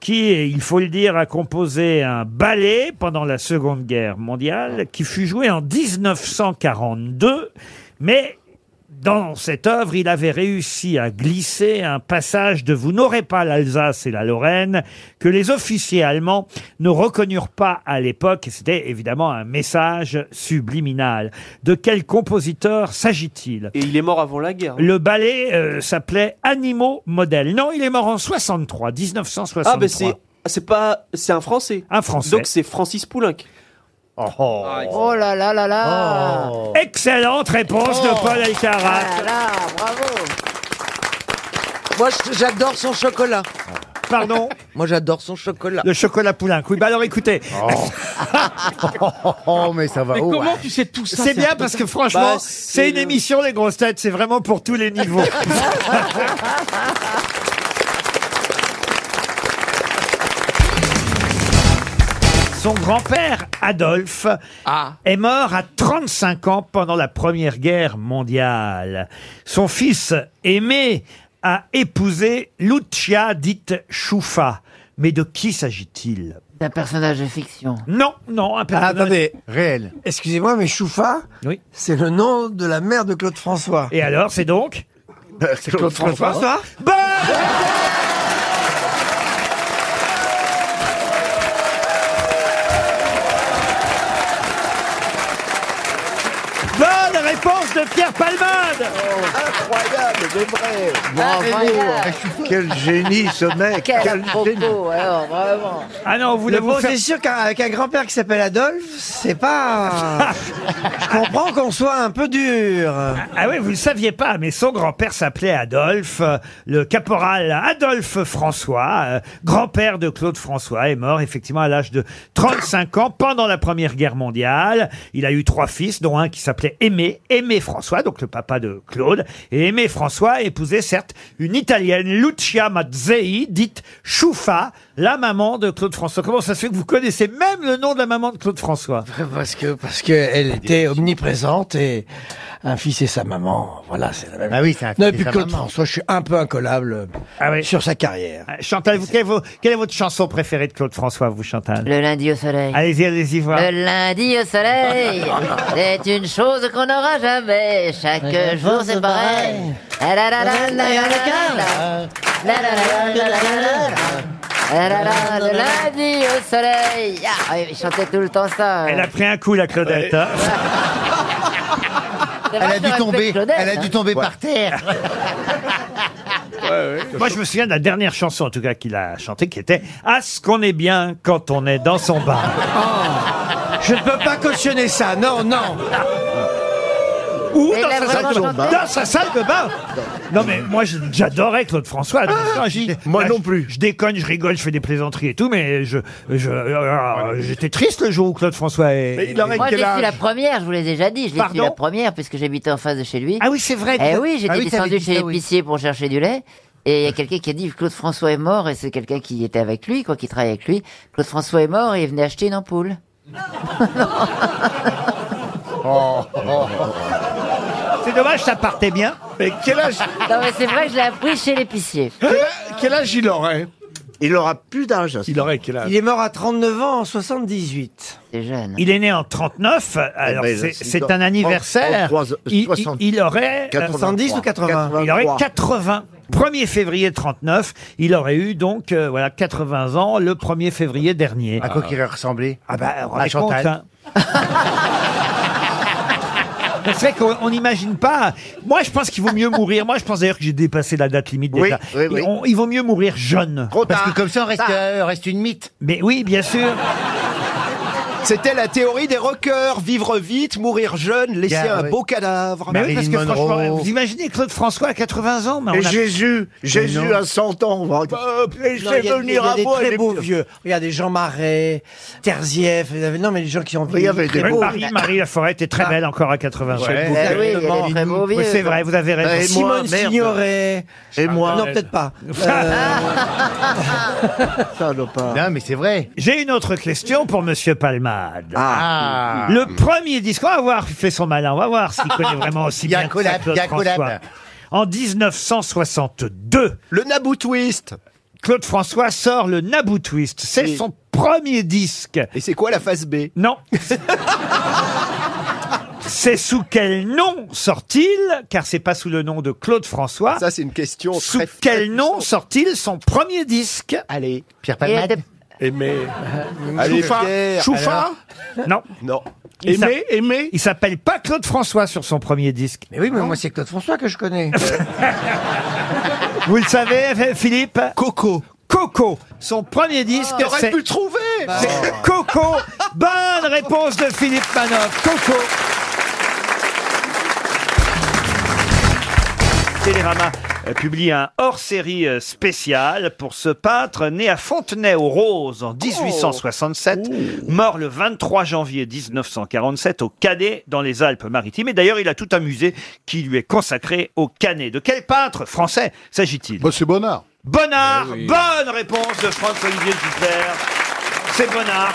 qui, il faut le dire, a composé un ballet pendant la Seconde Guerre mondiale, qui fut joué en 1942, mais dans cette œuvre, il avait réussi à glisser un passage de Vous n'aurez pas l'Alsace et la Lorraine que les officiers allemands ne reconnurent pas à l'époque. Et C'était évidemment un message subliminal. De quel compositeur s'agit-il
Et il est mort avant la guerre.
Le ballet euh, s'appelait Animaux Modèles. Non, il est mort en 63, 1963.
Ah ben c'est c'est pas c'est un français.
Un français.
Donc c'est Francis Poulenc. Ah.
Oh là là là là
Ah. Excellente réponse
Oh.
de Paul Alcarat.
Moi, je- j'adore son chocolat.
Pardon
Moi, j'adore son chocolat.
Le chocolat Poulenc. Oui, bah alors écoutez.
Oh, mais ça va. oh, ouais.
sais tout ça,
C'est
c'est
bien
un
parce
peu-
que franchement,
Bah,
c'est
c'est-
une émission, les grosses têtes, c'est vraiment pour tous les niveaux. Son grand-père, Adolphe, est mort à 35 ans pendant la Première Guerre mondiale. Son fils, aimé, a épousé Lucia dite Choufa. Mais de qui s'agit-il
D'un personnage de fiction.
Non, non, un
Ah,
personnage...
attendez, réel. Excusez-moi, mais Choufa, c'est le nom de la mère de Claude François.
Et alors, c'est donc
C'est Claude François, ça
Bonne Bonne réponse de Pierre Palmade
Incroyable, de vrai.
Bravo
Quel génie ce mec.
Quel,
Quel génie.
propos, alors, vraiment
Ah non, vous voulez
Le
vous
bon,
faire-
c'est sûr qu'avec un grand-père qui s'appelle Adolphe, c'est pas. Je comprends qu'on soit un peu dur.
Ah oui, vous ne saviez pas, mais son grand-père s'appelait Adolphe, euh, le caporal Adolphe François, euh, grand-père de Claude François, est mort effectivement à l'âge de 35 ans pendant la Première Guerre mondiale. Il a eu trois fils, dont un qui s'appelait Aimé, Aimé François, donc le papa de Claude. Et Aimé François épousait certes une Italienne, Lucia Mazzei, dite Choufa, la maman de Claude François. Comment ça se fait que vous connaissez même le nom de la maman de Claude François
Parce que parce qu'elle était omniprésente et un fils et sa maman. Voilà, Bah c'est la même.
Ah oui, c'est un fils
Non,
et
et puis
sa
Claude
maman.
François, je suis un peu incollable sur sa carrière.
Euh, Ah Chantal, vous, quelle, est vo- quelle est votre chanson préférée de Claude François, vous, Chantal
Le lundi au soleil.
Allez-y, allez-y, voir.
Le lundi au soleil, c'est une chose qu'on n'aura jamais. Chaque
Ouais,
jour c'est pareil. Ah là là là là là là là là là là là là. Ah là là, Le lundi au soleil. Ah, oui, il chantait tout le temps ça.
Elle a pris un coup, la Claudette. hein.
Elle a dû tomber.
Elle a dû tomber par terre.
Moi, je me souviens de la dernière chanson, en tout cas, qu'il a chantée, qui était À ce qu'on est bien quand on est dans son bar.
Je ne peux pas cautionner ça. Non, non.
Ou
Elle
dans
a
sa, salle
vraiment
de,
chanté
dans sa salle de bain. Non, mais moi, je- j'adorais Claude
Ah,
François. moi non plus. Je déconne, je rigole, je fais des plaisanteries et tout, mais je, je- euh, j'étais triste le jour où Claude François est.
Moi, j'ai su la première, je vous l'ai déjà dit. Je l'ai su
Pardon
la première, puisque j'habitais en face de chez lui.
Ah oui, c'est vrai.
Eh oui, j'étais
Ah oui, t'avais
descendu
dit
chez
ça, oui.
l'épicier pour chercher du lait. Et il y a quelqu'un qui a dit Claude François est mort, et c'est quelqu'un qui était avec lui, quoi, qui travaillait avec lui. Claude François est mort et il venait acheter une ampoule.
C'est dommage, ça partait bien.
Mais quel âge
Non, mais c'est vrai que je l'ai appris chez l'épicier.
Quel âge il aurait Il aura plus d'âge. Il aurait quel Il est mort à 39 ans en 78.
C'est jeune.
Il est né en 39, alors
ben,
c'est
c'est
c'est
dans-
un anniversaire.
en trois-
il, il-
60,
il aurait. euh,
70 ou 80?
Il aurait 80. 1er février 39, il aurait eu donc euh, voilà 80 ans le 1er février dernier. bah,
À quoi qu'il aurait ressemblé
Ah bah,
À
à
Chantal.
hein. C'est vrai qu'on on n'imagine pas. Moi, je pense qu'il vaut mieux mourir. Moi, je pense d'ailleurs que j'ai dépassé la date limite
Oui,
déjà.
oui, oui.
Et on- il vaut mieux mourir jeune.
Parce que comme ça, on reste, euh, reste une mythe.
Mais oui, bien sûr.
C'était la théorie des rockers, vivre vite, mourir jeune, laisser
Bien,
un
oui.
beau cadavre.
Mais oui, parce que franchement, vous imaginez Claude François à 80 ans mais
Et
on a-
Jésus,
Mais
Jésus
non. Bah, euh,
à 100 ans.
Non, il y a- il y a des très beaux vieux. Regardez Jean Marais, Terzieff, il y avait- non mais les gens qui ont
Il y avait
très
des
beaux. Ah.
Marie, Marie Laforêt était très belle encore à 80 ans.
Ouais. Eh oui, elle est très beau
Oui,
vieux.
c'est vrai, vous avez raison.
Et moi, Simone merde. Signoret.
Et
moi. Non, peut-être pas. Euh,
Non, mais c'est vrai. J'ai une autre question pour Monsieur Palmade.
Ah.
Le premier disque, on va voir, il fait son malin, on va voir s'il connaît vraiment aussi
Bien
bien que
collab,
ça, Claude
bien collab.
François. En 1962, le Naboo Twist. Claude François sort le Naboo Twist. C'est son premier disque. Et c'est quoi la phase B Non. C'est sous quel nom sort-il Car c'est pas sous le nom de Claude François. Ça, c'est une question. Sous quel nom sort-il son premier disque Allez, Pierre
Palmade. Et elle était-
Aimé.
Allez, Pierre,
Non.
Euh, Non.
Il
Aimé,
s'appelle- Il s'appelle pas Claude François sur son premier disque.
Mais oui, mais moi c'est Claude François que je connais.
Vous le savez, Philippe Coco. Coco. Son premier disque.
T'aurais
c'est-
pu le trouver
C'est Coco. Bonne réponse de Philippe Manoff. Coco. Télérama euh, publie un hors-série euh, spécial pour ce peintre né à Fontenay-aux-Roses en 1867, mort le 23 janvier 1947 au Canet dans les Alpes-Maritimes. Et d'ailleurs, il a tout un musée qui lui est consacré au Canet. De quel peintre français s'agit-il Bah, C'est Bonnard. Bonnard, bonne réponse de François-Olivier Gisbert. C'est Bonnard.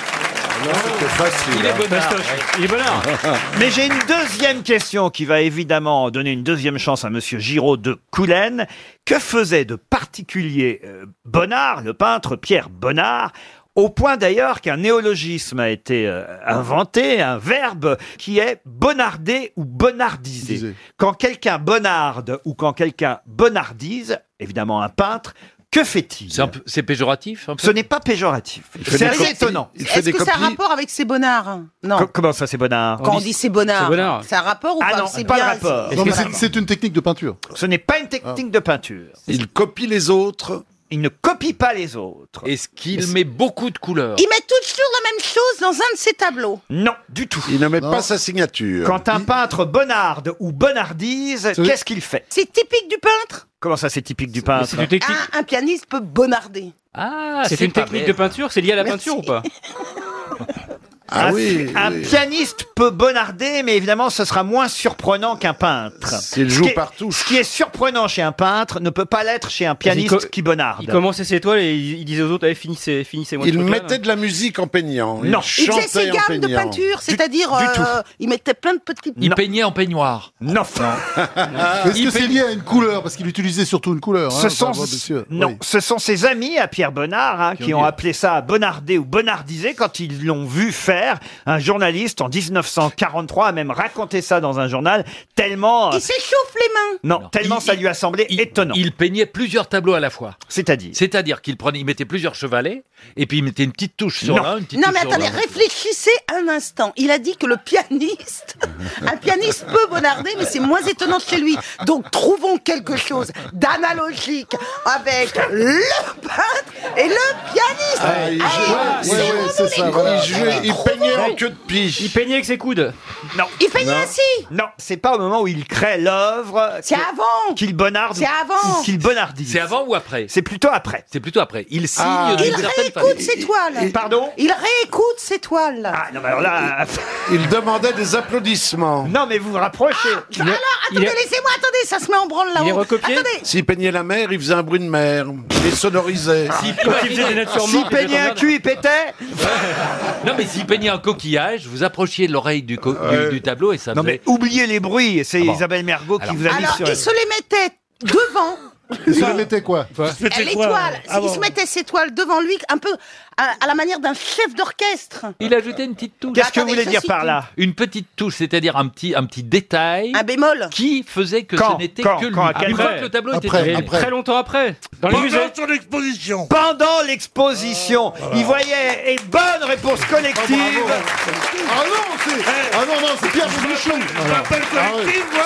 Il
hein.
est bonnard. Il est bonnard.
Mais j'ai une deuxième question qui va évidemment donner une deuxième chance à Monsieur Giraud de Coulennes. Que faisait de particulier euh, Bonnard, le peintre Pierre Bonnard au point d'ailleurs qu'un néologisme a été euh, inventé, un verbe qui est bonnarder ou bonnardiser. Quand quelqu'un bonnarde ou quand quelqu'un bonnardise, évidemment un peintre, que fait-il
C'est péjoratif
Ce n'est pas péjoratif.
Il fait
C'est
des
assez
copies-
étonnant. Ah
Est-ce que ça a rapport avec ces bonnards Non.
Co- Comment ça, c'est Bonnard
Quand on dit c'est bonnard, ça a rapport ou
Ah
pas
non,
C'est
pas
bien,
de rapport.
c'est- Non, mais c'est-
une technique de peinture. Ce n'est pas une technique de peinture. Il copie les autres. Il ne copie pas les autres. Est-ce qu'il met beaucoup de couleurs
Ils mettent toujours la même chose dans un de ces tableaux.
Non, du tout.
Il ne met
pas sa
signature.
Quand un peintre bonnarde ou bonnardise, qu'est-ce qu'il fait
C'est typique du peintre.
Comment ça, c'est typique du peintre
Un, un pianiste peut bonnarder.
Ah,
C'est une technique de peinture, c'est lié à la peinture ou pas
un, un pianiste peut bonnarder, mais évidemment, ce sera moins surprenant qu'un peintre.
S'il joue
Ce qui est-
partout.
Ce qui est surprenant chez un peintre ne peut pas l'être chez un
Parce qu'il
pianiste
co-
qui bonnarde.
Il commençait ses toiles et il, il disait aux autres, allez, finissez, finissez moi
Il mettait de la musique en peignant.
Non.
il
Il faisait
chantait
ses
en
gammes de
peignant.
peinture, c'est-à-dire euh, il mettait plein de petits.
Il peignait en peignoir.
Non.
Ah. Est-ce que c'est lié à une couleur Parce qu'il utilisait surtout une couleur.
Ce
hein,
sont,
bravo, monsieur.
non,
Oui.
ce sont ses amis à Pierre Bonnard hein, qui, ont, appelé ça bonnarder ou bonnardiser quand ils l'ont vu faire. Un journaliste en 1943 a même raconté ça dans un journal tellement
Il s'échauffe les mains.
non, tellement ça lui a semblé étonnant.
Il peignait plusieurs tableaux à la fois.
C'est-à-dire
C'est-à-dire qu'il prenait, il mettait plusieurs chevalets, et puis il mettait une petite touche sur
Non,
l'un, une petite
non
touche
mais
sur
attendez,
l'autre.
réfléchissez un instant. Il a dit que le pianiste, un pianiste peut bonnarder, mais c'est moins étonnant que chez lui. Donc trouvons quelque chose d'analogique avec le peintre et le pianiste.
Ah, il jouait-
Allez,
ouais, ouais,
serrons-nous
c'est ça,
les
voilà.
coudes.
Il jouait- il peignait en queue de
piche. Il peignait avec ses coudes. Non.
Il peignait Non. ainsi
Non, c'est pas au moment où il crée l'œuvre.
C'est
que-
avant.
Qu'il bonnarde.
C'est avant.
ou Qu'il bonnardise. C'est
avant ou après
C'est plutôt après.
C'est plutôt après. Il signe
Ah,
d'une
il
certaine
réécoute
façon.
ses toiles.
Pardon
Il réécoute ses toiles.
Ah non, mais alors là.
Il demandait des applaudissements.
Non, mais vous vous rapprochez.
Alors Ah, attendez, laissez-moi, attendez, ça se met en branle là-haut. Attendez,
S'il peignait la mer, il faisait un bruit de mer. Il les sonorisait.
S'il- Quand il faisait des natures
S'il
mortes, il
peignait
faisait
un
comme ça.
cul,
il pétait.
Non, mais s'il peignait un coquillage, vous approchiez de l'oreille du, co- du-
Ouais.
du tableau et ça
Non,
faisait...
mais oubliez les bruits. C'est
Ah bon.
Isabelle Mergot qui vous a mis
alors
sur.
il se les mettait devant
Il se mettait quoi
L'étoile.
Ah
Il se mettait ses toiles devant lui, un peu à, à la manière d'un chef d'orchestre.
Il ajoutait une petite touche.
Qu'est-ce que vous voulez dire par là
Une petite touche, c'est-à-dire un petit, un petit détail.
Un bémol.
Qui faisait que
Quand
ce n'était
Quand
que lui.
Quand À quelle
Une fois
date
que le tableau était
Après,
terminé.
après. Très
longtemps après.
Dans les musées. Pendant l'exposition, il voyait et bonne réponse collective.
Ah non, c'est ah non, non, c'est Pierre Bénichou. C'est c'est
Ah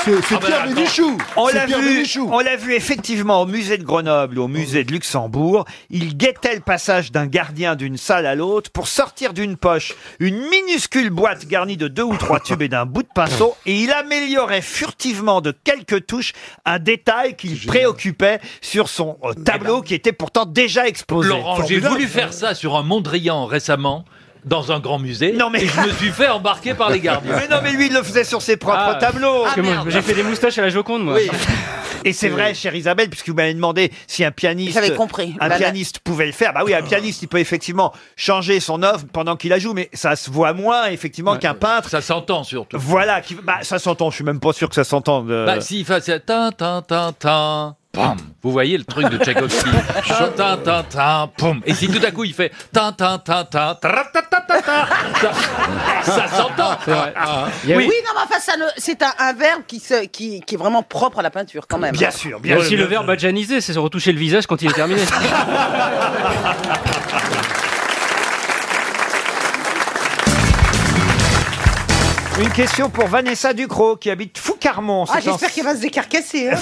ben
Pierre
attends.
Bénichou.
On
C'est
l'a
Pierre
vu,
Bénichou.
on l'a vu effectivement au musée de Grenoble, au musée de Luxembourg. Il guettait le passage d'un gardien d'une salle à l'autre pour sortir d'une poche une minuscule boîte garnie de deux ou trois tubes et d'un bout de pinceau et il améliorait furtivement de quelques touches un détail qu'il préoccupait sur son euh, tableau qui était pourtant déjà exposé.
Laurent, j'ai voulu faire ça sur un Mondrian récemment. Dans un grand musée, non mais... et je me suis fait embarquer par les gardiens.
Mais non, mais lui, il le faisait sur ses propres
Ah.
tableaux.
Parce que moi, Ah, merde. j'ai fait des
moustaches à la Joconde, moi. Et c'est
Oui.
vrai, chère Isabelle, puisque vous m'avez demandé si un pianiste,
J'avais compris.
un
Bah,
pianiste pouvait le faire. Bah oui, un pianiste, il peut effectivement changer son œuvre pendant qu'il la joue, mais ça se voit moins effectivement qu'un peintre.
Ça s'entend surtout.
Voilà, qui- bah, ça s'entend. Je suis même pas sûr que ça s'entende. euh.
Bah, s'il faisait tin, tin, tin, tin, pam. Vous voyez le truc de Tchaïkovski. tin, tin, tin, tin, pum. Et si tout à coup il fait tin, tin, tin, tin, tra, ta, ta, ta, ta, ça, ça s'entend. Ah, hein.
Oui. non, mais enfin, ça ne- c'est un, un verbe qui, se, qui, qui est vraiment propre à la peinture, quand même.
Il y a aussi le verbe adjaniser, c'est se retoucher le visage quand il est terminé.
Une question pour Vanessa Ducrot qui habite Foucarmont.
Ah,
c'est en-
j'espère qu'elle va se décarcasser. hein.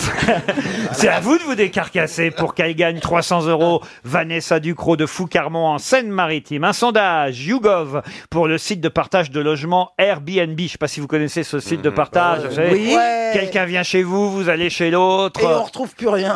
C'est à vous de vous décarcasser pour qu'elle gagne 300 euros. Vanessa Ducrot de Foucarmont en Seine-Maritime. Un sondage YouGov pour le site de partage de logements Airbnb. Je ne sais pas si vous connaissez ce site de partage. vous savez.
Oui. Mhm. Ah Ouais.
Quelqu'un vient chez vous, vous allez chez l'autre.
Et on retrouve plus rien.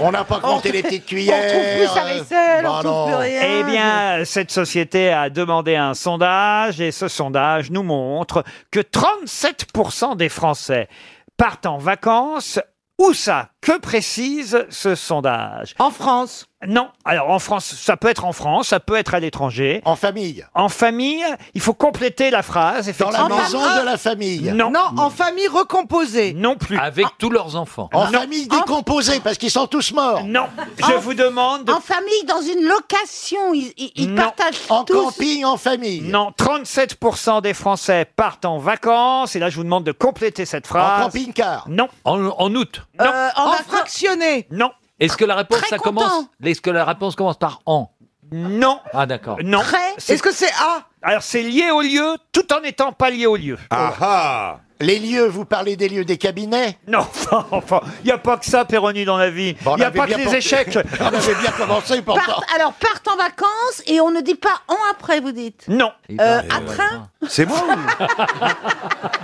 On n'a pas
compté On- Ah les petites cuillères. Bah on retrouve plus sa vaisselle,
Ah
on retrouve plus rien.
Eh bien, cette société a demandé un sondage et ce sondage nous montre que 37% des Français partent en vacances. Où ça Que précise ce sondage En France Non. Alors en France, ça peut être en France, ça peut être à l'étranger. En famille En famille, il faut compléter la phrase.
Dans la
effectivement.
maison de la
famille Non.
en famille recomposée.
Non plus.
Avec tous leurs enfants.
En famille décomposée, parce qu'ils sont tous morts.
Non,
En-
demande.
En famille, dans une location, ils, ils- ils partagent en camping, en famille.
Non, 37% des Français partent en vacances. Et là, je vous demande de compléter cette phrase.
En
camping-car Non.
En, en août
Non.
Euh,
En fractionné
Non.
Est-ce que la réponse, ça commence Est-ce que la réponse commence par en
Non.
Ah, d'accord.
Non.
Est-ce
que c'est
ah.
A Alors, c'est lié au lieu, tout en n'étant pas lié au lieu. Ah ah Les lieux, vous parlez des lieux des cabinets Non, enfin, il n'y a pas que ça, Péroni, dans la vie. Il n'y a
avait
pas que
bien
les
pensé.
échecs.
On avait
bien commencé,
Partent- alors, partent en vacances et on ne dit pas en après, vous dites.
Non.
Eh ben,
Euh, à train
C'est moi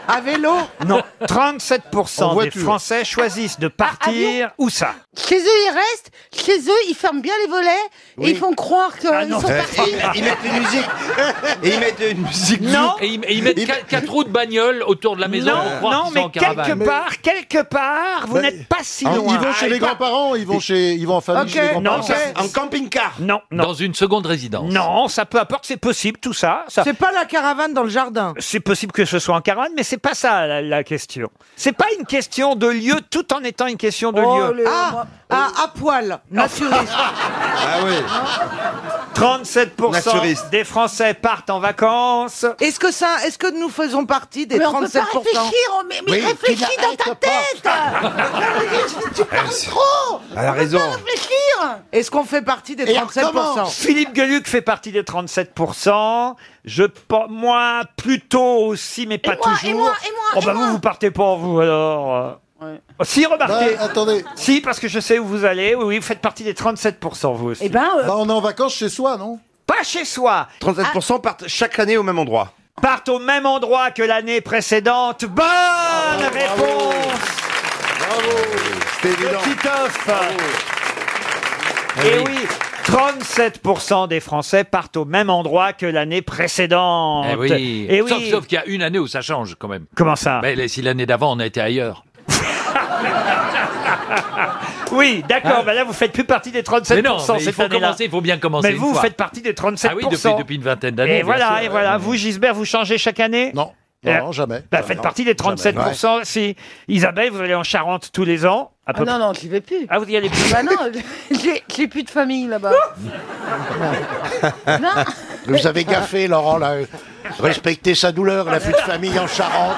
À vélo
Non,
En
37% des
voiture.
Français choisissent
Ah,
de partir. Où ça
Chez eux, ils restent. Chez eux, ils ferment bien les volets
Oui. Ah
et ils font croire qu'ils
non.
sont
Eh,
partis.
Et ils mettent une musique. Non. Et ils, et ils mettent quatre, quatre roues de bagnole autour de la maison.
Non,
pour croire
non,
qu'ils sont
mais
en caravane.
quelque part, quelque part, vous n'êtes pas si
Ah,
loin.
Ils vont chez les grands-parents, ils vont chez, ils vont en famille chez les grands-parents.
camping-car. Non, non.
Dans une seconde résidence.
Non, Oh, ça peu importe, c'est possible tout ça. ça.
C'est pas la caravane dans le jardin.
C'est possible que ce soit en caravane, mais c'est pas ça la, la question. C'est pas une question de lieu, tout en étant une question de
Oh,
lieu.
ah, ah, à poil, naturiste.
Ah oui. 37%
Naturiste.
des Français partent en vacances.
Est-ce que ça, est-ce que nous faisons partie des
Mais on
37%
peut pas réfléchir, on- mais, mais
Oui,
réfléchis
tu
dans ta tête Tu parles trop
Eh, Elle a raison.
Réfléchir
Est-ce qu'on fait partie des 37%
Philippe Gueluc fait partie des 37%. Je pen- moi plutôt aussi, mais pas
moi, et
toujours.
moi, et moi,
oh
et
bah vous vous partez pas vous alors. Oh, si remarquez.
Bah, attendez.
Si parce que je sais où vous allez. Oui oui, vous faites partie des 37% vous
Eh
aussi.
ben, euh,
Bah, on est en vacances chez soi, non
Pas chez soi. Ah.
37% partent chaque année au même endroit.
Partent au même endroit que l'année précédente. Bonne
Ah,
réponse.
C'était évident.
Le Titoff.
Eh
Et Ah oui. 37% des Français partent au même endroit que l'année précédente.
Eh oui.
Eh oui.
Sauf, sauf qu'il y a une année où ça change quand même.
Comment ça
Mais si l'année d'avant on était ailleurs.
Oui, d'accord.
Hein
bah là, vous faites plus partie des 37%.
mais non, mais il
cette
faut
année-là.
commencer, il faut bien commencer.
Mais
une
vous, vous
fois.
faites partie des 37%.
Ah oui, depuis, depuis une vingtaine d'années.
Et
bien
voilà,
sûr.
et voilà. Vous, Gisbert, vous changez chaque année
Non.
Euh,
Non, jamais.
Bah,
Jamais.
faites partie des 37%. Si Isabelle, vous allez en Charente tous les ans. à peu
Ah non,
près-
non, j'y vais plus.
Ah, vous y allez plus
Bah non, j'ai j'ai plus de famille là-bas. Non.
Vous avez gaffé, Laurent, là. Respectez sa douleur, il a plus de famille en Charente.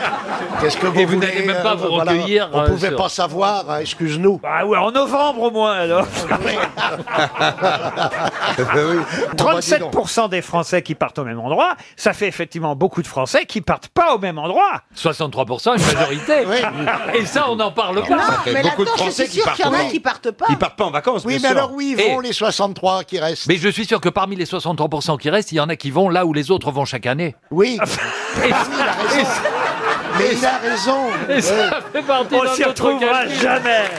Qu'est-ce que vous
Et vous
voulez,
n'allez même pas vous
voilà.
recueillir,
On
euh,
pouvait
sur-
pas savoir, hein, excuse-nous. Ah
Bah ouais, en novembre au moins alors.
bah,
37% des Français qui partent au même endroit, ça fait effectivement beaucoup de Français qui partent pas au même endroit.
63%, une majorité. Et ça, on n'en parle pas.
Non, Ah, mais
Attends, je suis sûr qu'il y en a qui partent pas.
partent pas en vacances, Oui,
bien
mais
sûr.
alors oui, ils vont
Et-
les 63 qui restent.
Mais je suis sûr que parmi les 63% qui restent, il y en a qui vont là où les autres vont chaque année.
Oui.
Ah
et,
Mais il a raison.
et ça fait partie
On
d'un
s'y
autre
retrouvera
calcul.
jamais.